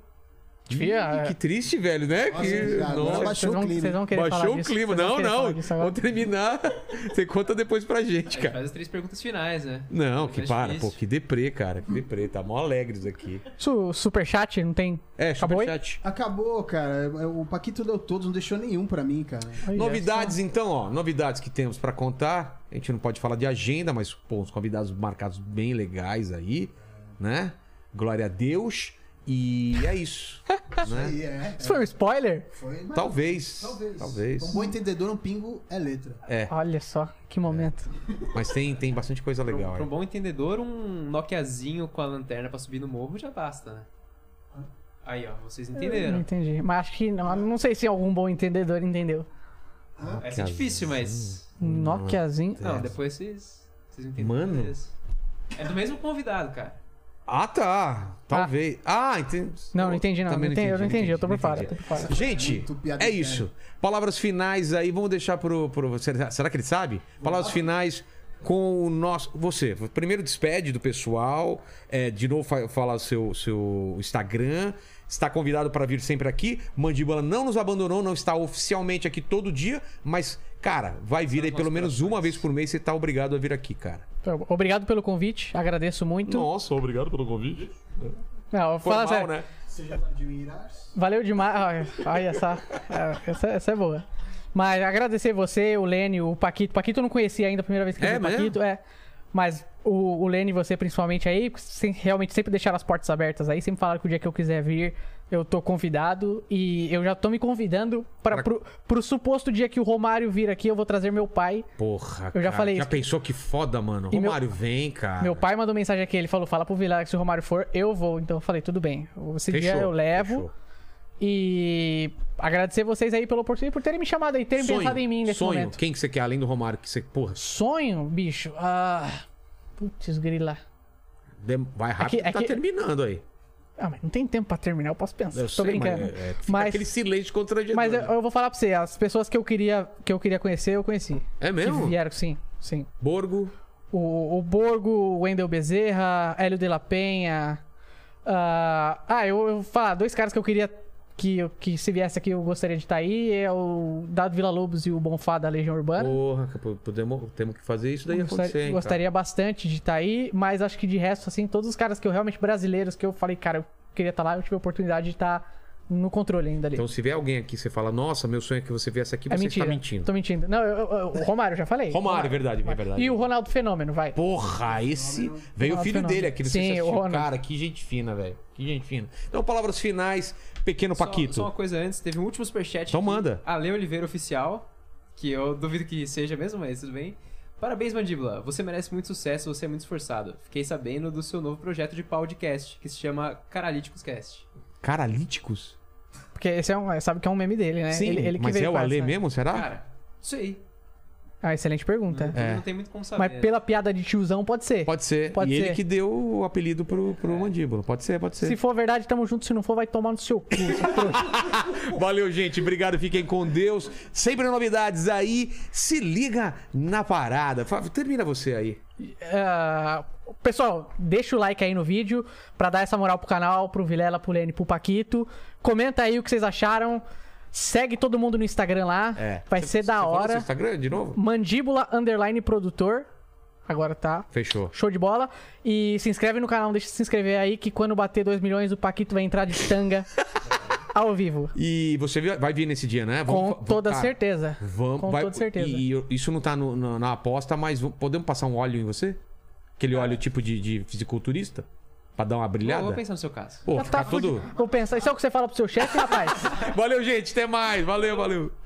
Ih, Fia, que triste, velho, né? que... cara, agora Nossa. vai Vocês Baixou vão, o clima. vocês vão querer falar Baixou o disso, clima. vocês vão Não, querer falar não. disso agora. Vamos terminar. Você conta depois pra gente, A gente cara. faz as três perguntas finais, né? Não, É que mais para, pô, difícil. que deprê, cara. Que deprê. Tá mó alegres aqui. Su superchat, não tem? É, Acabou aí? superchat. Acabou, É, cara. O Paquito leu todos, não deixou nenhum pra mim, cara. Olha Novidades, então, ó. Novidades que temos pra contar. A gente não pode falar de agenda, mas, pô, uns convidados marcados bem legais aí, né? Glória a Deus. E é isso. né? E é, só. Isso foi um spoiler? foi. mas- Talvez. Talvez. Talvez. Um bom entendedor, um pingo é letra. Olha só, que momento. Mas tem, tem bastante coisa Pra um- legal é. pra um aí. bom entendedor, um Nokiazinho com a lanterna pra subir no morro já basta, né? Aí, ó, vocês Não entenderam. entendi. Mas acho que não, não sei se algum bom entendedor entendeu. Essa é difícil, mas. Um Nokiazinho. Não, depois vocês. Vocês entendem. Mano. beleza. É do mesmo convidado, cara. Ah, tá. Talvez. Ah, entendi. Não, não entendi, não. Também Não entendi, eu não entendi, eu tô por fora. entendi. tô por fora. Gente, Muito piada é interna. isso. Palavras finais aí, vamos deixar pro. pro será será que ele sabe? Palavras finais com o nosso. Você, primeiro despede do pessoal, é, de novo fa- fala seu, seu Instagram. Está convidado para vir sempre aqui. Mandíbula não nos abandonou, não está oficialmente aqui todo dia, mas, cara, vai vir aí pelo menos uma vez por mês. Você tá obrigado a vir aqui, cara. Então, Obrigado pelo convite, agradeço muito. Nossa, obrigado pelo convite. Não, Foi fala sério. né? Seja tá tardio em irás. Valeu demais. Ai, Olha essa, é, essa. Essa é boa. Mas agradecer você, o Lene, o Paquito. Paquito eu não conhecia ainda, a primeira vez que eu É vi o mesmo? Paquito. É. Mas o, o Lene e você principalmente aí, sem- realmente sempre deixaram as portas abertas aí, sempre falaram que o dia que eu quiser vir, eu tô convidado. E eu já tô me convidando para pro, pro suposto dia que o Romário vir aqui, eu vou trazer meu pai. Porra, Eu já cara, falei Já isso. pensou que foda, mano? E meu- Romário, vem, cara. Meu pai mandou mensagem aqui, ele falou: fala pro Vilar que se o Romário for, eu vou. Então eu falei, tudo bem. Esse dia eu levo. fechou. E agradecer vocês aí pela oportunidade por terem me chamado aí, terem pensado em mim nesse sonho. momento. Quem que você quer além do Romário? Que você, porra, Sonho, bicho. Ah. Putz, grila. dem- vai rápido, É que- é tá que- terminando aí. Ah, mas não tem tempo pra terminar, eu posso pensar. Eu Tô sei, brincando. mas, é, é, fica Mas- aquele né? silêncio contraditório. Mas eu, eu vou falar pra você, as pessoas que eu queria, que eu queria conhecer, eu conheci. É Que mesmo? vieram, sim, sim. Borgo, O, o Borgo, o Wendel Bezerra, Hélio de la Penha. ah, ah, eu, eu vou falar, dois caras que eu queria que, eu- que se viesse aqui eu gostaria de estar aí, é o Dado Vila Lobos e o Bonfá da Legião Urbana. porra, que po- podemos, temos que fazer isso daí Gostaria, acontecer, hein, gostaria bastante de estar aí, mas acho que de resto, assim, todos os caras que eu realmente brasileiros que eu falei, cara, eu queria estar lá, eu tive a oportunidade de estar no controle ainda ali. Cara. Então, se vier alguém aqui, você fala, nossa, meu sonho é que você viesse aqui, é você mentira. está mentindo. Tô mentindo. Não, eu- eu- eu- o Romário, eu já falei. Romário, é verdade, é verdade. E o Ronaldo Fenômeno, vai. Porra, esse. Veio o filho Ronaldo Fenômeno. dele aqui, não sei Sim, se você o assistiu. Ronaldo. Cara, que gente fina, velho. Que gente fina. Então, palavras finais, pequeno Só- Paquito. Só, uma coisa antes, teve um último superchat. Então aqui, manda. Ale Oliveira Oficial, que eu duvido que seja mesmo, mas tudo bem. Parabéns, Mandíbula. Você merece muito sucesso, você é muito esforçado. Fiquei sabendo do seu novo projeto de podcast, que se chama Caralíticos Cast. Caralíticos? Porque esse é um. Sabe que é um meme dele, né? Sim, ele, ele que mas veio é o com Ale essa. mesmo, será? Cara, isso aí. Ah, excelente pergunta. Não, É. não tem muito como saber. Mas pela piada de tiozão, pode ser. Pode ser. Pode e ser. É. ele que deu o apelido pro, pro mandíbula. Pode ser, pode ser. Se for verdade, tamo junto. Se não for, vai tomar no seu cu. seu trouxa. Ah, Valeu, gente. Obrigado. Fiquem com Deus. Sempre novidades aí. Se liga na parada. Fa- Termina você aí. Ah, pessoal, deixa o like aí no vídeo pra dar essa moral pro canal, pro Vilela, pro Lene, pro Paquito. Comenta aí o que vocês acharam. Segue todo mundo no Instagram lá. Vai Você- ser você da falou seu hora. Instagram de Hum. novo? Mandíbula underline produtor. Agora tá. Fechou. Show de bola. E se inscreve no canal, não deixa de se inscrever aí que quando bater 2 milhões o Paquito vai entrar de tanga ao vivo. E você vi- vai vir nesse dia, né? Com fa- toda cara, certeza. Vamos, Com vai- toda certeza. E eu- isso não tá no- na, na aposta, mas v- podemos passar um óleo em você? Aquele óleo tipo de, de fisiculturista? Pra dar uma É. Vou, vou brilhada? pensar no seu caso. Pô, Já ficar tá todo. fudido. Vou pensar, isso é o que você fala pro seu chefe, rapaz? Valeu, gente. Até mais. Valeu, valeu.